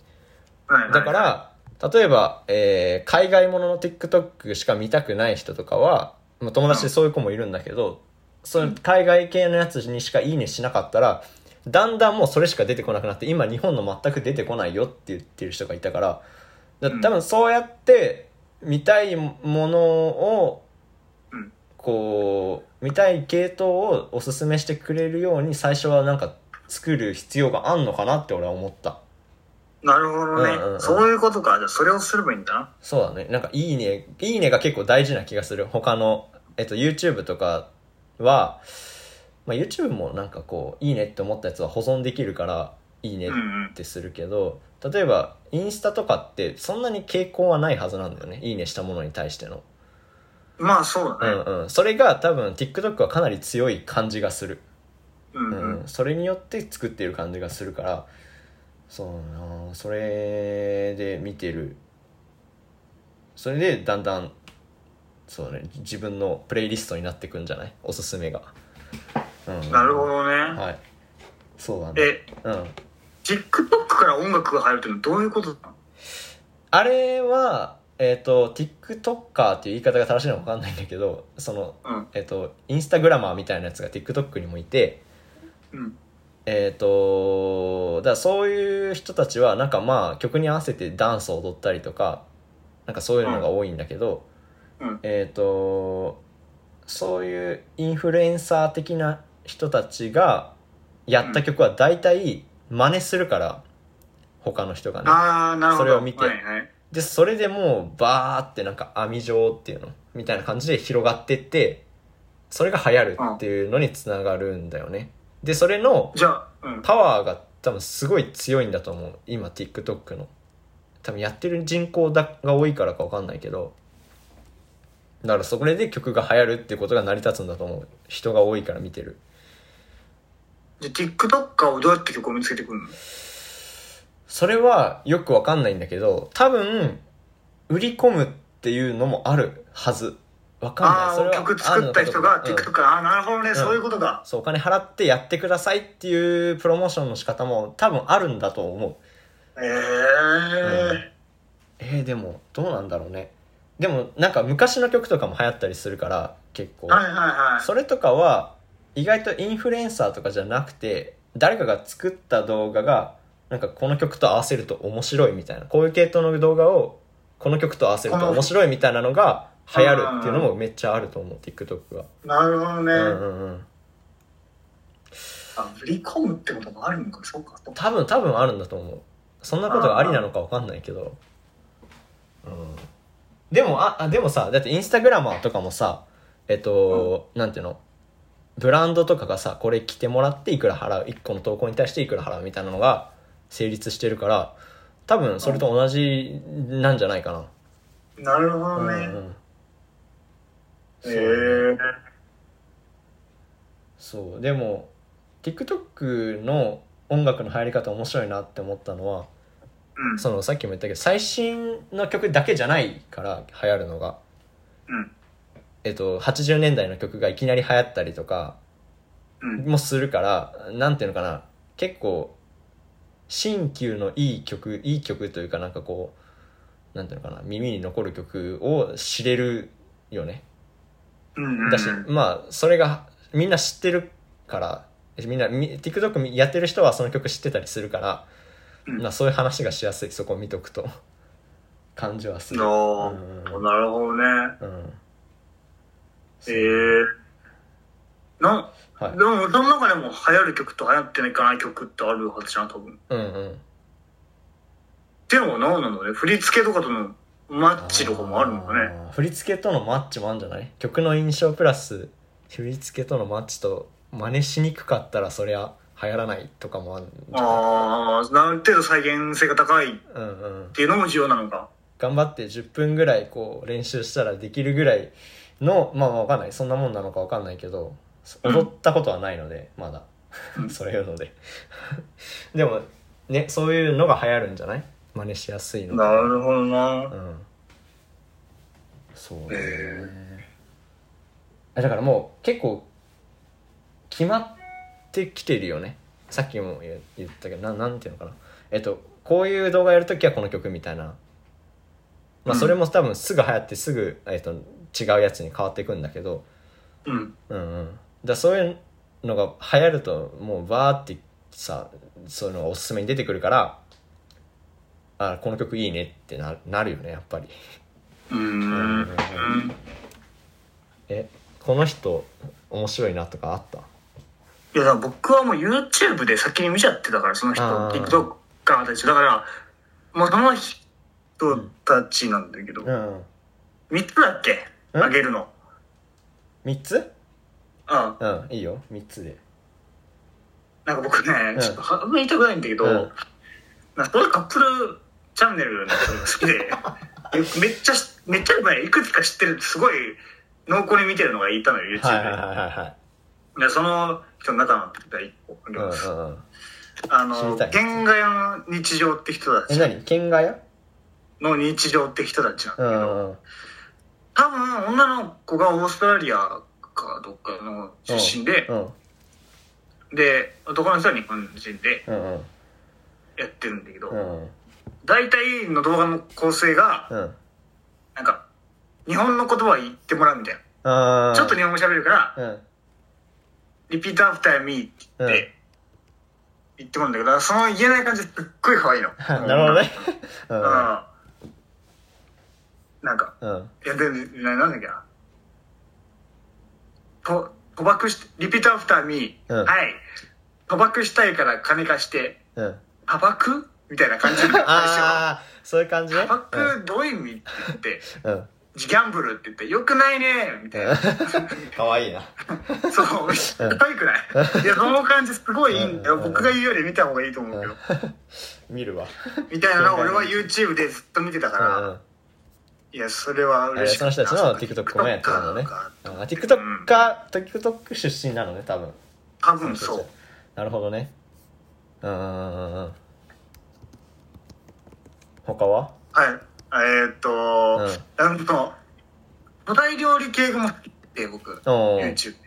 はいはい
だから例えば、えー海外ものの TikTok しか見たくない人とかはまあ友達でそういう子もいるんだけどその海外系のやつにしかいいねしなかったらだんだんもうそれしか出てこなくなって今日本の全く出てこないよって言ってる人がいたからだ
うん
多分そうやって見たいものを
うん
こう見たい系統をおすすめしてくれるように最初はなんか作る必要があんのかなって俺は思った。
なるほど
う
ね、
んうんうん
そういうことか。じゃあそれをすればいいんだな。
そうだね。なんか、いいね、いいねが結構大事な気がする。他の、えっと、YouTube とかは、まあ、YouTube もなんかこう、いいねって思ったやつは保存できるから、いいね
うんうん
っ。てするけど、例えば、インスタとかって、そんなに傾向はないはずなんだよね。いいねしたものに対しての。
まあそう
う
だ
ん
ね。
うん。それが多分、TikTok はかなり強い感じがする。
うんう
うんん。それによって作っている感じがするからそうだなそれで見てるそれでだんだんそうね自分のプレイリストになってくんじゃないおすすめが、うん、
なるほどね。
はいそうだね
え、
うん、
TikTok から音楽が入るってのはどういうことだ
あれはえっ、と TikToker っていう言い方が正しいのか分かんないんだけどその
うん
えっ、とインスタグラマーみたいなやつが TikTok にもいて、
うん。
えっ、と、だからそういう人たちは、なんかまあ曲に合わせてダンスを踊ったりとか、なんかそういうのが多いんだけど、
うん
えっ、と、そういうインフルエンサー的な人たちがやった曲は大体真似するから、他の人がね。
ああ、なるほど。
それを見て
はいはい。
で、それでもうバーってなんか網状っていうの、みたいな感じで広がってって、それが流行るっていうのにつながるんだよね。で、それの、
じゃあ、うん。
パワーが多分すごい強いんだと思う今 TikTok の多分やってる人口だが多いからか分かんないけどだからそれで曲が流行るっていうことが成り立つんだと思う人が多いから見てる
じゃあ TikTok をどうやって曲を見つけてくるの
それはよく分かんないんだけど多分売り込むっていうのもあるはず分かんない
ああ、曲作った人が
あるのかどう
TikTok
かうん
から、ああ、なるほどね、そういうことだ。
そうお金払ってやってくださいっていうプロモーションの仕方も多分あるんだと思う
ええ
えー、でもどうなんだろうねでもなんか昔の曲とかも流行ったりするから結構
はいはいはい。
それとかは意外とインフルエンサーとかじゃなくて誰かが作った動画がなんかこの曲と合わせると面白いみたいなこういう系統の動画をこの曲と合わせると面白いみたいなのが流行るっていうのもめっちゃあると思う TikTok が、
なるほどね。
うんうんうん、
あ振り込むってこともあるのか、そうか。
多分多分あるんだと思うそんなことがありなのかわかんないけどうんでもああでもさだってインスタグラマーとかもさえっと、なんていうのブランドとかがさこれ着てもらっていくら払う1個の投稿に対していくら払うみたいなのが成立してるから多分それと同じなんじゃないかな
なるほ
う
ど
んう
ね。
ん
へ
そう
え。
そうでも TikTok の音楽の入り方面白いなって思ったのは
うん。
そのさっきも言ったけど最新の曲だけじゃないから流行るのが、
うん
えっと、80年代の曲がいきなり流行ったりとか
うん。
もするからなんていうのかな結構新旧のいい曲いい曲というかなんかこうなんていうのかな耳に残る曲を知れるよね
うん。
だし、まあそれがみんな知ってるからみんなみ TikTok やってる人はその曲知ってたりするから、
うん
まあそういう話がしやすいそこ見とくと [laughs] 感じはする、
お
う
ー
ん
なるほどね。
うん、
へえ。な、
はい
でも、その中でも流行る曲と流行ってないかない曲ってあるはずじゃん、多分。
うんうん
でも、なんなのね。振り付けとかとのマッチとかもあるのかね。
あー振り付けとのマッチもあるんじゃない曲の印象プラス振り付けとのマッチと真似しにくかったらそりゃ流行らないとかもあるんじゃない
ああ、なる程度再現性が高いっ
うんうん
ていうのも重要なのか。
頑張って10分ぐらいこう練習したらできるぐらいのまあまあわかんないそんなもんなのかわかんないけど
うん
踊ったことはないので、まだ
う
[laughs]
ん
それ言うのででもねそういうのが流行るんじゃない真似しやすいの
なるほど
う
な。
んそうね、
へ
えだからもう結構決まってきてるよねさっきも言言ったけどななんていうのかなえっとこういう動画やるときはこの曲みたいなま
う
あ
ん
それも多分すぐ流行ってすぐ、えっと、違うやつに変わっていくんだけど
うん。
うんうんだからそういうのが流行るともうバーってさそういうのがおすすめに出てくるからあこの曲いいねってななるよねやっぱり
うーん。
えこの人面白いなとかあった
いや、だから僕はもう YouTube で先に見ちゃってたから、その人、
あー
TikTok からたち。だから、まあ、その人たちなんだけど、
うん
3つだっけ
うん
あげるの。
3つ
うん。
うんいいよ3つで
なんか僕ね
う、ん
ちょっと半分言いたくないんだけど、
うん
なんかそういうカップルチャンネルのことが好きで、
[laughs]
めっちゃし、めっちゃねいくつか知ってる、すごい濃厚に見てるのがいたのよ、YouTube で。
はいはいはいはいはい
でその人の中の第一個あげ
うん
ます。
うんうん
あ
知り
の、
たい
県外の日常って人た
え
ち
何県外や
の日常って人たちなんだ
う
けど、
んうん
多分女の子がオーストラリアかどっかの出身で
う、ん
で、男の人は日本人で
うんうん
やってるんだけど、
うん
大体の動画の構成が、
うん
なんか、日本の言葉を言ってもらうみたい
あ
な。
ー
ちょっと日本語喋るから、
うん
リピートアフターミーっ
うん
て言ってもらうんだけど、その言えない感じすっごい可愛いの。
[laughs] なるほどねう
うんん。なんか、
うん
いや、で、ななんだっけな。と、賭博し、リピートアフターミー、
うん
はい。賭博したいから金貸して、
うん
賭博みたいな感じで最初は。
ああそういう感じね
賭博どういう意味って言って、
うんうん
ギャンブルって言って、よくないねみたいな。
かわいいな
そう、可愛くないいや、その感じすごいいいんだよ。
うんうんうん
僕が言うより見た方がいいと思うけど。
見るわ
みたいなのを俺は YouTube でずっと見て
う
た
ん
から、
うん
いや、それは
あれ
嬉しい。
その人たちの TikTok もやってるのね
か
あ TikTok か TikTok 出身なのね多分
多分そう。
なるほどねうんうんうんうん他は
はい。えーっと、なんと、巨大料理系がもって、僕、
おー
YouTube で。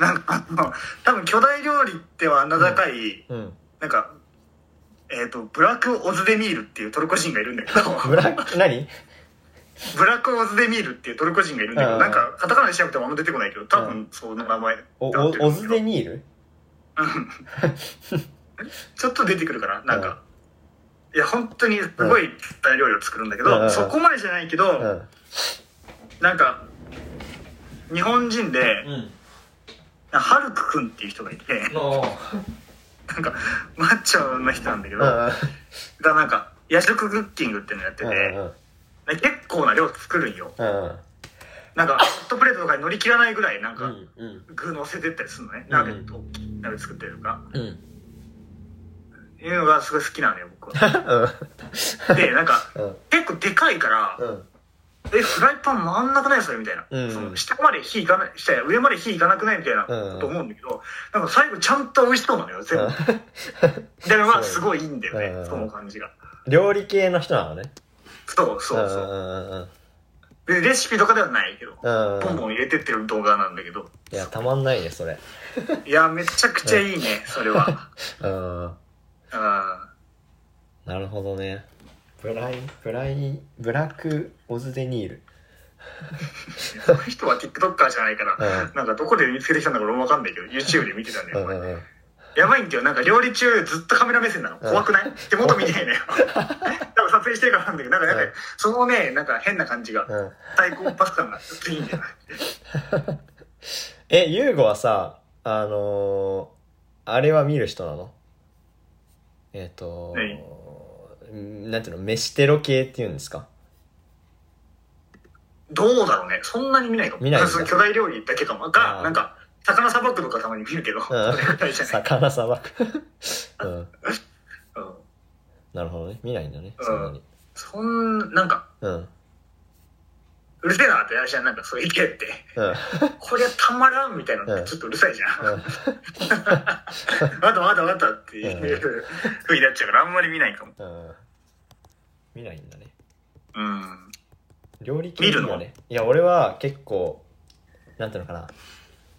なんか、あの、多分巨大料理っては名高い、
うん
なんか、
[laughs]
えーっと、ブラック・オズデミールっていうトルコ人がいるんだけど、
ブラック何
ブラックオーズデミールっていうトルコ人がいるんだけ
う
ど、
ん
なんか、カタカナで調べてもあんま出てこないけど、多分その名前だ
お、お
ってる、
オ
んだ
ズ
け
デ
ど、
ニール
ちょっと出てくるから、なんか。
うん
いや、本当にすごい大料理を作るんだけ
うん
ど、そこまでじゃないけ
う
ど、
ん。
なんか、日本人で、
うん。
ハルク君っていう人がいて、
お
なんか、マッチョな人なんだけど、が
うん。
なんか、夜食クッキングっていうのやってて、
うん。
で結構な量作るんよ。
うん。
なんか、ホットプレートとかに乗り切らないぐらい、なん
う
か、
ん。うん。
具乗せてったりするのね。
ん
鍋と、鍋作ってるとか。
うん。
いうのがすごい好きなのよ、僕
[laughs]
は。で、なんか、結構でかいから、え、フライパン回んなくないそれみたいな。
うん
その下まで火いかない、下や上まで火いかなくないみたいな
うん
と思うんだけど、なんか最後ちゃんと美味しそうなのよ、全部。で、まあ、すごいいいんだよ
うん
ね、その感じが。
料理系の人なのね。
そう
うん。う
そうそう。
ん。
でレシピとかではないけど、
うん
ポンポン入れてってる動画なんだけど、
いや、たまんないね、それ。
いや、めちゃくちゃいいね、それ
[laughs]
は。
うん。
あ
なるほどね。ブライ、ブライ、ブラックオズデニール。
ーこの人は TikToker じゃないから、
うん
なんかどこで見つけてきたんだか俺もわかんないけど、YouTube で見てたんだ
う
よ、
ん
こ
う
れ
んうん。
やばいんだよ、なんか料理中ずっとカメラ目線なの。怖くない手元見ね
[laughs]
えのよ。多分撮影してるからなんだけど、なんか、なん
うん
か、そのね、なんか変な感じが、
うん。
太鼓パス感がいいんじゃない
え、ユーゴはさ、あのー、あれは見る人なのえっ、とんなんていうの、飯テロ系っていうんですか
どうだろうね。そんなに見ないかも。
見ないんだ
その巨大料理だけかも。
あ
が
ー、
なんか、魚さばくとかたまに見るけど、それぐらいじゃない。
魚さばく。うん。
うん
なるほどね。見ないんだね、そんなに。
そん、なんか、
うん。うん。
うるせえなってあれじゃん、なんかそういう意見って。こりゃたまらんみたいなのってちょっとうるさいじゃん。
うん
まだまだまだっていう風になっちゃうから、あんまり見ないかも。
うん。見ないんだね。
うん。
料理系
見るの
はね。いや、俺は結構、なんていうのかな。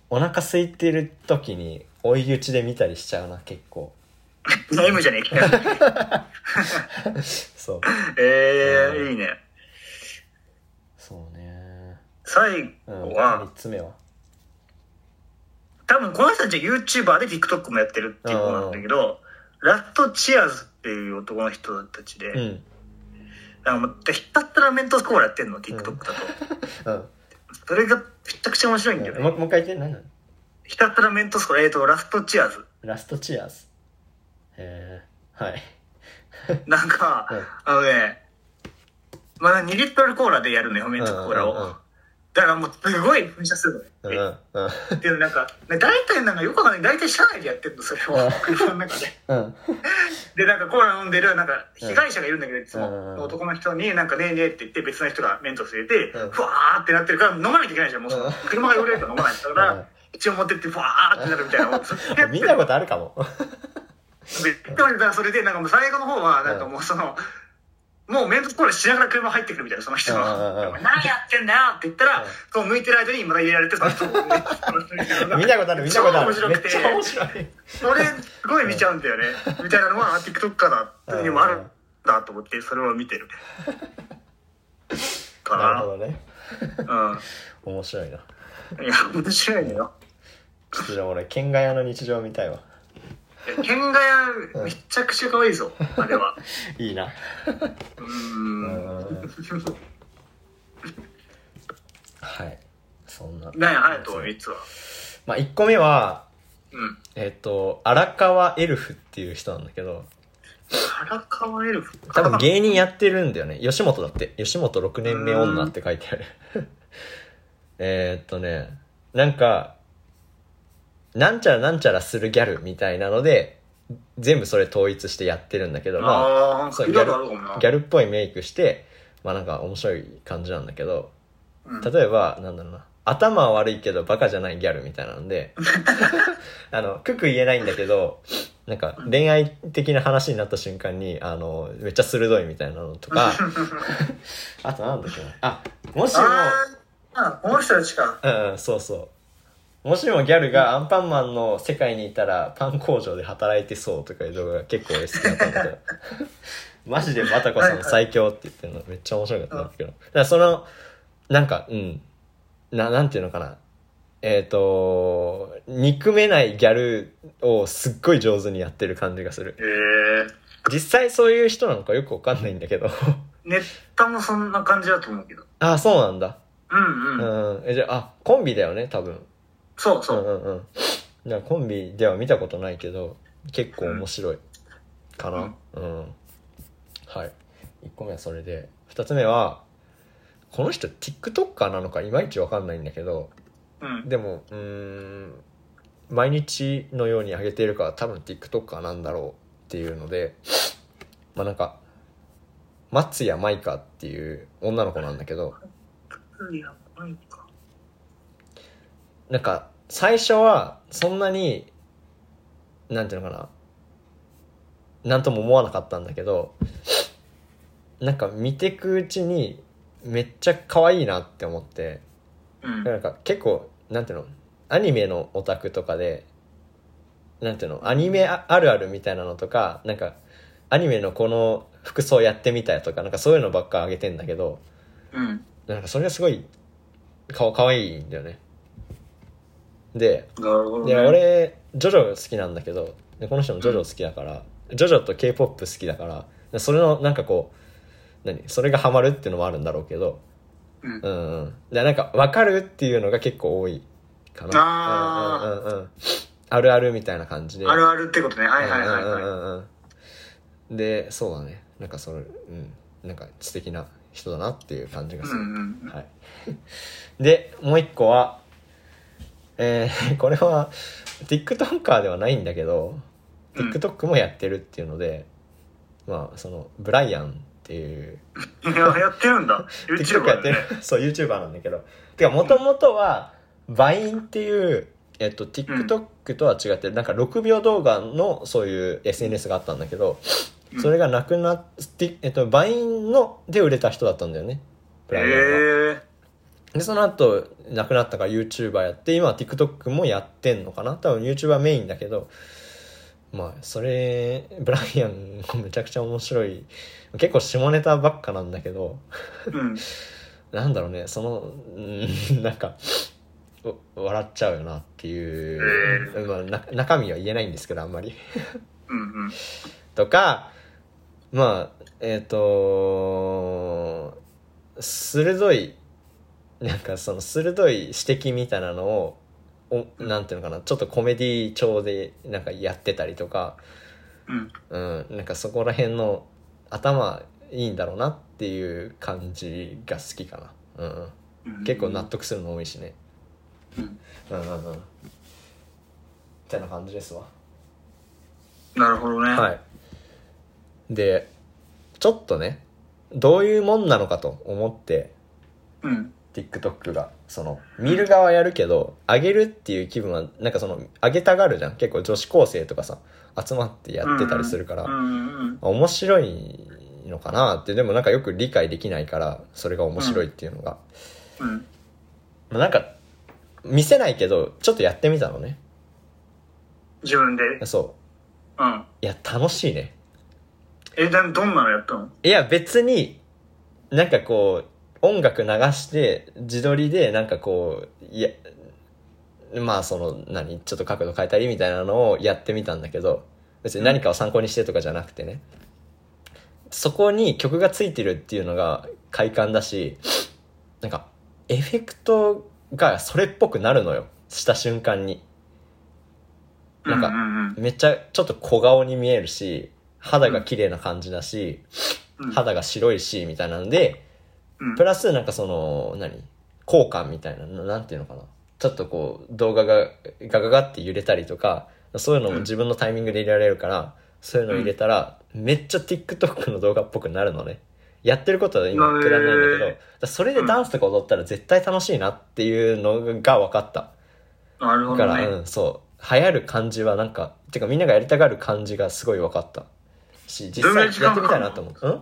お腹空いてる時に追い打ちで見たりしちゃうな、結構。
悩むじゃねえ
[laughs]
か。
そう。
え
う
ー、
ん
いいね。
そうね。
最
うん。3
後は、
つ目は。
多分この人たちは YouTuber で TikTok もやってるっていう子なんだけど、ラストチアーズっていう男の人たちで、
うん。
なんかもうひたったらメントスコーラやってんの、TikTok だと。
うん。
それがめちゃくちゃ面白いんだよね。
もうもう一回言って何なの
ひたったらメントスコーラ、えーと、ラストチアーズ。
ラストチアーズへえはい
なんか、
うん
あのね、まあ、2リットルコーラでやるのよ、メントコーラを。だからもう、すごい噴射する
う
の
んう
ね。
んうん
っていうなんか、ね大体なんかよくわかんない。大体車内でやってるの、それ
うん
を。車の中で。
うん
で、なんかコーラ飲んでる、なんか、被害者がいるんだけど、いつ
うん
も。男の人に、なんか、ねえねえって言って、別の人がメントス入れて、
うん
ふわーってなってるから、飲まなきゃいけないじゃん、もうその
うん。
車が汚れるから飲まないか
うん
ら、
[laughs]
一応持ってって、ふわーってなるみたいな。もうそれやってる
見たことあるかも
で、だからそれで、なんかもう最後の方は、なんかもうその、もうメントコーラしながら車入ってくるみたいな、その人が
うんうんうんうん。
何やってんだよって言った
う
ら
ん、
こう向いてる間にまた入れられて、その人をね
見たことある見たことある
超面白
め
くて
っちゃ面白い
それ、すごい見ちゃうんだよね。みたいなのは、あ TikTok かなっていうのもあるんだと思って、それを見てる。
なる
か
ほどね
な。
面白いな
うん。いや、面白いのよ。
ちょっとじゃあ俺県外屋の日常見たいわ
いや剣がや、めちゃくちゃ可愛いぞ、あれは。
いいな
う。
うんんはいそんな
[laughs] 何や、ハヤトは3つは。
まあ1個目は
うん。
えっと荒川エルフっていう人なんだけど
荒川エルフ
多分芸人やってるんだよね吉本だって吉本6年目女って書いてあるえーっとねなんかなんちゃらなんちゃらするギャルみたいなので全部それ統一してやってるんだけどまあ
ああ、
そう
聞いたことあるかもな。
ギャルっぽいメイクしてまあなんか面白い感じなんだけど
うん
例えばなんだろうな頭は悪いけどバカじゃないギャルみたいなの [laughs] であのくく言えないんだけどなんか恋愛的な話になった瞬間にあのめっちゃ鋭いみたいなのと [laughs] かあとなんだっけなあもしも
ああ、この人たちか。
うんうんそうそうもしもギャルがアンパンマンの [laughs] 世界にいたらパン工場で働いてそうとかいう動画が結構俺好きだったんだけどまマジでまたこさんも最強って言ってるのめっちゃ面白かったんですけど。だからその、なんか、うん。な、なんていうのかな。えっ、と、憎めないギャルをすっごい上手にやってる感じがする。
えー、
実際そういう人なのかよくわかんないんだけど。
ネタもそんな感じだと思うけど。
あ、そうなんだ。
うん
う
う
ん。
ん。
え、じゃあ、あ、コンビだよね、多分。
そう
う
そ
ん
う。
うんうん。だからコンビでは見たことないけど、結構面白いかな。うん。はい。1個目はそれで。2つ目は、この人 TikToker なのかいまいちわかんないんだけど、
うん。
でも、うーん、毎日のように上げているから多分 TikToker なんだろうっていうので、まあなんか、松谷舞香っていう女の子なんだけど、
いやばいか。
なんか最初はそんなになんていうのかななんとも思わなかったんだけどなんか見てくうちにめっちゃ可愛いなって思って
うん。
なんか結構なんていうのアニメのオタクとかでなんていうのアニメああるあるみたいなのとかなんかアニメのこの服装やってみたいとかなんかそういうのばっか上げてんだけど
うん。
なんかそれがすごいか可愛いんだよねで
なるほど、
で
ね。
俺ジョジョ好きなんだけどでこの人もジョジョ好きだから、ジョジョと k p o p 好きだからでそれのなんかこう何それがハマるっていうのもあるんだろうけど
うん
うんうんでなんか分かるっていうのが結構多いかな
あー
うんうんうんうんあるあるみたいな感じで
あるあるってことね。はいはいはいはい。
うんうんうんうんうんでそうだねなんかそのうんなんか知的な人だなっていう感じがす
う
る、
んうん。
はい。で、もう一個は、えー [laughs] これは、TikToker ではないんだけど、
うん
TikTok もやってるっていうので、まあ、その、ブライアンっていう、
いや、やってるんだ。
TikTok
YouTuber
やっ
だ
て
ね
る。、 [laughs] そう、YouTuber なんだけど。てか、もともとは、バインっていう、えっと、TikTok とは違って、なんか6秒動画のそういう SNS があったんだけど、
うん
それがなくなって、えっと、バインので売れた人だったんだよね。ブ
へ
ライアンは。
え
で、その後、亡くなったから YouTuber やって、今は TikTok もやってんのかな多分 YouTuber メインだけど、まあ、それ、ブライアン、 [laughs] めちゃくちゃ面白い。結構下ネタばっかなんだけど、
ー。うん。
なんだろうね、その、うんなんか、お笑っちゃうよなっていう、まあな、中身は言えないんですけど、あんまり。
うんうん。
とか、まあ、えっ、と、鋭い、なんかその鋭い指摘みたいなのを、おなんていうのかな、ちょっとコメディ調でなんかやってたりとか、
うん。
うん、なんかそこら辺の頭いいんだろうなっていう感じが好きかな。うんうん
うん
結構納得するの多いしね。うんうんうん。ってな感じですわ。
なるほどね。
はい。で、ちょっとね、どういうもんなのかと思って、
うん。
TikTok が、その、見る側やるけど、上げるっていう気分は、なんかその、上げたがるじゃん。結構女子高生とかさ、集まってやってたりするから、
う
あ
んうん
面白いのかなって、でもなんかよく理解できないから、それが面白いっていうのが。
うん。
まあなんか、見せないけど、ちょっとやってみたのね。
自分で。
そ
うん。
う。いや、楽しいね。
え、でどんなのやったの
いや、別に、なんかこう、音楽流して、自撮りで、なんかこう、いや、まあその、何、ちょっと角度変えたりみたいなのをやってみたんだけど、別に何かを参考にしてとかじゃなくてね。そこに曲がついてるっていうのが快感だし、なんか、エフェクトがそれっぽくなるのよ。した瞬間に。なんか
うんうん
めっちゃちょっと小顔に見えるし、肌が綺麗な感じだし、
うん
肌が白いし、みたいなので、
うん
プラスなんかその、何効果みたいな、ななんていうのかな。ちょっとこう、動画がガガガって揺れたりとか、そういうのも自分のタイミングで入れられるから、そういうの入れたら、めっちゃ TikTok の動画っぽくなるのね。やってることは今くだらないんだけど、
へー
だからそれでダンスとか踊ったら絶対楽しいなっていうのが分かった。
なるほ
だか
ど
ら、
ね。
うん、そう。流行る感じはなんか、てかみんながやりたがる感じがすごい分かった。し、実
どれぐら
際やっ
い時間
てみたいなと思う。うん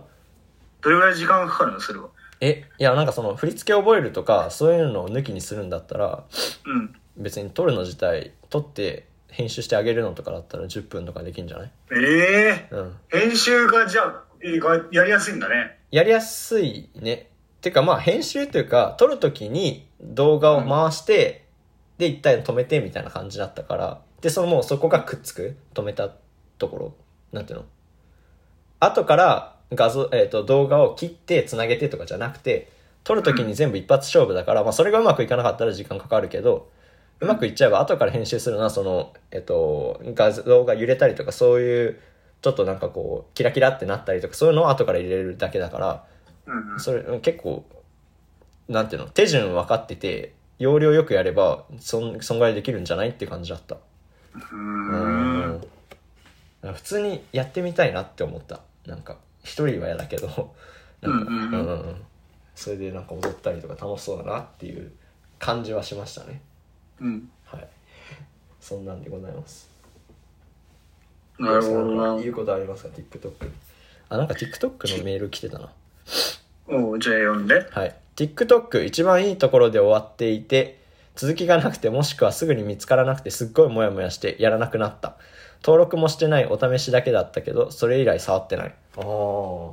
どれぐらい時間がかかるのそれは。
え、いや、なんかその振り付け覚えるとか、そういうのを抜きにするんだったら、
うん。
別に撮るの自体、撮って編集してあげるのとかだったら10分とかできんじゃない
ええ
うん。
編集がじゃあ、意外やりやすいんだね。
やりやすいね。てかまあ編集というか、撮るときに動画を回して、で一体止めてみたいな感じだったから、で、そのもうそこがくっつく止めたところ。なんていうの後から画像、えっ、と動画を切って繋げてとかじゃなくて、撮るときに全部一発勝負だから、まあそれがうまくいかなかったら時間かかるけど、うまくいっちゃえば後から編集するのはその、えっ、と、画像が揺れたりとかそういう、ちょっとなんかこう、キラキラってなったりとかそういうのを後から入れるだけだから、
うんうん。
それうん結構なんていうの手順分かってて要領よくやればそんそんぐらいできるんじゃないって感じだったうん普通にやってみたいなって思ったなんか一人は嫌だけどなんか
うんうんうん
うんそれでなんか踊ったりとか楽しそうだなっていう感じはしましたね
うん。
はいそんなんでございます
なるほ
な
ど
んか
な
言。うことありますか TikTok あなんか TikTok のメール来てたな
おうじゃあ読んで。
はい。TikTok 一番いいところで終わっていて、続きがなくてもしくはすぐに見つからなくてすっごいモヤモヤしてやらなくなった。登録もしてないお試しだけだったけど、それ以来触ってない。ああ。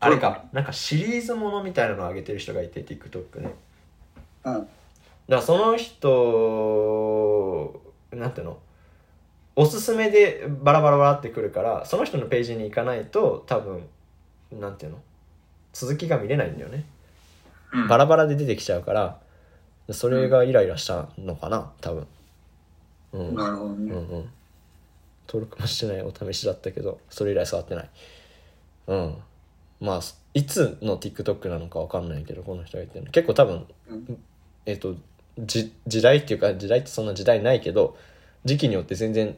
あれか、なんかシリーズものみたいなのを上げてる人がいて、TikTok ね。
う
だ
ん。
からその人なんていうのおすすめでバラバラバラってくるからその人のページに行かないと多分なんていうの続きが見れないんだよね、
うん
バラバラで出てきちゃうからそれがイライラしたのかな多分うん、
なるほど
う
ね。
んうん登録もしてないお試しだったけどそれ以来触ってないうんまあいつの TikTok なのか分かんないけどこの人が言ってるの結構多分、
うん
えっ、とじ時代っていうか時代ってそんな時代ないけど時期によって全然、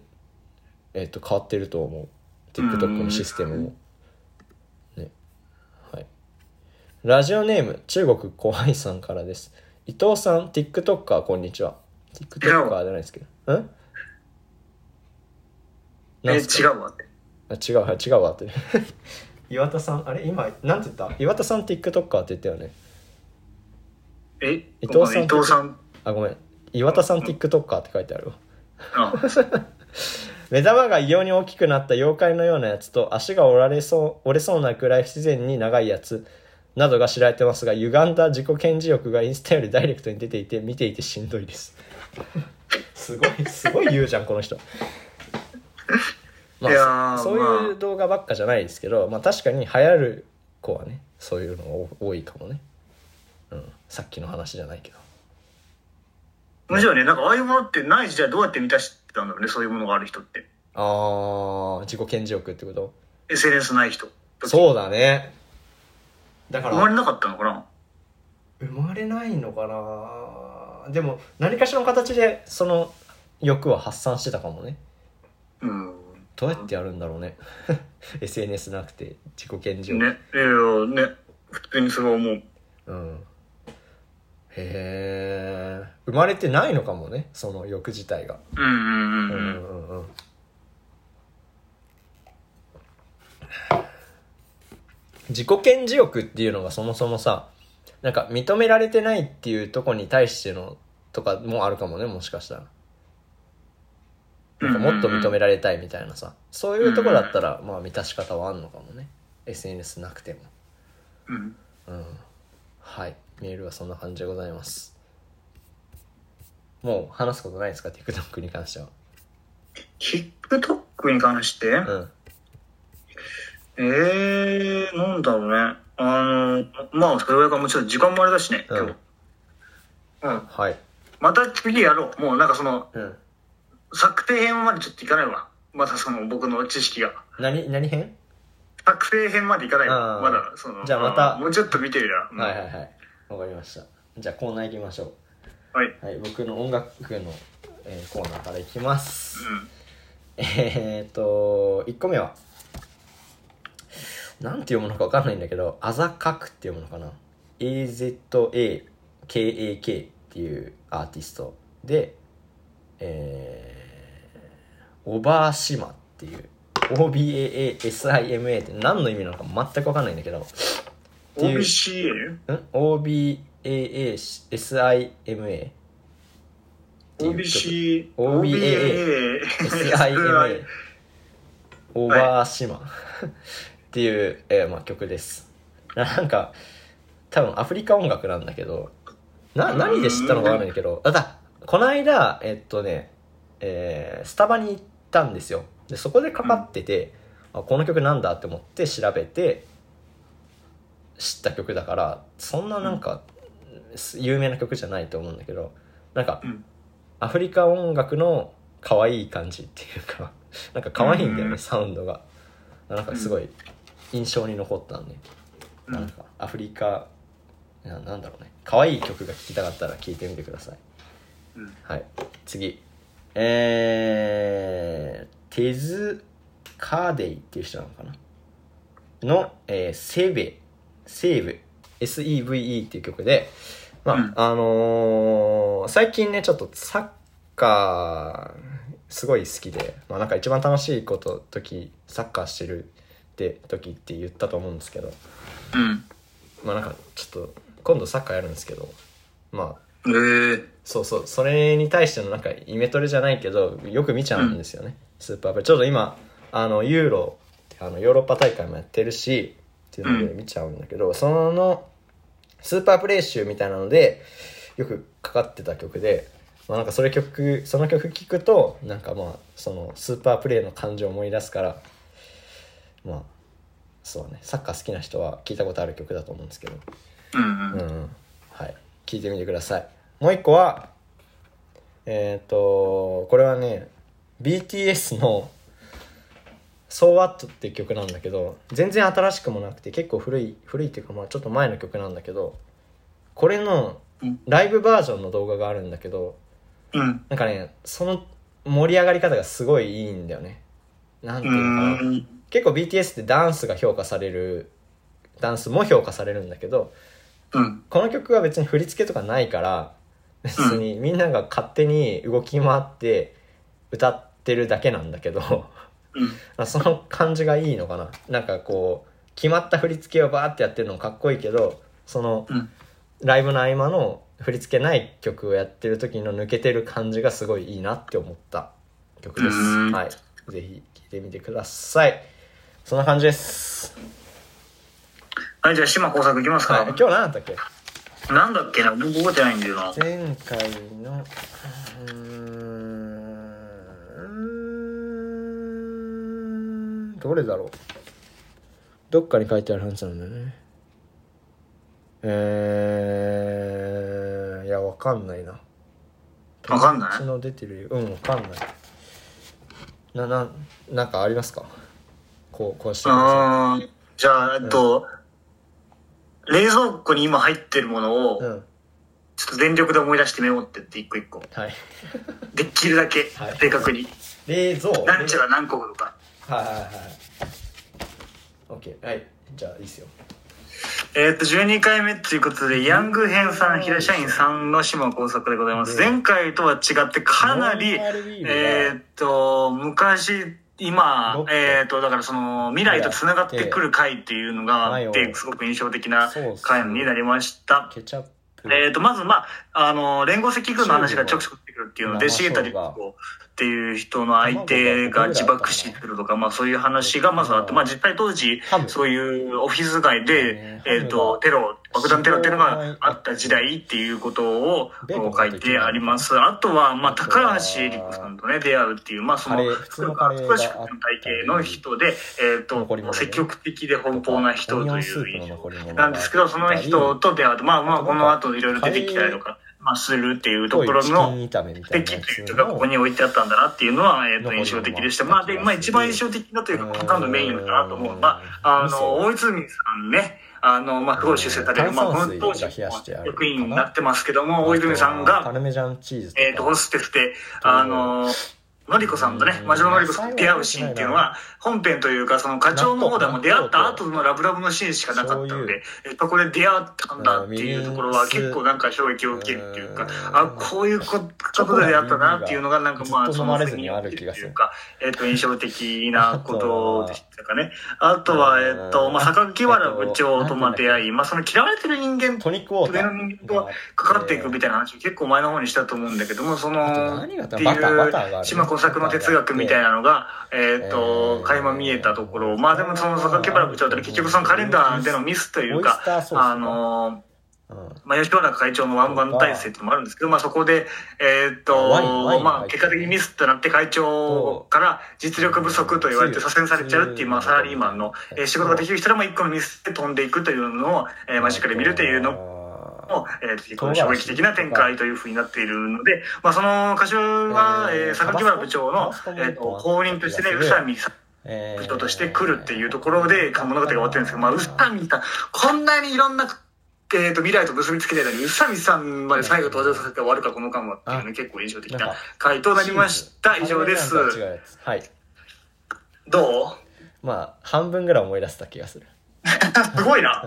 えっと変わってると思う TikTok のシステムもねはいラジオネーム中国怖いさんからです伊藤さん TikToker こんにちは TikToker じゃないですけどん
え、
なんすか
違うわって。
あ違うはい違うわって [laughs] 岩田さんあれ今なんて言った岩田さん TikToker って言ったよね
え
伊藤さん
伊藤さん。
あごめん岩田さん TikToker って書いてあるわ
あ
目玉が異様に大きくなった妖怪のようなやつと足が折られそう折れそうなくらい不自然に長いやつなどが知られてますが歪んだ自己顕示欲がインスタよりダイレクトに出ていて見ていてしんどいです
[laughs]
すごいすごい言うじゃんこの人ま
いや
あ
ー
そそういう動画ばっかじゃないですけど、まあ、確かに流行る子はねそういうのが多多いかもね、うん、さっきの話じゃないけど
むしろね、なんかああいうものってない時代どうやって満たしてたんだろうね、そういうものがある人って。
ああ自己顕示欲ってこと
SNS ない人。
そうだねだか
生まれなかったのかな
生まれないのかなでも何かしらの形でその欲は発散してたかもね
うん。
どうやってやるんだろうね [laughs] SNS なくて自己顕示欲、
ね、えー、ね、普通にそれは思う。
うんへえ生まれてないのかもねその欲自体が
うんうんうん
う
うんん。
うんうん自己顕示欲っていうのがそもそもさなんか認められてないっていうとこに対してのとかもあるかもねもしかしたらなんかもっと認められたいみたいなさそういうとこだったらまあ満たし方はあんのかもね SNS なくても
うん。
はいメールはそんな感じでございますもう話すことないですか TikTok に関しては
TikTok に関して、
うん
えー、なんだろうね。あの、まあ、それがもちろん時間もあれだしね、
うん
今日。うん。
はい
また次やろう。もうなんかその、
うん
作成編までちょっといかないわ。またその僕の知識が。
何何編
作成編までいかないわ。
あー
まだ、その、
じゃあまた
うんもうちょっと見てみら。うん
はいはいはい。わかりました。じゃあコーナー行きましょ
はい。
う。はい、僕の音楽の、えーコーナーから行きます。
うん。
えーっと、1個目は、なんて読むのかわかんないんだけど、あざかくって読むのかな。AZAKAK っていうアーティストで、えー、オバーシマっていう、OBAASIMA って何の意味なのか全くわかんないんだけど、ていう
OBCA?
ん ?OBAASIMA
OBC、
OBA [laughs]
OBA
SIMA オーバーシマっっていう、えーまあ、曲ですななんか多分アフリカ音楽なんだけどな何で知ったのかわかんないけどあだこの間えっとね、えースタバに行ったんですよでそこでかかってて、あこの曲なんだって思って調べて知った曲だからそんななんか、す有名な曲じゃないと思うんだけどなんか、
うん
アフリカ音楽の可愛い感じっていうかなんか可愛いんだよね、
うん
サウンドがなんかすごい印象に残ったんで、
うん
なんかアフリカななんだろうね可愛い曲が聴きたかったら聴いてみてください、
うん
はい次えー、テズ・カーデイっていう人なのかなの、えー、セーベ、セーブ、SEVE っていう曲で、まあ、
うん
あのー最近ね、ちょっとサッカー、すごい好きで、まあなんか一番楽しいこと、時、サッカーしてるって、時って言ったと思うんですけど、
うん。
まあなんかちょっと、今度サッカーやるんですけど、まあ、
えー、
そうそう、それに対してのなんかイメトレじゃないけど、よく見ちゃうんですよね、スーパープレイ。ちょっと今、あの、ユーロ、あの、ヨーロッパ大会もやってるし、っていうので
う
見ちゃうんだけど、その、スーパープレイ集みたいなので、よくかかってた曲で、まあなんかそれ曲、その曲聴くと、なんかまあ、そのスーパープレイの感情を思い出すから、まあ、そうね、サッカー好きな人は聞いたことある曲だと思うんですけど、
うん
う
うん
んうんはい聞いてみてくださいもう一個はえっ、とこれはね BTS の「So What」っていう曲なんだけど全然新しくもなくて結構古い古いっていうかまあちょっと前の曲なんだけどこれの
うん
ライブバージョンの動画があるんだけど
うん。
なんかねその盛り上がり方がすごいいいんだよねなんて
う。
いうのかなん結構 BTS ってダンスが評価されるダンスも評価されるんだけど
うん。
この曲は別に振り付けとかないから別にみんなが勝手に動き回って歌ってるだけなんだけど [laughs]
うん。
まあその感じがいいのかななんかこう決まった振り付けをバーってやってるのもかっこいいけどその
うん。
ライブの合間の振り付けない曲をやってる時の抜けてる感じがすごいいいなって思った曲です
うん
はいぜひ聴いてみてくださいそんな感じです、
はい、じゃあ、島工作いきます
はい、
か。
今日何だったっけ
なんだっけな、僕覚えてないんだよな。
前回のうーんどれだろうどっかに書いてある話なんだよねえー、いやわかんないな
わかんな
うち
い
の出てるようんわかんないなななんかありますかこうこうしてくださ
うーん。じゃあ、えっと、冷蔵庫に今入ってるものを、
いうん
ちょっと全力で思い出してメモってって、一個一個。
はい [laughs]
できるだけ
はい、
正確に。
冷蔵
ランチが何個とか。
はいはいはいはいオッケーはいじゃあいいっすよ
えーっと、12回目ということで、ヤング編さん、平社員さんの島工作でございます。前回とは違って、かなり、
ノンアルビールが
えーっと、昔、今、えーっと、だからその、未来と繋がってくる回っていうのがあっ
ええ
て、すごく印象的な
そうっすね
回になりました。
ケチャップ
えーっと、まず、まあ、あの、連合赤軍の話がちょくちょく出てくるっていうので、
生
重
姜
田律子っていう人の相手が自爆死するとか、まあ、そういう話がまずあって、まあ、実際当時
ハ、ム
そういうオフィス街で
ね、
えっと、テロ、爆弾テロっていうのがあった時代っていうことを
ベーコン
書いてあります。あとは、まあ、
あとは
高橋恵理子さんとね、出会うっていう、まあ、その、
カレー普通のカレーがあった
少し
り
体系の人で、えっと
残り、物ね
積極的で奔放な人という印象なんですけ
オ
ど、
ニオンスープの残り物が
その人と出会うと、まあまあ、この後いろいろ出てきたりとか、まあ、するっていうところの、
チキン炒めみたいな
でき
や
てる
つ
人がここに置いてあったんだなっていうのは、えっと
残りの
印象的でした。まあ、で、まあ、一番印象的だというか、
うん
好感度メインかなと思うのは、あの、
うん
大泉さんね、あの、まあ、すごい出世される、
うん
まあ、こ
炭
の
酸水
当時
が冷やしてあ、る
役員になってますけども、大泉さん
あとパ
が、
ルメジャンチーズ
えっと、ホステスで、あの、のりこさんとね
う、ん
魔女ののりこさんと出会うシーンっていうのは、本編というか、その課長の方でも出会った後のラブラブのシーンしかなかったので、えそこで出会ったんだっていうところは、
うん
結構なんか衝撃を受けるっていう
う
か
ん、
あ、こういうことで出会ったなっていうのが、なんかまあ、その時にっていうか、えっと、印象的 [laughs] なことでしたかね。あとは、えっと、まあ、坂木原部長とまあ出会い、まあ、その嫌われてる人間
トニックウォータ
上の人
ー
間とかかっていくみたいな話を結構前の方にしたと思うんだけども、そ
あと
の、
何があっ
ったて
バターバターがあ
い
る
う、島工工作の哲学みたいなのが、えっ、と、垣間見えたところ、まあでもその榊原部長って結局そのカレンダーでのミスという
オイスターソ
か
ース、か
あの、
うん
まあ、吉原会長のワンマン体制ってのもあるんですけど、まあ、そこで、えーっ
ワインワインが入
と、まあ、
ってる
結果的にミスってなって会長から実力不足と言われて左遷されちゃうっていう、まあ、サラリーマンの、えー仕事ができる人でも一個のミスで飛んでいくというのを、えー間近で見るというのも、えー、結構衝撃的な展開というふうになっているので、まあ、その歌手は、
えー
えー、榊原部長
タ
の
バスコ、
えーっと、後任としてね、
いや
宇
すごい
佐美さん
え
人として来るっていうところで物語が終わってるんですけど、まあ、宇佐美さん、こんなにいろんな、えー、と未来と結びつけてたり、宇佐美さんまで最後登場させて終わるかこのかもっていうの
あ
ね結構印象的
なん
な
か
回となりました。以上です。
あ違うやつはい
ど
まあ半分ぐらい思い出せた気がする、
うすごいな。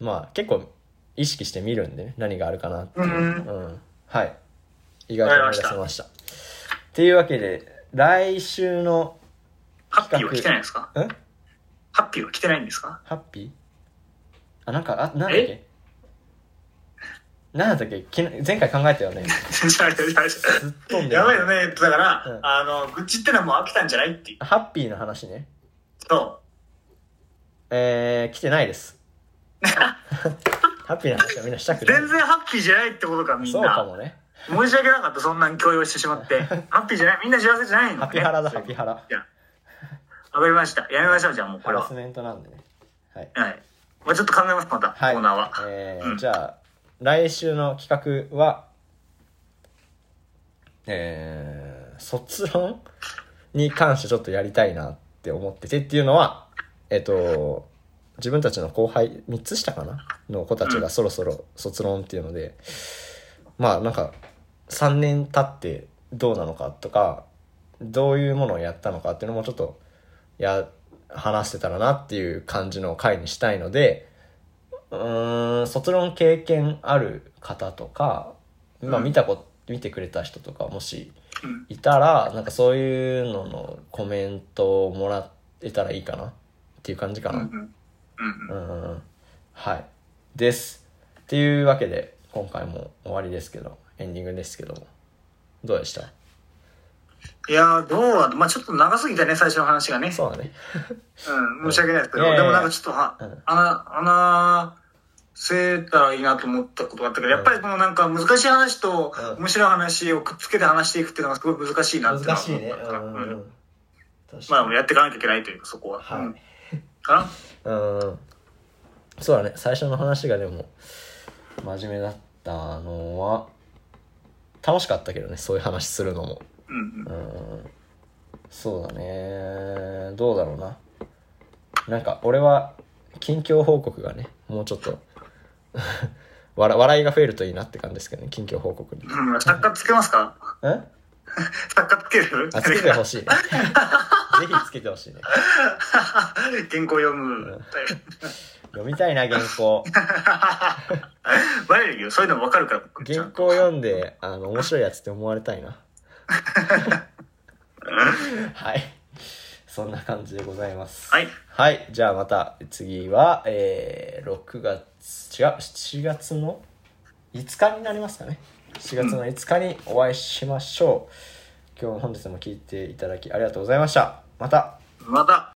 うん、まあ結構意識して見るんでね何があるかなっていう
うん
うん、はい意外と思い出せましたっていうわけで来週の
ハッピーは来てないんですか
ん
ハッピーは来てないんですか
ハッピーあなんかあなんだっけなんだったっけ昨日前回考えたよ
[laughs]
ねずっとんでる
やばいよね。えっとだから、
うん
あの、愚痴ってのはもう飽きたんじゃないっていう。
ハッピーの話ね
そ
えー、来てないです
[laughs]
ハッピーの話はみんなした
う。
くない
全然ハッピーじゃないってことか、みんな。
そうかもね
申し訳なかった、そんなん強要してし
[laughs]
まって。ハッピーじゃない、みんな幸せじゃないの、ね。
ハピハラだハピハラ
いや、わかりました。やめましょう、じゃあもうこ
ハ
れ
ラ
は。
スメントなんでねはい、
はい。まあちょっと考えます、また、
はい、
コーナーは。
え
う
ー、
ん
じゃあ来週の企画はえー、卒論に関してちょっとやりたいなって思っててっていうのはえっ、と自分たちの後輩3つ下かなの子たちがそろそろ卒論っていうので、まあなんか3年経ってどうなのかとかどういうものをやったのかっていうのもちょっとや話せたらなっていう感じの回にしたいのでうーん卒論経験ある方とか、まあ、
うん
見たこ見てくれた人とかもし
うん
いたらなんかそういうののコメントをもらえたらいいかなっていう感じか
うんう
な。
ん。うん
う
うん。
んうんはい。です。っていうわけで、今回も終わりですけど、エンディングですけども。どうでした
いやー、どうは、まあちょっと長すぎたね、最初の話がね。
そうだね。
うん、申し訳ないですけど、
いやいや
で
いや
もなんかちょっとは、
うん
穴、穴、せえたらいいなと思ったことがあったけど、やっぱりこのなんか難しい話と
うん
面白い話をくっつけて話していくっていうのがすごい難しいなっていう
難
のは
しい
思
ね。
った
う
から
んう
うん
うんん。確
ま
か
あ
に。
やっていかなきゃいけないというか、そこは。
はい
うんかな
うん。そうだね。最初の話がでも、真面目だったのは、楽しかったけどね、そういう話するのも。
うんうん。
うんそうだねどうだろうななんか俺は近況報告がねもうちょっと [laughs] 笑笑いが増えるといいなって感じですけどね近況報告にん
うん、作家つけますか
あ
作家つける
つけてほしいねぜひつけてほしいね
[laughs] 原稿読む。
読みたいな原稿
バレるよ。そういうのもわかるから、僕ちゃ
原
んと
稿読んであの面白いやつって思われたい
[laughs]
なはいそんな感じでございます
はい
はいじゃあまた次はえー、6月違う7月の5日になりますかね7月の5日にお会いしましょう、今日本日も聞いていただきありがとうございましたまた
また。